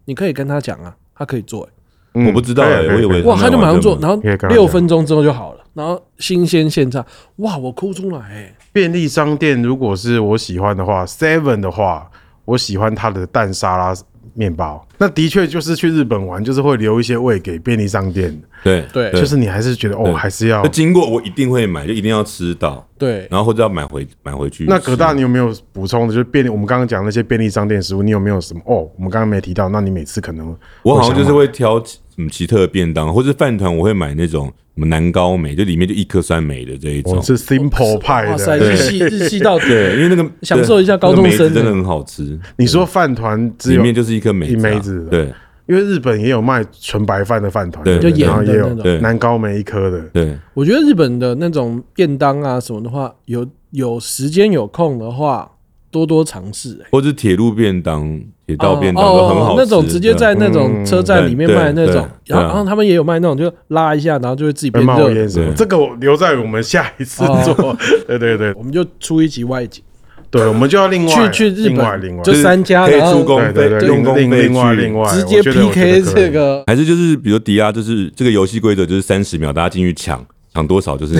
[SPEAKER 2] 你可以跟他讲啊，他可以做、欸
[SPEAKER 1] 嗯
[SPEAKER 3] 我不知道
[SPEAKER 1] 可以
[SPEAKER 3] 哎，
[SPEAKER 1] 可以
[SPEAKER 3] 我以为
[SPEAKER 2] 哇，他就马上做，然后
[SPEAKER 1] 可以跟他
[SPEAKER 2] 六
[SPEAKER 1] 讲
[SPEAKER 2] 分钟之后就好了，然后新鲜现炸，哇，我哭出来、欸，
[SPEAKER 1] 便利商店如果是我喜欢的话，Seven 的话，我喜欢它的蛋沙拉面包。那的确就是去日本玩，就是会留一些胃给便利商店，
[SPEAKER 3] 对
[SPEAKER 2] 对
[SPEAKER 1] 就是你还是觉得哦，
[SPEAKER 3] 对
[SPEAKER 1] 还是要
[SPEAKER 3] 那。经过我一定会买，就一定要吃到，
[SPEAKER 2] 对，
[SPEAKER 3] 然后或者要买回买回去吃。
[SPEAKER 1] 那葛大，你有没有补充的？就是便利，我们刚刚讲那些便利商店食物，你有没有什么？哦，我们刚刚没提到，那你每次可能
[SPEAKER 3] 我好像就是
[SPEAKER 1] 想买
[SPEAKER 3] 会挑什么奇特的便当，或者饭团，我会买那种什么南高梅，就里面就一颗酸梅的这一
[SPEAKER 1] 我
[SPEAKER 3] 种
[SPEAKER 1] 哦们。是 simple 派
[SPEAKER 2] 哇塞，
[SPEAKER 1] 的。
[SPEAKER 2] 日系日 系到底，
[SPEAKER 3] 对，因为那个
[SPEAKER 2] 享受一下高中
[SPEAKER 3] 那个梅
[SPEAKER 2] 生
[SPEAKER 3] 子真的很好吃，
[SPEAKER 1] 你说饭团只
[SPEAKER 3] 里
[SPEAKER 1] 有
[SPEAKER 3] 面就是一颗梅
[SPEAKER 1] 一
[SPEAKER 3] 啊
[SPEAKER 1] 梅子
[SPEAKER 3] 对
[SPEAKER 1] 因为日本也有卖纯白饭的饭团，
[SPEAKER 3] 对
[SPEAKER 1] 对不对
[SPEAKER 3] 就
[SPEAKER 1] 然后
[SPEAKER 2] 盐的
[SPEAKER 1] 也
[SPEAKER 2] 那种
[SPEAKER 1] 有
[SPEAKER 3] 对
[SPEAKER 1] 南高梅一颗的，
[SPEAKER 3] 对
[SPEAKER 2] 我觉得日本的那种便当啊什么的话，有有时间有空的话，多多尝试、欸。
[SPEAKER 3] 或者铁路便当、铁道便当
[SPEAKER 2] 哦
[SPEAKER 3] 都
[SPEAKER 2] 哦
[SPEAKER 3] 很好吃，啊嗯
[SPEAKER 2] 那种直接在那种车站里面卖的那种，
[SPEAKER 3] 对对对啊
[SPEAKER 2] 然后然后他们也有卖那种，就拉一下，然后就会自己
[SPEAKER 1] 会
[SPEAKER 2] 变
[SPEAKER 1] 冒
[SPEAKER 2] 热
[SPEAKER 1] 烟。什么。
[SPEAKER 3] 对
[SPEAKER 1] 这个我留在我们下一次
[SPEAKER 2] 哦
[SPEAKER 1] 做。 对对对
[SPEAKER 2] 我们就出一集外景，
[SPEAKER 1] 对，我们就要另外
[SPEAKER 2] 去去日
[SPEAKER 1] 另外
[SPEAKER 2] 本
[SPEAKER 1] 另外
[SPEAKER 2] 就
[SPEAKER 3] 就是
[SPEAKER 2] 三家，
[SPEAKER 3] 可以
[SPEAKER 2] 然
[SPEAKER 3] 出
[SPEAKER 2] 后
[SPEAKER 3] 工
[SPEAKER 1] 对对对，
[SPEAKER 3] 费
[SPEAKER 1] 另
[SPEAKER 3] 用工
[SPEAKER 1] 另
[SPEAKER 3] 费
[SPEAKER 1] 另外
[SPEAKER 3] 去
[SPEAKER 1] 另外
[SPEAKER 2] 直接
[SPEAKER 1] 我觉得我觉得
[SPEAKER 2] PK
[SPEAKER 1] 可以
[SPEAKER 2] 这个。
[SPEAKER 3] 还是就是比如迪亚，就是这个游戏规则就是三十秒，大家进去抢，抢多少就是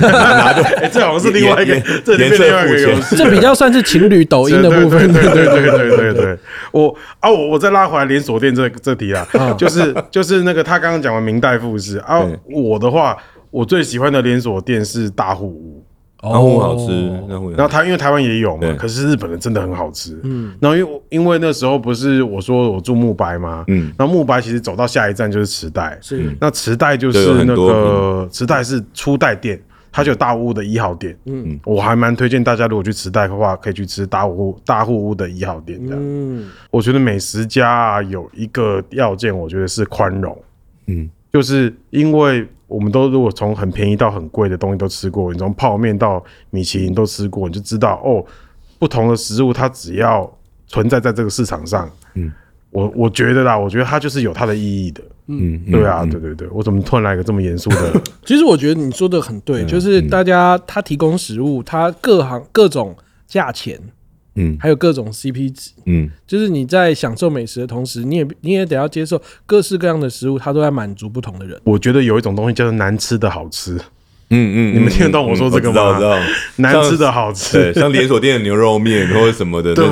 [SPEAKER 3] 拿多
[SPEAKER 1] 哎，这好像是另外一个
[SPEAKER 3] 颜，
[SPEAKER 1] 这里面
[SPEAKER 3] 颜色
[SPEAKER 1] 另外一个
[SPEAKER 3] 付钱
[SPEAKER 1] 游戏。
[SPEAKER 2] 这比较算是情侣抖音的部分，
[SPEAKER 1] 对对对对对 对对对，我啊我我再拉回来连锁店这这题啦，
[SPEAKER 2] 啊
[SPEAKER 1] 就是就是那个他刚刚讲完明代富士啊，我的话我最喜欢的连锁店是大户屋，
[SPEAKER 3] 然后
[SPEAKER 2] 哦
[SPEAKER 3] 好
[SPEAKER 1] 哦
[SPEAKER 3] 吃，然后
[SPEAKER 1] 然后台因为台湾也有嘛
[SPEAKER 3] 对，
[SPEAKER 1] 可是日本的真的很好吃。嗯，然后因为我因为那时候不是我说我住慕白嘛，嗯
[SPEAKER 3] 嗯，
[SPEAKER 1] 然后慕白其实走到下一站就是池袋，
[SPEAKER 2] 是
[SPEAKER 1] 那池袋就
[SPEAKER 3] 对有
[SPEAKER 1] 是
[SPEAKER 3] 很
[SPEAKER 1] 那
[SPEAKER 3] 多
[SPEAKER 1] 个池袋是初代店。它就有大屋的一号店，嗯，我还蛮推荐大家，如果去池袋的话，可以去吃大户大户屋的一号店。这样，
[SPEAKER 2] 嗯，
[SPEAKER 1] 我觉得美食家啊有一个要件，我觉得是宽容，
[SPEAKER 3] 嗯，
[SPEAKER 1] 就是因为我们都如果从很便宜到很贵的东西都吃过，你从泡面到米其林都吃过，你就知道哦，不同的食物它只要存在在这个市场上，
[SPEAKER 3] 嗯，
[SPEAKER 1] 我我觉得啦，我觉得它就是有它的意义的，
[SPEAKER 3] 嗯，嗯
[SPEAKER 1] 对啊，对对对，我怎么突然来个这么严肃 的？
[SPEAKER 2] 其实我觉得你说的很
[SPEAKER 1] 嗯
[SPEAKER 2] 对，就是大家他提供食物，他各行各种价钱，
[SPEAKER 3] 嗯
[SPEAKER 2] 还有各种 CP 值，
[SPEAKER 3] 嗯，
[SPEAKER 2] 就是你在享受美食的同时，你也你也得要接受各式各样的食物，它都在满足不同的人。
[SPEAKER 1] 我觉得有一种东西叫做难吃的好吃，
[SPEAKER 3] 嗯嗯，
[SPEAKER 1] 你们听得懂我说这个吗
[SPEAKER 3] 我知道，我知道
[SPEAKER 1] 难吃的
[SPEAKER 3] 像
[SPEAKER 1] 好
[SPEAKER 3] 对，
[SPEAKER 1] 吃，
[SPEAKER 3] 像连锁店的牛肉面或者什么的
[SPEAKER 1] 对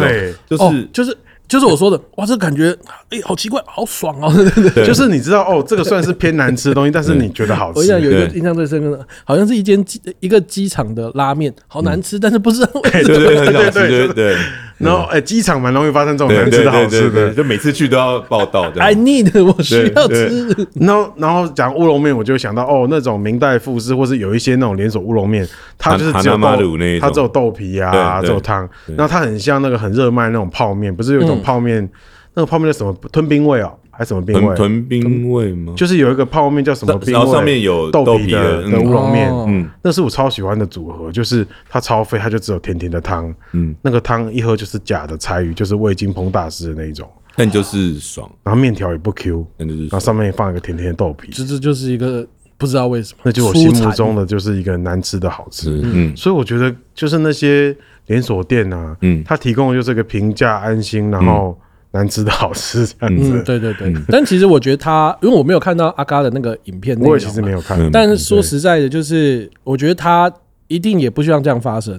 [SPEAKER 3] 那种，就
[SPEAKER 2] 哦
[SPEAKER 3] 是、
[SPEAKER 2] 就是就是我说的，哇，这感觉哎、好奇怪，好爽哦！ 对对对。
[SPEAKER 1] 就是你知道哦，这个虽然是偏难吃的东西，但是你觉得好
[SPEAKER 2] 我印象有
[SPEAKER 1] 吃。
[SPEAKER 2] 一个
[SPEAKER 3] 对
[SPEAKER 2] 印象最深刻的，好像是一间机一个机场的拉面，好难吃，但是不知道为什
[SPEAKER 3] 嗯 对
[SPEAKER 2] 么。
[SPEAKER 3] 对，很想
[SPEAKER 1] 对对
[SPEAKER 3] 吃，对对
[SPEAKER 1] 然后，哎，机场蛮容易发生这种
[SPEAKER 3] 对
[SPEAKER 1] 难吃
[SPEAKER 3] 对
[SPEAKER 1] 的好
[SPEAKER 3] 对
[SPEAKER 1] 吃
[SPEAKER 3] 对
[SPEAKER 1] 的
[SPEAKER 3] 对，，就每次去都要报道这
[SPEAKER 2] I
[SPEAKER 3] 样。
[SPEAKER 2] need，我需要
[SPEAKER 3] 对
[SPEAKER 2] 吃。
[SPEAKER 1] 然后，然后讲乌龙面，我就想到哦，那种明代富士，或是有一些那种连锁乌龙面，它就是只有
[SPEAKER 3] 哈哈纳马鲁那
[SPEAKER 1] 豆，
[SPEAKER 3] 一种
[SPEAKER 1] 它只有豆皮啊，
[SPEAKER 3] 对对
[SPEAKER 1] 只有汤，然后它很像那个很热卖那种泡面，不是有一种泡面，那个泡面叫什么吞冰味哦，还是什么冰
[SPEAKER 3] 豚
[SPEAKER 1] 味？嗯
[SPEAKER 3] 豚冰味吗？
[SPEAKER 1] 就是有一个泡面叫什么冰味，
[SPEAKER 3] 然后上面有
[SPEAKER 1] 豆
[SPEAKER 3] 豆
[SPEAKER 1] 皮
[SPEAKER 3] 皮
[SPEAKER 1] 的
[SPEAKER 3] 的
[SPEAKER 1] 的
[SPEAKER 3] 嗯
[SPEAKER 1] 乌龙面，
[SPEAKER 2] 哦
[SPEAKER 1] 嗯，那是我超喜欢的组合，就是它超费，它就只有甜甜的汤，嗯
[SPEAKER 3] 嗯，
[SPEAKER 1] 那个汤一喝就是假的柴鱼，就是味精烹大师的那一种，
[SPEAKER 3] 但就是爽，
[SPEAKER 1] 然后面条也不 Q，
[SPEAKER 3] 但就是
[SPEAKER 1] 然后上
[SPEAKER 3] 爽。
[SPEAKER 1] 面放一个甜甜的豆皮，
[SPEAKER 2] 这这就是一个不知道为什么，
[SPEAKER 1] 那就我心目中
[SPEAKER 2] 的
[SPEAKER 1] 的就是一个难吃的好吃。
[SPEAKER 3] 嗯，
[SPEAKER 1] 所以我觉得就是那些连锁店啊，嗯
[SPEAKER 3] 嗯，
[SPEAKER 1] 它提供的就是一个平价、安心，然后难吃的好吃这样
[SPEAKER 2] 嗯，
[SPEAKER 1] 子。
[SPEAKER 2] 对对对。但其实我觉得他，因为我没有看到阿嘎的那个影片内容嘛，啊
[SPEAKER 1] 我也其实没有看，
[SPEAKER 3] 嗯
[SPEAKER 2] 但是说实在的，就是我觉得他一定也不希望这样发生。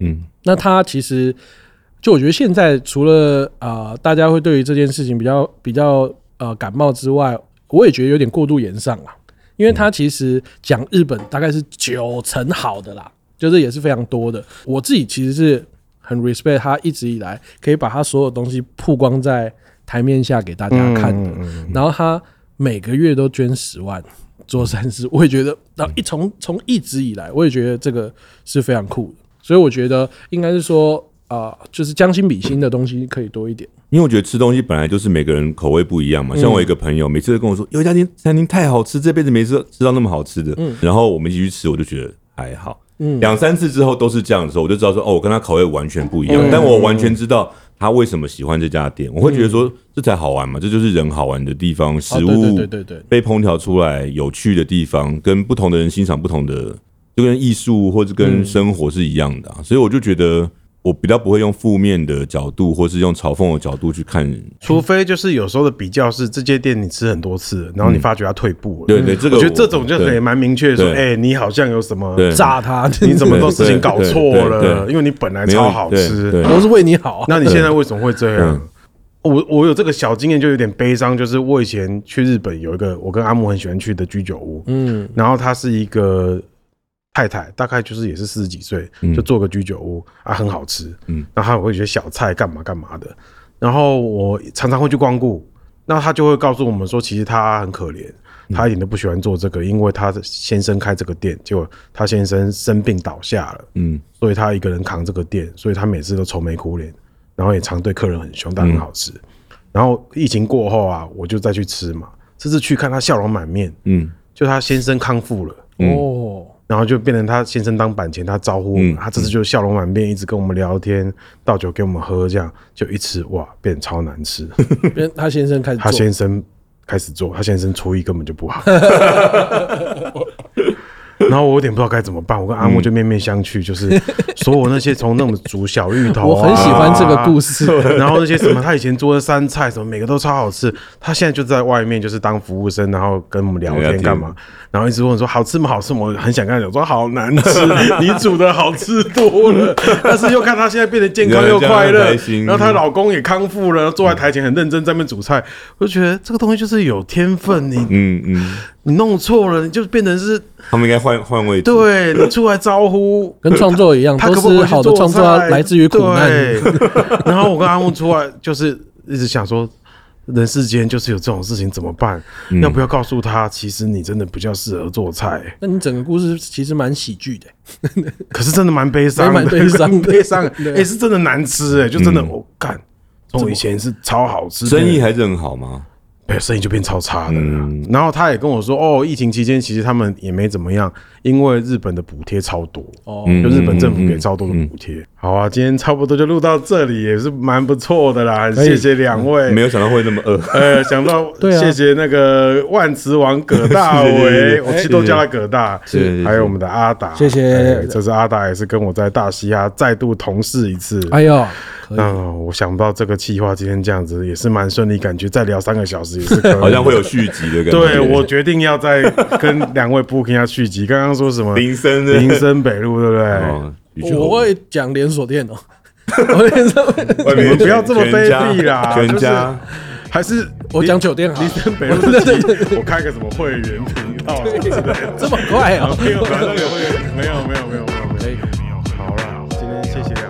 [SPEAKER 3] 嗯，
[SPEAKER 2] 那他其实就我觉得现在除了啊、呃大家会对于这件事情比较比较呃感冒之外，我也觉得有点过度延上了，因为
[SPEAKER 3] 嗯
[SPEAKER 2] 他其实讲日本大概是九成好的啦，就是也是非常多的。我自己其实是很 respect 他一直以来可以把他所有东西曝光在台面下给大家看
[SPEAKER 3] 嗯
[SPEAKER 2] 的，然后他每个月都捐十万。做善事，我也觉得，然后
[SPEAKER 1] 嗯
[SPEAKER 2] 一从从一直以来，我也觉得这个是非常酷的，所以我觉得应该是说啊、就是将心比心的东西可以多一点。
[SPEAKER 3] 因为我觉得吃东西本来就是每个人口味不一样
[SPEAKER 2] 嗯
[SPEAKER 3] 嘛。像我一个朋友，每次都跟我说有一家店餐厅太好吃，这辈子没吃吃到那么好吃的。
[SPEAKER 2] 嗯
[SPEAKER 3] 然后我们一起去吃，我就觉得还好。两三次之后都是这样的时候，我就知道说哦，我跟他口味完全不一
[SPEAKER 2] 嗯
[SPEAKER 3] 样，但我完全知道他为什么喜欢这家店。我会觉得说这才好玩嘛，这就是人好玩的地方，食
[SPEAKER 2] 哦、对
[SPEAKER 3] 物
[SPEAKER 2] 对对对对，
[SPEAKER 3] 被烹调出来有趣的地方，跟不同的人欣赏不同的，就跟艺术或者
[SPEAKER 1] 嗯
[SPEAKER 3] 跟生活是一样的、啊。所以我就觉得，我比较不会用负面的角度，或是用嘲讽的角度去看。
[SPEAKER 1] 除非就是有时候的比较是这间店你吃很多次了，然后你发觉它退步了，嗯
[SPEAKER 3] 嗯对对，这个
[SPEAKER 1] 我觉得这种就可以
[SPEAKER 3] 对
[SPEAKER 1] 蛮明确地说，
[SPEAKER 3] 对
[SPEAKER 1] 哎，你好像有什么，
[SPEAKER 3] 对
[SPEAKER 2] 炸他，
[SPEAKER 1] 你怎么都事
[SPEAKER 3] 对
[SPEAKER 1] 情搞错
[SPEAKER 3] 对对
[SPEAKER 1] 了，
[SPEAKER 3] 对
[SPEAKER 1] 因为你本来
[SPEAKER 3] 没有
[SPEAKER 1] 超好吃，
[SPEAKER 3] 对对
[SPEAKER 2] 都是为你 好啊。
[SPEAKER 1] 那你现在为什么会这样
[SPEAKER 3] 嗯？
[SPEAKER 1] 我我有这个小经验，就有点悲伤，就是我以前去日本有一个我跟阿木很喜欢去的居酒屋，
[SPEAKER 2] 嗯，
[SPEAKER 1] 然后她是一个太太，大概就是也是四十几岁，就做个居酒屋啊，很好吃，嗯
[SPEAKER 3] 嗯，
[SPEAKER 1] 然后还有一些小菜干嘛干嘛的，然后我常常会去光顾，那她就会告诉我们说，其实她很可怜。
[SPEAKER 3] 嗯
[SPEAKER 1] 她一点都不喜欢做这个，因为她的先生开这个店，结果她先生生病倒下了，
[SPEAKER 3] 嗯
[SPEAKER 1] 所以他一个人扛这个店，所以他每次都愁眉苦脸，然后也常对客人很凶，但很好吃。然后疫情过后啊，我就再去吃嘛，这次去看他笑容满面，
[SPEAKER 3] 嗯
[SPEAKER 1] 就他先生康复了。
[SPEAKER 2] 哦，
[SPEAKER 1] 然后就变成他先生当板前，他招呼我们，
[SPEAKER 3] 嗯
[SPEAKER 1] 他这次就笑容满面，一直跟我们聊天，倒酒给我们喝，这样就一吃哇，变超难吃。
[SPEAKER 2] 因为他先生开始
[SPEAKER 1] 他
[SPEAKER 2] 做，
[SPEAKER 1] 先生开始做，他先生厨艺根本就不好。 然后我有点不知道该怎么办，我跟阿木就面面相觑，就是所有那些从那种煮小芋头、啊，
[SPEAKER 2] 我很喜欢这个故事。
[SPEAKER 1] 然后那些什么，他以前做的山菜什么，每个都超好吃。他现在就在外面，就是当服务生，然后跟我们聊
[SPEAKER 3] 聊
[SPEAKER 1] 天
[SPEAKER 3] 天
[SPEAKER 1] 干嘛？然后一直问我说好吃吗？好吃吗？我很想跟他讲说好难吃， 你煮的好吃多了。但是又看他现在变得健康又快
[SPEAKER 3] 这样
[SPEAKER 1] 乐
[SPEAKER 3] 很开，心
[SPEAKER 1] 然后她老公也康复了，坐在台前很认真在那边煮菜，我就觉得这个东西就是有天分，你
[SPEAKER 3] 嗯嗯，
[SPEAKER 1] 你弄错了，你就变成是
[SPEAKER 3] 他们应该换换位置。
[SPEAKER 1] 对你出来招呼，
[SPEAKER 2] 跟创作一 样，
[SPEAKER 1] 他
[SPEAKER 2] 都
[SPEAKER 1] 可不可
[SPEAKER 2] 是
[SPEAKER 1] 以
[SPEAKER 2] 嗯好的
[SPEAKER 1] 做
[SPEAKER 2] 创作要
[SPEAKER 1] 菜
[SPEAKER 2] 来自于苦难。
[SPEAKER 1] 对， 然后我跟阿木出来就是一直想说。人世间就是有这种事情怎么办？要不要告诉他，其实你真的比较适合做菜？
[SPEAKER 2] 那你整个故事其实蛮喜剧的，
[SPEAKER 1] 可是真的蛮悲伤的，
[SPEAKER 2] 蛮悲伤的
[SPEAKER 1] 蛮 悲伤的。
[SPEAKER 2] 对
[SPEAKER 1] 哎、是真的难吃哎、就真的我干，从、我以前是超好吃，
[SPEAKER 3] 生意还是很好吗？
[SPEAKER 1] 对，生意就变超差的、
[SPEAKER 3] 嗯
[SPEAKER 1] 然后他也跟我说，哦，疫情期间其实他们也没怎么样，因为日本的补贴超多，
[SPEAKER 2] 哦
[SPEAKER 1] 就日本政
[SPEAKER 3] 嗯
[SPEAKER 1] 府给超多的补贴。好啊，今天差不多就录到这里，也是蛮不错的啦，谢谢两位。
[SPEAKER 3] 哎没有想到会那么饿。
[SPEAKER 1] 呃，想 到
[SPEAKER 2] 对啊
[SPEAKER 1] 谢谢那个万磁王葛大
[SPEAKER 3] 是是
[SPEAKER 1] 为，
[SPEAKER 3] 是
[SPEAKER 1] 我其实都叫他葛大，
[SPEAKER 3] 是是是
[SPEAKER 1] 还有我们的阿达，
[SPEAKER 2] 谢谢
[SPEAKER 1] 哎这是阿达也是跟我在大西亚再度同事一次，
[SPEAKER 2] 哎呦，可以
[SPEAKER 1] 嗯，我想不到这个计划今天这样子也是蛮顺利，感觉再聊三个小时也是可以
[SPEAKER 3] 好像会有续集的感 觉。
[SPEAKER 1] 对我决定要再跟两位 booking 一下续集。刚刚说什么
[SPEAKER 3] 林森的
[SPEAKER 1] 林森北路，对不对？
[SPEAKER 3] 哦，羽球
[SPEAKER 2] 我会讲连锁店哦， 我连锁店
[SPEAKER 3] 外面
[SPEAKER 1] 你们不要这么卑鄙啦
[SPEAKER 3] 全
[SPEAKER 1] 就是
[SPEAKER 3] 家
[SPEAKER 1] 还是
[SPEAKER 2] 我讲酒店好啊
[SPEAKER 1] 林
[SPEAKER 2] 了，
[SPEAKER 1] 森北路自己，我开个什么会员频道之类的。
[SPEAKER 2] 这么快啊！
[SPEAKER 1] 没有，没有，没有，没有，没有，没有，没有。好啦，今天谢谢两